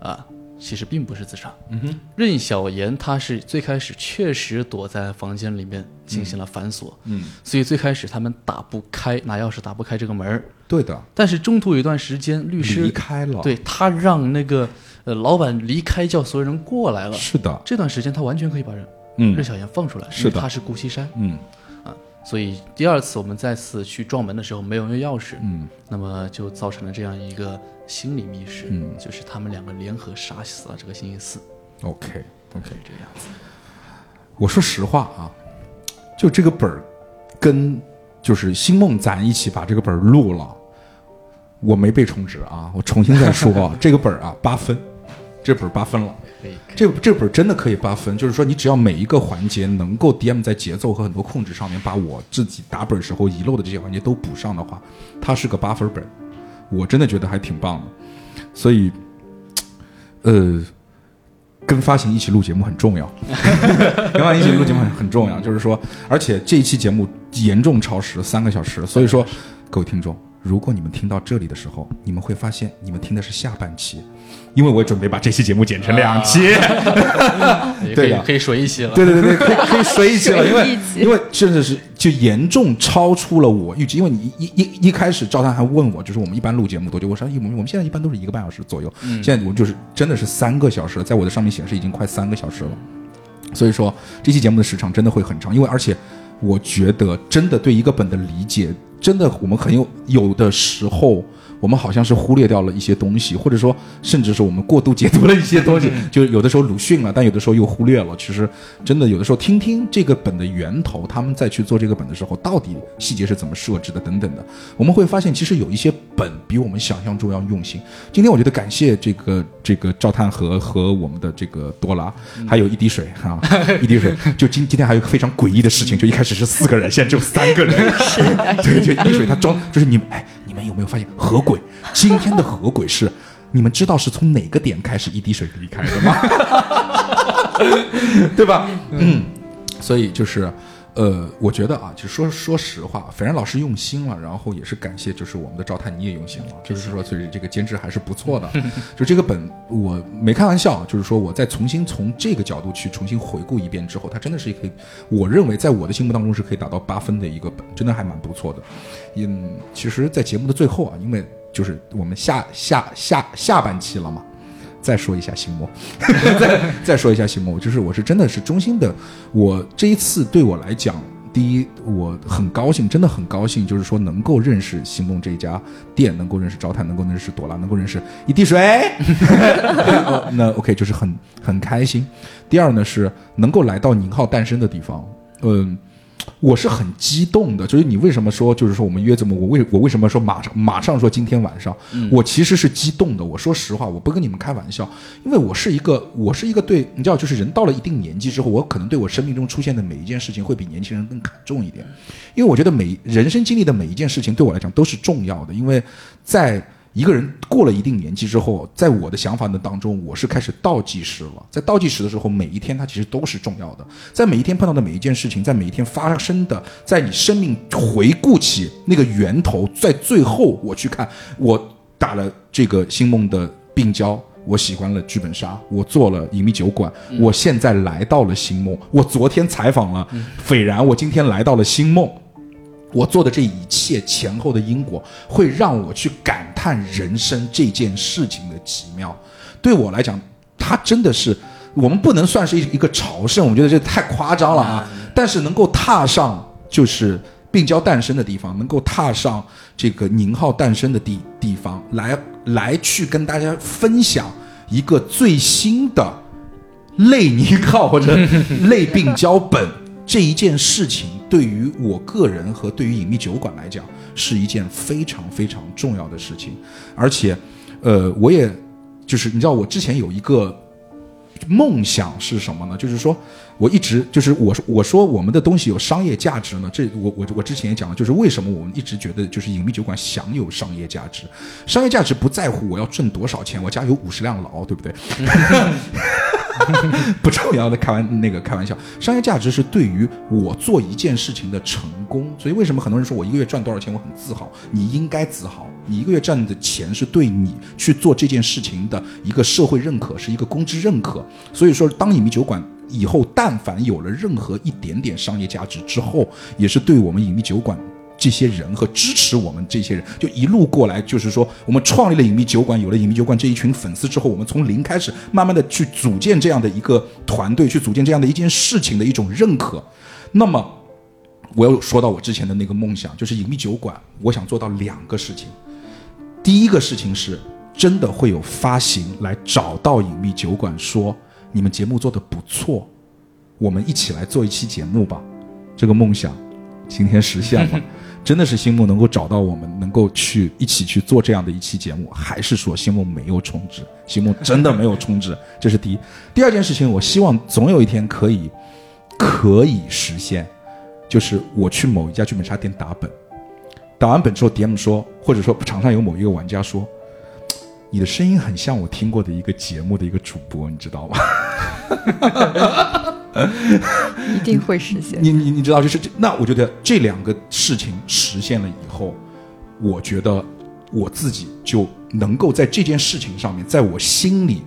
Speaker 2: 啊，其实并不是自杀。嗯哼，任小妍她是最开始确实躲在房间里面进行了反锁，
Speaker 1: 嗯，
Speaker 2: 所以最开始他们打不开，拿钥匙打不开这个门儿。
Speaker 1: 对的，
Speaker 2: 但是中途有一段时间，律师
Speaker 1: 离开了，，
Speaker 2: 对他让那个呃老板离开，叫所有人过来了。
Speaker 1: 是的，
Speaker 2: 这段时间他完全可以把任、任
Speaker 1: 嗯
Speaker 2: 小妍放出来，
Speaker 1: 是
Speaker 2: 因为
Speaker 1: 的
Speaker 2: 他是顾西山。
Speaker 1: 嗯
Speaker 2: 所以第二次我们再次去撞门的时候没有用钥匙，
Speaker 1: 嗯
Speaker 2: 那么就造成了这样一个心理密室，
Speaker 1: 嗯
Speaker 2: 就是他们两个联合杀死了这个星期四，
Speaker 1: ，OK OK，
Speaker 2: 这个样子。
Speaker 1: 我说实话啊，就这个本儿跟就是星梦咱一起把这个本儿录了，我没被充值啊，我重新再说 啊，这个本儿啊八分，这本儿八分了。
Speaker 2: 可以，
Speaker 1: 这这本真的可以八分，就是说你只要每一个环节能够 DM 在节奏和很多控制上面把我自己打本时候遗漏的这些环节都补上的话，它是个八分本，我真的觉得还挺棒的。所以，呃，跟发行一起录节目很重要， 跟发行一起录节目很很重要，就是说，而且这一期节目严重超时三个小时，所以说，各位听众。如果你们听到这里的时候，你们会发现你们听的是下半期，因为我准备把这期节目剪成两期。
Speaker 2: 也可
Speaker 1: 对
Speaker 2: 以
Speaker 1: 的
Speaker 2: 可以水一期了。
Speaker 1: 对对对对，可以可以说一期了，因
Speaker 3: 说一
Speaker 1: 为
Speaker 3: 期
Speaker 1: 因为真的是就严重超出了我预期，因为你一一一一开始赵探还问我，就是我们一般录节目多久？我说哎我们我们现在一般都是一个半小时左右，现在我们就是真的是三个小时了，在我的上面显示已经快三个小时了，所以说这期节目的时长真的会很长，因为而且我觉得真的对一个本的理解，真的我们很有有的时候。我们好像是忽略掉了一些东西，或者说，甚至是我们过度解读了一些东西，就是有的时候鲁迅了，但有的时候又忽略了。其实，真的有的时候听听这个本的源头，他们再去做这个本的时候，到底细节是怎么设置的等等的，我们会发现，其实有一些本比我们想象中要用心。今天我觉得感谢这个这个赵探和和我们的这个多拉，还有一滴水啊， 一滴水。就今今天还有一个非常诡异的事情，就一开始是四个人，现在只有三个人。对，就一滴水他装， 就是你们哎，你们有没有发现河鬼今天的河鬼是？你们知道是从哪个点开始一滴水离开的吗？ 对吧？嗯，所以就是，呃，我觉得啊，就说说实话，斐然老师用心了，然后也是感谢，就是我们的赵探你也用心了，就是说，所以这个监制还是不错的。 就这个本我没开玩笑，就是说我再重新从这个角度去重新回顾一遍之后，它真的是可以，我认为在我的心目当中是可以达到八分的一个本，真的还蛮不错的。嗯，其实，在节目的最后啊，因为就是我们下下下下半期了嘛。再说一下心魔， 再再说一下心魔，就是我是真的是衷心的，我这一次对我来讲，第一我很高兴，真的很高兴，就是说能够认识星梦这一家店，能够认识招探，能够认识朵拉，能够认识一滴水， 呃那 OK 就是很很开心。第二呢是能够来到宁浩诞生的地方，嗯。我是很激动的，就是你为什么说，就是说我们约这么，我为我为什么说马上马上说今天晚上，我其实是激动的。我说实话，我不跟你们开玩笑，因为我是一个我是一个对你知道，就是人到了一定年纪之后，我可能对我生命中出现的每一件事情会比年轻人更看重一点，因为我觉得每人生经历的每一件事情对我来讲都是重要的，因为在。一个人过了一定年纪之后，在我的想法的当中，我是开始倒计时了。在倒计时的时候，每一天它其实都是重要的，在每一天碰到的每一件事情，在每一天发生的，在你生命回顾起那个源头，在最后我去看，我打了这个星梦的病娇。我喜欢了剧本杀，我做了隐秘酒馆，我现在来到了星梦，我昨天采访了斐然，我今天来到了星梦，我做的这一切前后的因果，会让我去感叹人生这件事情的奇妙。对我来讲，它真的是我们不能算是一一个朝圣，我觉得这太夸张了啊。但是能够踏上就是病娇诞生的地方，能够踏上这个宁浩诞生的地地方，来来去跟大家分享一个最新的类宁浩或者类病娇本 这一件事情，对于我个人和对于隐秘酒馆来讲，是一件非常非常重要的事情。而且，呃，我也就是你知道，我之前有一个梦想是什么呢？就是说我一直就是我说我说我们的东西有商业价值呢，这我我我之前也讲了，就是为什么我们一直觉得就是隐秘酒馆享有商业价值，商业价值不在乎我要挣多少钱，我家有五十辆劳，对不对？ 不重要的开玩那个开玩笑，商业价值是对于我做一件事情的成功，所以为什么很多人说我一个月赚多少钱我很自豪？你应该自豪，你一个月赚的钱是对你去做这件事情的一个社会认可，是一个公知认可。所以说，当隐秘酒馆以后但凡有了任何一点点商业价值之后，也是对我们隐秘酒馆。这些人和支持我们这些人，就一路过来，就是说，我们创立了隐秘酒馆，有了隐秘酒馆这一群粉丝之后，我们从零开始，慢慢的去组建这样的一个团队，去组建这样的一件事情的一种认可。那么，我又说到我之前的那个梦想，就是隐秘酒馆，我想做到两个事情。第一个事情是，真的会有发行来找到隐秘酒馆说，你们节目做的不错，我们一起来做一期节目吧。这个梦想今天实现了，真的是星梦能够找到我们，能够去一起去做这样的一期节目，还是说星梦没有充值？星梦真的没有充值，这是第一。第二件事情，我希望总有一天可以可以实现，就是我去某一家剧本杀店打本，打完本之后，DM 说，或者说场上有某一个玩家说，你的声音很像我听过的一个节目的一个主播，你知道吗？
Speaker 3: 一定会实现。
Speaker 1: 你你你知道，就是这，那我觉得这两个事情实现了以后，我觉得我自己就能够在这件事情上面，在我心里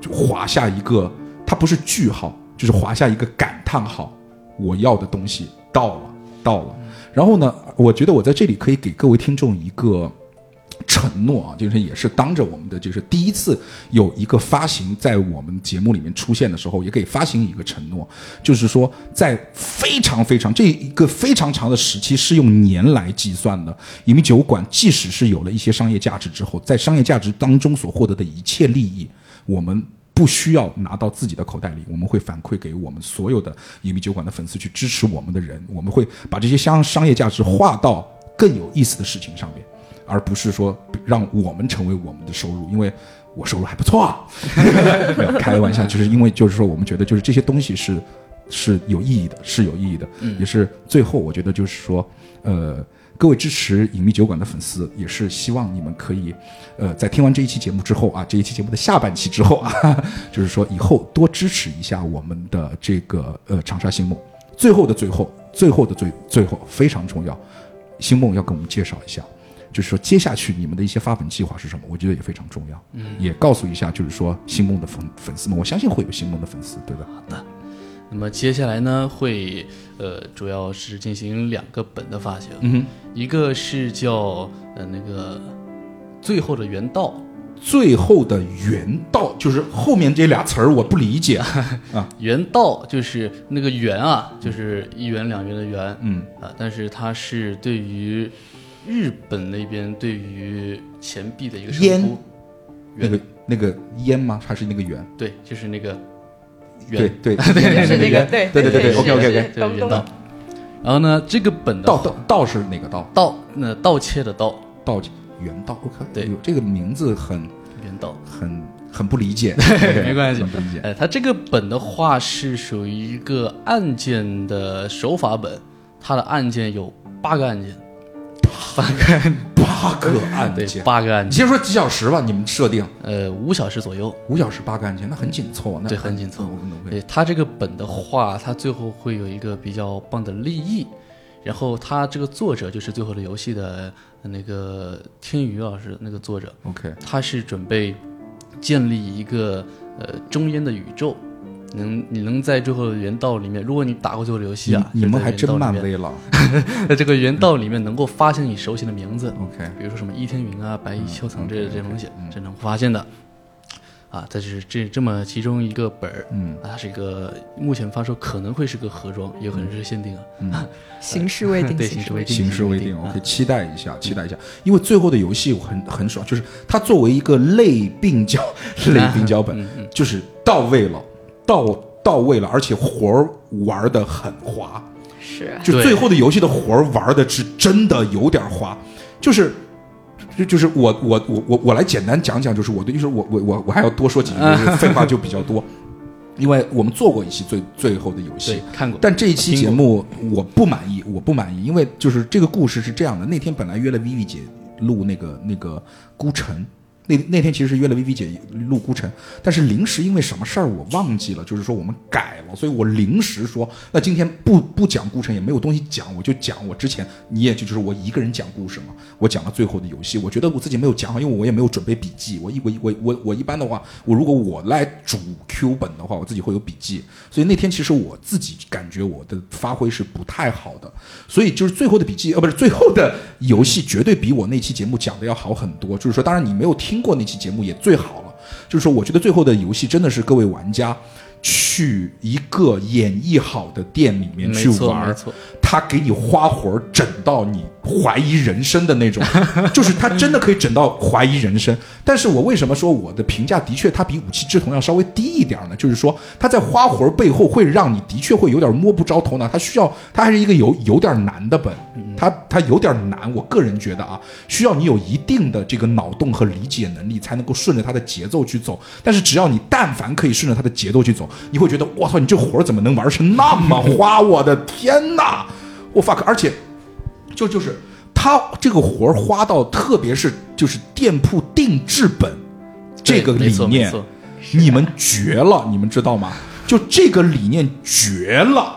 Speaker 1: 就划下一个，它不是句号，就是划下一个感叹号。我要的东西到了，到了。然后呢，我觉得我在这里可以给各位听众一个承诺啊，就是也是当着我们的，就是第一次有一个发行在我们节目里面出现的时候，也给发行一个承诺，就是说在非常非常这一个非常长的时期是用年来计算的。隐秘酒馆即使是有了一些商业价值之后，在商业价值当中所获得的一切利益，我们。不需要拿到自己的口袋里，我们会反馈给我们所有的隐秘酒馆的粉丝去支持我们的人，我们会把这些商商业价值划到更有意思的事情上面，而不是说让我们成为我们的收入，因为我收入还不错啊。 没有开个玩笑，就是因为就是说我们觉得就是这些东西是是有意义的，是有意义的，也是最后我觉得就是说，呃。各位支持隐秘酒馆的粉丝，也是希望你们可以，呃，在听完这一期节目之后啊，这一期节目的下半期之后啊， 就是说以后多支持一下我们的这个呃长沙星梦。最后的最后，最后的最最后非常重要，星梦要给我们介绍一下，就是说接下去你们的一些发本计划是什么？我觉得也非常重要，嗯，也告诉一下，就是说星梦的粉粉丝们，我相信会有星梦的粉丝，对吧？
Speaker 2: 那么接下来呢，会呃，主要是进行两个本的发行，
Speaker 1: 嗯哼，
Speaker 2: 一个是叫呃那个最后的原道，
Speaker 1: 最后的原道就是后面这俩词儿我不理解，
Speaker 2: 原道就是那个元啊，就是一元两元的元，
Speaker 1: 嗯
Speaker 2: 啊，但是它是对于日本那边对于钱币的一个
Speaker 1: 烟
Speaker 2: 称呼，
Speaker 1: 那
Speaker 2: 元
Speaker 1: 个那个烟吗？还是那个圆？
Speaker 2: 对，就是那个
Speaker 1: 对
Speaker 2: 元
Speaker 1: 对对对
Speaker 3: 是那个
Speaker 1: 对
Speaker 3: 对
Speaker 1: 对对对
Speaker 3: 是
Speaker 1: ，OK OK OK，
Speaker 3: 是
Speaker 2: 对原道。然后呢，这个本的
Speaker 1: 盗盗盗是哪个盗？
Speaker 2: 盗那盗窃的盗
Speaker 1: 盗原盗，OK，
Speaker 2: 对
Speaker 1: 有这个名字很
Speaker 2: 原道，
Speaker 1: 很很不理解，对
Speaker 2: 没关系
Speaker 1: 很不理解。
Speaker 2: 哎，它这个本的话是属于一个案件的手法本，它的案件有八个案件，
Speaker 1: 八个案
Speaker 2: 对，
Speaker 1: 件，
Speaker 2: 八个案
Speaker 1: 你
Speaker 2: 件，
Speaker 1: 先说几小时吧，你们设定
Speaker 2: 呃，五小时左右。
Speaker 1: 五小时八个案件，那很紧凑啊，那
Speaker 2: 对很紧凑
Speaker 1: 嗯嗯嗯
Speaker 2: 对他这个本的话，他最后会有一个比较棒的立意，然后他这个作者就是《最后的游戏》的那个天宇老师，那个作者，
Speaker 1: OK，
Speaker 2: 他是准备建立一个呃中间的宇宙，能你能在《最后的原道》里面，如果你打过《最后的游戏》啊，
Speaker 1: 你
Speaker 2: 就
Speaker 1: 你们
Speaker 2: 是在
Speaker 1: 还
Speaker 2: 原道
Speaker 1: 真
Speaker 2: 里
Speaker 1: 漫
Speaker 2: 面，
Speaker 1: 威了
Speaker 2: 在这个原道里面能够发现你熟悉的名字，
Speaker 1: ，OK，
Speaker 2: 比如说什么易天云啊、白衣秋层这这些东西
Speaker 1: OK，OK，嗯，
Speaker 2: 这能发现的。啊，这是这这么其中一个本儿，
Speaker 1: 嗯
Speaker 2: 啊，它是一个目前发售可能会是个盒装，也有可能是限定啊，
Speaker 1: 嗯
Speaker 3: 形式未定，
Speaker 2: 对，
Speaker 3: 形
Speaker 2: 形
Speaker 3: 式
Speaker 2: 式
Speaker 3: 未
Speaker 2: 未定，
Speaker 1: 形式未定
Speaker 2: 定嗯
Speaker 1: ，OK，期待一下，期待一下，因为最后的游戏我很很爽，就是它作为一个类病脚类病脚本，
Speaker 2: 嗯嗯，
Speaker 1: 就是到位了，到到位了，而且活儿玩的很滑，
Speaker 6: 是
Speaker 1: 就
Speaker 2: 对
Speaker 1: 最后的游戏的活儿玩的是真的有点花，就是。就就是我我我我我来简单讲讲，就是我对，就是我我我我还要多说几句，就是废话就比较多，因为我们做过一期最最后的游戏
Speaker 2: 对，，看过，
Speaker 1: 但这一期节目我不满意，我不满意，因为就是这个故事是这样的。那天本来约了 Vivi 姐录那个那个孤城，那那天其实是约了 Vivi 姐录孤城，但是临时因为什么事儿我忘记了，就是说我们改了，所以我临时说，那今天不不讲孤城也没有东西讲，我就讲我之前你也就就是我一个人讲故事嘛，我讲了最后的游戏，我觉得我自己没有讲好，因为我也没有准备笔记，我一我我我我一般的话，我如果我来主 Q 本的话，我自己会有笔记，所以那天其实我自己感觉我的发挥是不太好的，所以就是最后的笔记，呃，不是最后的游戏，绝对比我那期节目讲的要好很多。就是说，当然你没有听过那期节目也最好了。就是说，我觉得最后的游戏真的是各位玩家去一个演绎好的店里面
Speaker 2: 没
Speaker 1: 去
Speaker 2: 错
Speaker 1: 玩
Speaker 2: 没
Speaker 1: 儿，
Speaker 2: 错，
Speaker 1: 他给你花活儿整到你怀疑人生的那种，就是他真的可以整到怀疑人生。但是我为什么说我的评价的确他比武器之瞳要稍微低一点儿呢？就是说他在花活儿背后会让你的确会有点摸不着头脑，他需要他还是一个有有点难的本，
Speaker 2: 嗯
Speaker 1: 他他有点难。我个人觉得啊，需要你有一定的这个脑洞和理解能力，才能够顺着他的节奏去走。但是只要你但凡可以顺着他的节奏去走，你会觉得我操，你这活儿怎么能玩成那么花？我的天哪！我 fuck，而且就就是他这个活儿花到，特别是就是店铺定制本这
Speaker 2: 对
Speaker 1: 个
Speaker 2: 没
Speaker 1: 理
Speaker 2: 错没
Speaker 1: 念，
Speaker 2: 错
Speaker 1: 你们绝了，你们知道吗？就这个理念绝了。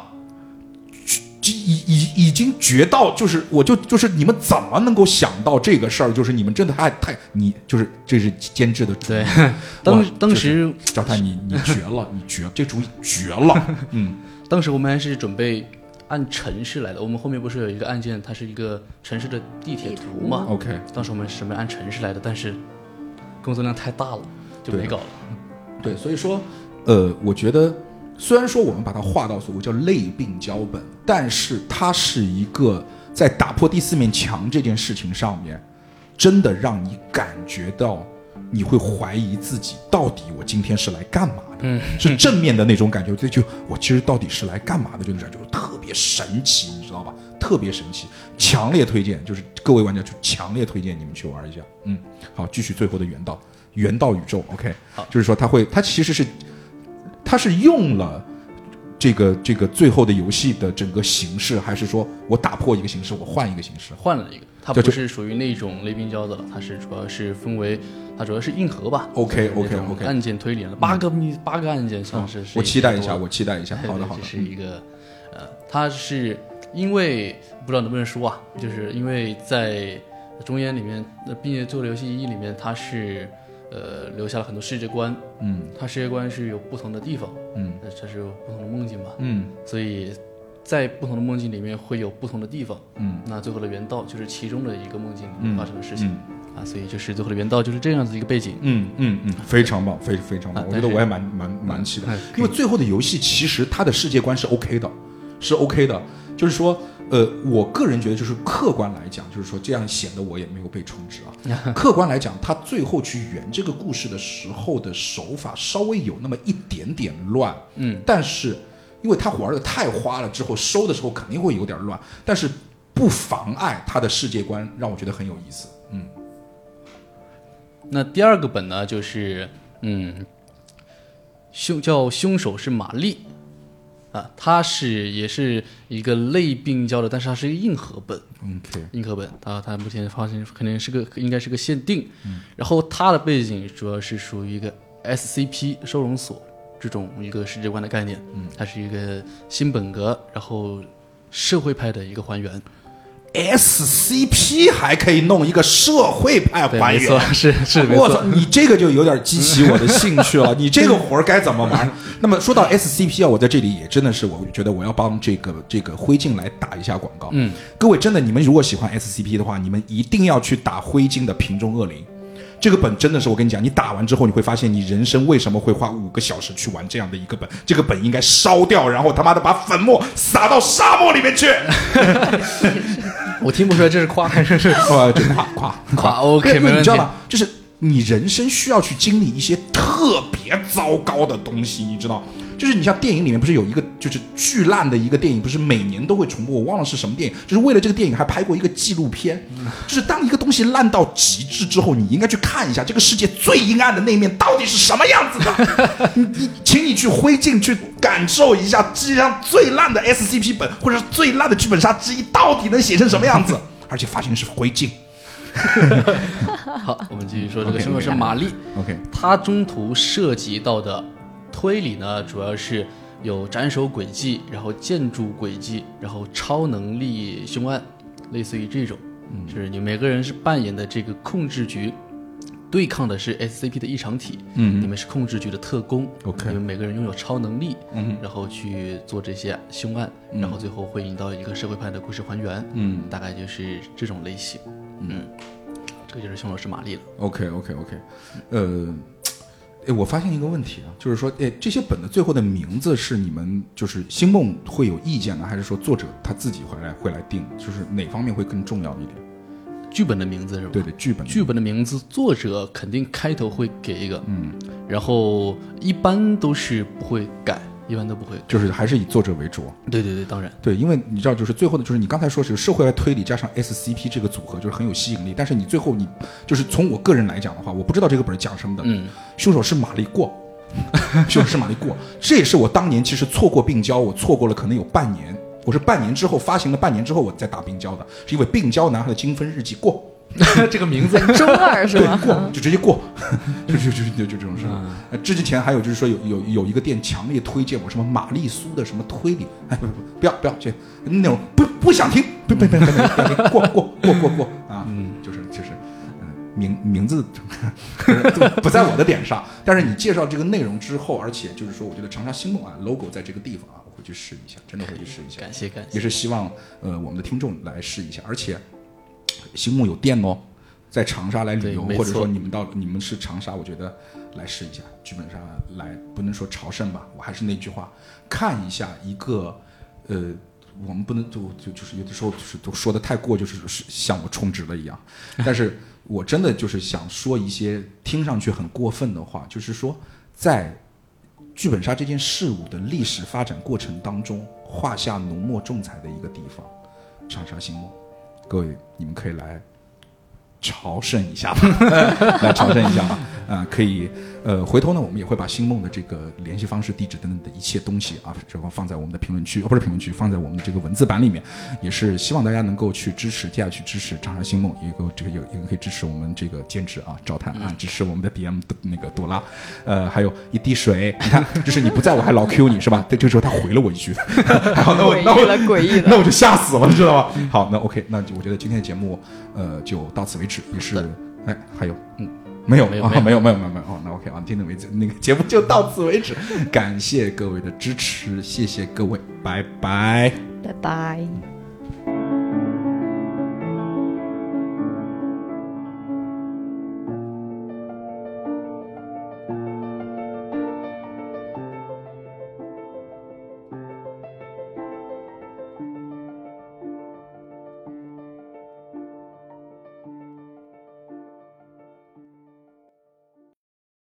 Speaker 1: 就已已已经绝到，就是我就就是你们怎么能够想到这个事儿？就是你们真的太太你就是这是监制的主意
Speaker 2: 对，
Speaker 1: 哇
Speaker 2: 当当
Speaker 1: 就是
Speaker 2: 时
Speaker 1: 赵太你你绝了，你绝这主意绝了，嗯，
Speaker 2: 当时我们还是准备按城市来的，我们后面不是有一个案件，它是一个城市的地铁图嘛，
Speaker 1: OK，
Speaker 2: 当时我们是准备按城市来的，但是工作量太大了，就没
Speaker 1: 对
Speaker 2: 搞了，
Speaker 1: 对，所以说，呃，我觉得虽然说我们把它划到所谓叫类病脚本，但是它是一个在打破第四面墙这件事情上面，真的让你感觉到你会怀疑自己到底我今天是来干嘛的，
Speaker 2: 嗯
Speaker 1: 是正面的那种感觉，这就我其实到底是来干嘛的这种感觉，就特别神奇，你知道吧？特别神奇，强烈推荐，就是各位玩家就强烈推荐你们去玩一下。嗯，好，继续最后的原道，原道宇宙，OK，
Speaker 2: 好
Speaker 1: 就是说它会，它其实是，它是用了。这个这个最后的游戏的整个形式，还是说我打破一个形式，我换一个形式？
Speaker 2: 换了一个，它
Speaker 1: 对
Speaker 2: 不
Speaker 1: 就是
Speaker 2: 属于那种类冰胶的了，它是主要是分为，它主要是硬核吧。
Speaker 1: OK，
Speaker 2: 就是那种
Speaker 1: OK，OK
Speaker 2: 案件推理了，八个密八个案件算是。是
Speaker 1: 我期待一下，
Speaker 2: 个多
Speaker 1: 我期待一下。好的，好的
Speaker 2: 这。是一个，呃，它是因为不知道能不能说啊，就是因为在中间里面，呃，并且《最后的游戏一》里面，它是呃留下了很多世界观，
Speaker 1: 嗯
Speaker 2: 它世界观是有不同的地方，
Speaker 1: 嗯
Speaker 2: 呃它是有不同的梦境嘛，
Speaker 1: 嗯
Speaker 2: 所以在不同的梦境里面会有不同的地方。
Speaker 1: 嗯
Speaker 2: 那最后的原道就是其中的一个梦境里面
Speaker 1: 嗯，
Speaker 2: 发生的事情、啊，所以就是最后的原道就是这样子一个背景。
Speaker 1: 嗯嗯嗯，非常棒，非非常棒，
Speaker 2: 啊
Speaker 1: 我觉得
Speaker 2: 但是
Speaker 1: 我也蛮蛮蛮期待
Speaker 2: 嗯，
Speaker 1: 因为最后的游戏其实它的世界观是 OK 的，是 OK 的，就是说，呃，我个人觉得就是客观来讲，就是说这样显得我也没有被充值啊。 客观来讲，他最后去圆这个故事的时候的手法稍微有那么一点点乱，
Speaker 2: 嗯，
Speaker 1: 但是因为他玩的太花了，之后收的时候肯定会有点乱，但是不妨碍他的世界观让我觉得很有意思。嗯
Speaker 2: 那第二个本呢，就是嗯，凶叫凶手是玛丽，啊，它是也是一个类病娇的，但是它是一个硬核本，
Speaker 1: OK，
Speaker 2: 硬课本啊，它目前发现肯定是个应该是个限定。
Speaker 7: 嗯
Speaker 2: 然后它的背景主要是属于一个 SCP 收容所这种一个世界观的概念，
Speaker 7: 嗯
Speaker 2: 它是一个新本格，然后社会派的一个还原。
Speaker 7: SCP 还可以弄一个社会派
Speaker 2: 对，
Speaker 7: 还
Speaker 2: 没错
Speaker 7: 原。，
Speaker 2: 是是没
Speaker 7: 我操
Speaker 2: 错，，
Speaker 7: 你这个就有点激起我的兴趣了。 你这个活儿该 怎么玩？那么说到 SCP 啊，我在这里也真的是，我觉得我要帮这个这个灰烬来打一下广告。
Speaker 2: 嗯，
Speaker 7: 各位真的，你们如果喜欢 SCP 的话，你们一定要去打灰烬的瓶中恶灵。这个本真的是我跟你讲，你打完之后，你会发现你人生为什么会花五个小时去玩这样的一个本？这个本应该烧掉，然后他妈的把粉末撒到沙漠里面去。
Speaker 2: 我听不出来这是夸还是是
Speaker 7: 呃，就夸夸
Speaker 2: 夸
Speaker 7: 因
Speaker 2: ，OK，
Speaker 7: 为
Speaker 2: 没
Speaker 7: 你
Speaker 2: 问
Speaker 7: 知
Speaker 2: 题
Speaker 7: 道。吧？就是你人生需要去经历一些特别糟糕的东西，你知道？就是你像电影里面不是有一个就是巨烂的一个电影，不是每年都会重播，我忘了是什么电影，就是为了这个电影还拍过一个纪录片。 就是当一个东西烂到极致之后，你应该去看一下这个世界最阴暗的那一面到底是什么样子 的。你你，请你去灰烬去感受一下世界上最烂的 SCP 本或者是最烂的剧本杀之一到底能写成什么样子，而且发现是灰烬。
Speaker 2: 好，我们继续说这个
Speaker 1: OK，
Speaker 2: 凶手是玛丽。
Speaker 1: OK，
Speaker 2: 它中途涉及到的推理呢，主要是有斩首轨迹，然后建筑轨迹，然后超能力凶案，类似于这种，就是你每个人是扮演的这个控制局。对抗的是 SCP 的异常体，嗯，你们是控制局的特工
Speaker 1: OK
Speaker 2: 你们每个人拥有超能力，嗯，然后去做这些凶案，然后最后会引到一个社会派的故事还原，嗯，大概就是这种类型，嗯，这个就是凶手是玛丽了，
Speaker 1: OK OK OK，呃，哎，我发现一个问题啊，就是说，哎，这些本的最后的名字是你们就是星梦会有意见呢，还是说作者他自己回来会来定？就是哪方面会更重要一点？
Speaker 2: 剧本的名字是吧？
Speaker 1: 对对，剧本
Speaker 2: 剧本的名字，作者肯定开头会给一个，嗯，然后一般都是不会改，一般都不会改。
Speaker 1: 就是还是以作者为主。啊
Speaker 2: 对对对，当然，
Speaker 1: 对，因为你知道，就是最后的，就是你刚才说是社会外推理加上 SCP 这个组合，就是很有吸引力。但是你最后你就是从我个人来讲的话，我不知道这个本儿讲什么的。
Speaker 2: 嗯，
Speaker 1: 凶手是玛丽过， 凶手是玛丽过，这也是我当年其实错过病娇，我错过了可能有半年。我是半年之后发行了，半年之后我再打病娇的，是因为病娇拿他的精分日记过，
Speaker 2: 这个名字
Speaker 3: 中二是
Speaker 1: 对
Speaker 3: 吗？
Speaker 1: 过就直接过，就就就就就这种事儿。呃之前还有就是说有有有一个店强烈推荐我什么玛丽苏的什么推理，哎不不不不要不要这那种不不想听，不不不不不不要听过过过过过啊，就是就是。呃名名字 不在我的点上，但是你介绍这个内容之后，而且就是说，我觉得长沙星梦啊，logo 在这个地方啊，我会去试一下，真的会去试一下。
Speaker 2: 感谢感谢
Speaker 1: 也是希望呃我们的听众来试一下，而且星梦有店哦，在长沙来旅游，
Speaker 2: 对没
Speaker 1: 或者说
Speaker 2: 错
Speaker 1: 你们到你们是长沙，我觉得来试一下剧本杀来，不能说朝圣吧，我还是那句话，看一下一个呃。我们不能就就就是有的时候就是都说的太过，就是是像我充值了 一样。但是我真的就是想说一些听上去很过分的话，就是说在剧本杀这件事物的历史发展过程当中画下浓墨重彩的一个地方，长沙星梦，各位你们可以来朝圣一下吧， 来朝圣一下吧，啊、可以，呃，回头呢我们也会把星梦的这个联系方式、地址等等的一切东西啊，然后放在我们的评论区，哦不是评论区，放在我们的这个文字版里面，也是希望大家能够去支持，接下去支持长沙星梦，也够这个也也可以支持我们这个兼职啊，赵探啊，支持我们的 DM 的那个朵拉，呃，还有一滴水，你看，就是你不在我还老 Q 你是吧？对，这个时候他回了我一句， 好，那我
Speaker 3: 诡
Speaker 1: 那
Speaker 3: 异
Speaker 1: 我
Speaker 3: 了，诡异了。
Speaker 1: 那我就吓死了，你知道吗？好，那 OK，那就我觉得今天的节目，呃，就到此为止，也是，哎，还有，嗯。没有，
Speaker 2: 没有
Speaker 1: 啊，没
Speaker 2: 没
Speaker 1: 有，没有，没有，没有。哦，那 OK 啊，今天的为止，那个节目就到此为 止，感谢各位的支持，谢谢各位，拜拜。
Speaker 3: 拜拜。